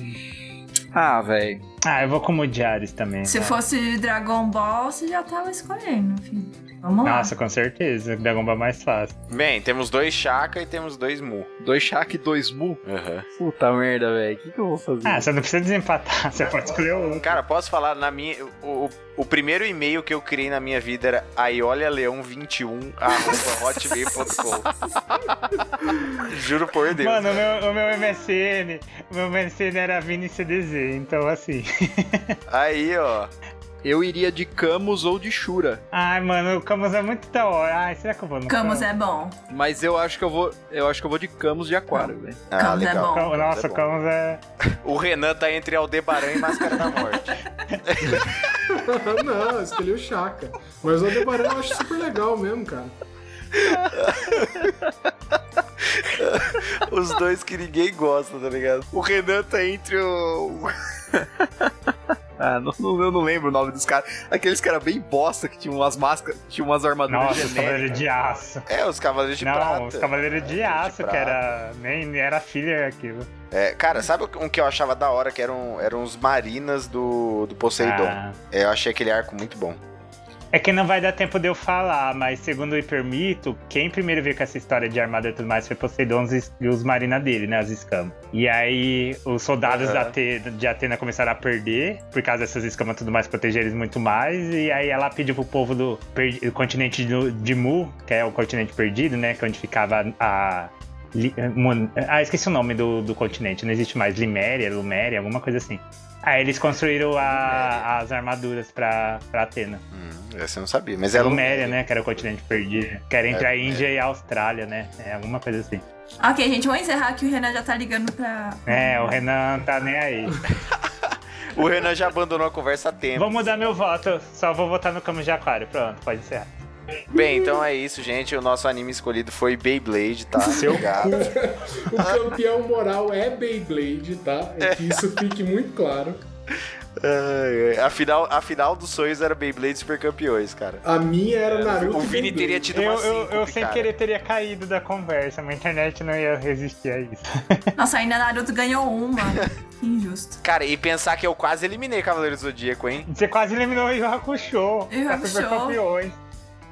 Ah, véi.
Ah, eu vou com o Diaris também.
Se
né?
fosse Dragon Ball, você já tava escolhendo, filho. Vamos lá.
Nossa, com certeza. Dragon Ball é mais fácil.
Bem, temos dois Chaka e temos dois Mu. Uhum.
Dois Shaq e dois Mu?
Aham.
Puta merda, véi. O que, que eu vou fazer?
Ah, você não precisa desempatar, você pode escolher outro.
Cara, posso falar, na minha, o, o- o primeiro e-mail que eu criei na minha vida era aiolialeão21 arroba hotmail.com Juro por Deus.
Mano, o meu, o meu MSN, o meu MSN era Vini CDZ, então assim.
Aí, ó.
Eu iria de Camus ou de Shura.
Ai, mano, o Camus é muito da hora. Ai, será que eu vou no
Camus é bom.
Mas eu acho que eu vou. Eu acho que eu vou de Camus de Aquário, velho.
Ah,
Camus é
legal.
bom.
Camus- Nossa,
é
o
bom.
Camus é.
O Renan tá entre Aldebaran e Máscara da Morte.
não, eu escolhi o Chaka. Mas o Aldebaran eu acho super legal mesmo, cara.
Os dois que ninguém gosta, tá ligado? O Renan tá entre o.
Ah, não, não- eu não lembro o nome dos caras. Aqueles caras bem bosta que tinham umas máscaras, tinham umas armaduras
Nossa, os
genéricas.
Cavaleiros de Aço.
É, os Cavaleiros de
não,
Prata.
os Cavaleiros
É,
de Aço, que
Prata.
era. Nem nem era filha aquilo.
É, cara, sabe um que eu achava da hora? Que eram, eram os Marinas do, do Poseidon.
Ah.
É, eu achei aquele arco muito bom.
É que não vai dar tempo de eu falar, mas segundo o Hipermito, quem primeiro veio com essa história de armada e tudo mais foi Poseidon e os- e os marina dele, né? As escamas. E aí os soldados
Aham.
da Ate- de Atena começaram a perder, por causa dessas escamas e tudo mais, proteger eles muito mais. E aí ela pediu pro povo do, per- do continente do- de Mu, que é o continente perdido, né? Que é onde ficava a. Li- Mon- Ah, esqueci o nome do, do continente, não existe mais. Liméria, Luméria, alguma coisa assim. Aí eles construíram a- as armaduras pra, pra Atena.
Hum, essa eu não sabia, mas
É
era um-
Luméria, né? Que era o continente perdido. Que era entre a Índia e a Austrália, né? É alguma coisa assim.
Ok, gente, vamos encerrar que o Renan já tá ligando pra.
É, o Renan tá nem aí.
O Renan já abandonou a conversa há tempo.
Vou mudar meu voto. Só vou votar no Camus de Aquário. Pronto, pode encerrar.
Bem, então é isso, gente. O nosso anime escolhido foi Beyblade, tá?
Seu
Obrigado.
O campeão moral é Beyblade, tá? É que isso fique muito claro.
Ai, ai. a, final, a final é. dos sonhos era Beyblade Super Campeões, cara.
A minha era Naruto.
É, O
e
Vini
Beyblade.
teria tido
Eu,
uma
eu, eu
síncope,
sem
cara.
querer teria caído da conversa. Minha internet não ia resistir a isso.
Nossa, ainda Naruto ganhou uma. que injusto.
Cara, e pensar que eu quase eliminei Cavaleiro do Zodíaco, hein?
Você quase eliminou o Yu Hakusho. Tá
Yu
super
Hakusho.
campeões.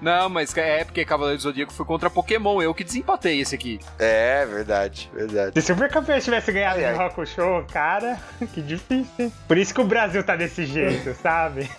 Não, mas é porque Cavaleiro do Zodíaco foi contra Pokémon, eu que desempatei esse aqui.
É, verdade, verdade.
Se o Super Campeão tivesse ganhado
Ai,
de
ai.
Rock Show, cara, que difícil. hein? Por isso que o Brasil tá desse jeito, sabe?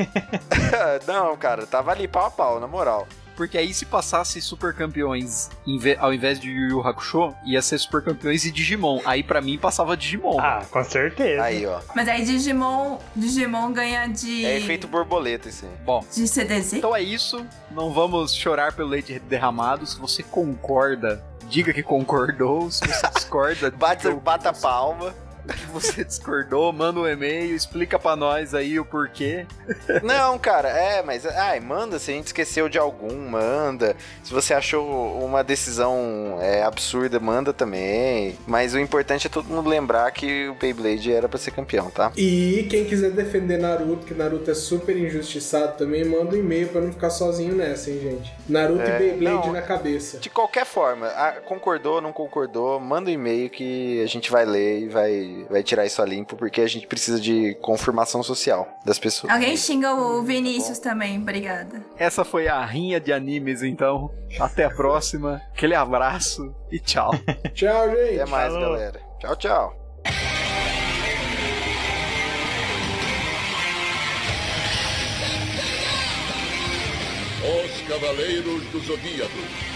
Não, cara, tava ali pau a pau, na moral.
Porque aí se passasse Super Campeões em ve- ao invés de Yu Yu Hakusho, ia ser Super Campeões e Digimon. Aí pra mim passava Digimon.
Ah, com certeza.
Aí, ó.
Mas aí Digimon, Digimon ganha de.
É efeito borboleta, isso aí.
Bom,
De CDZ?
então é isso. Não vamos chorar pelo leite derramado. Se você concorda, diga que concordou. Se você discorda,
Bate,
diga o
bata a palma.
que você discordou, manda um e-mail, explica pra nós aí o porquê.
Não, cara, é, mas. Ai, manda se a gente esqueceu de algum, manda. Se você achou uma decisão é, absurda, manda também. Mas o importante é todo mundo lembrar que o Beyblade era pra ser campeão, tá?
E quem quiser defender Naruto, que Naruto é super injustiçado também, manda um e-mail pra não ficar sozinho nessa, hein, gente. Naruto
É,
e Beyblade
não. Tipo,
na cabeça.
De qualquer forma, a- concordou, não concordou, manda um e-mail que a gente vai ler e vai, vai tirar isso a limpo, porque a gente precisa de confirmação social das pessoas.
Alguém xinga
Hum, tá
o Vinícius também, obrigada.
Essa foi a rinha de animes, então. Até a próxima. Aquele abraço e tchau.
Tchau, gente.
Até mais,
Falou.
galera. Tchau, tchau.
Os Cavaleiros do Zodíaco.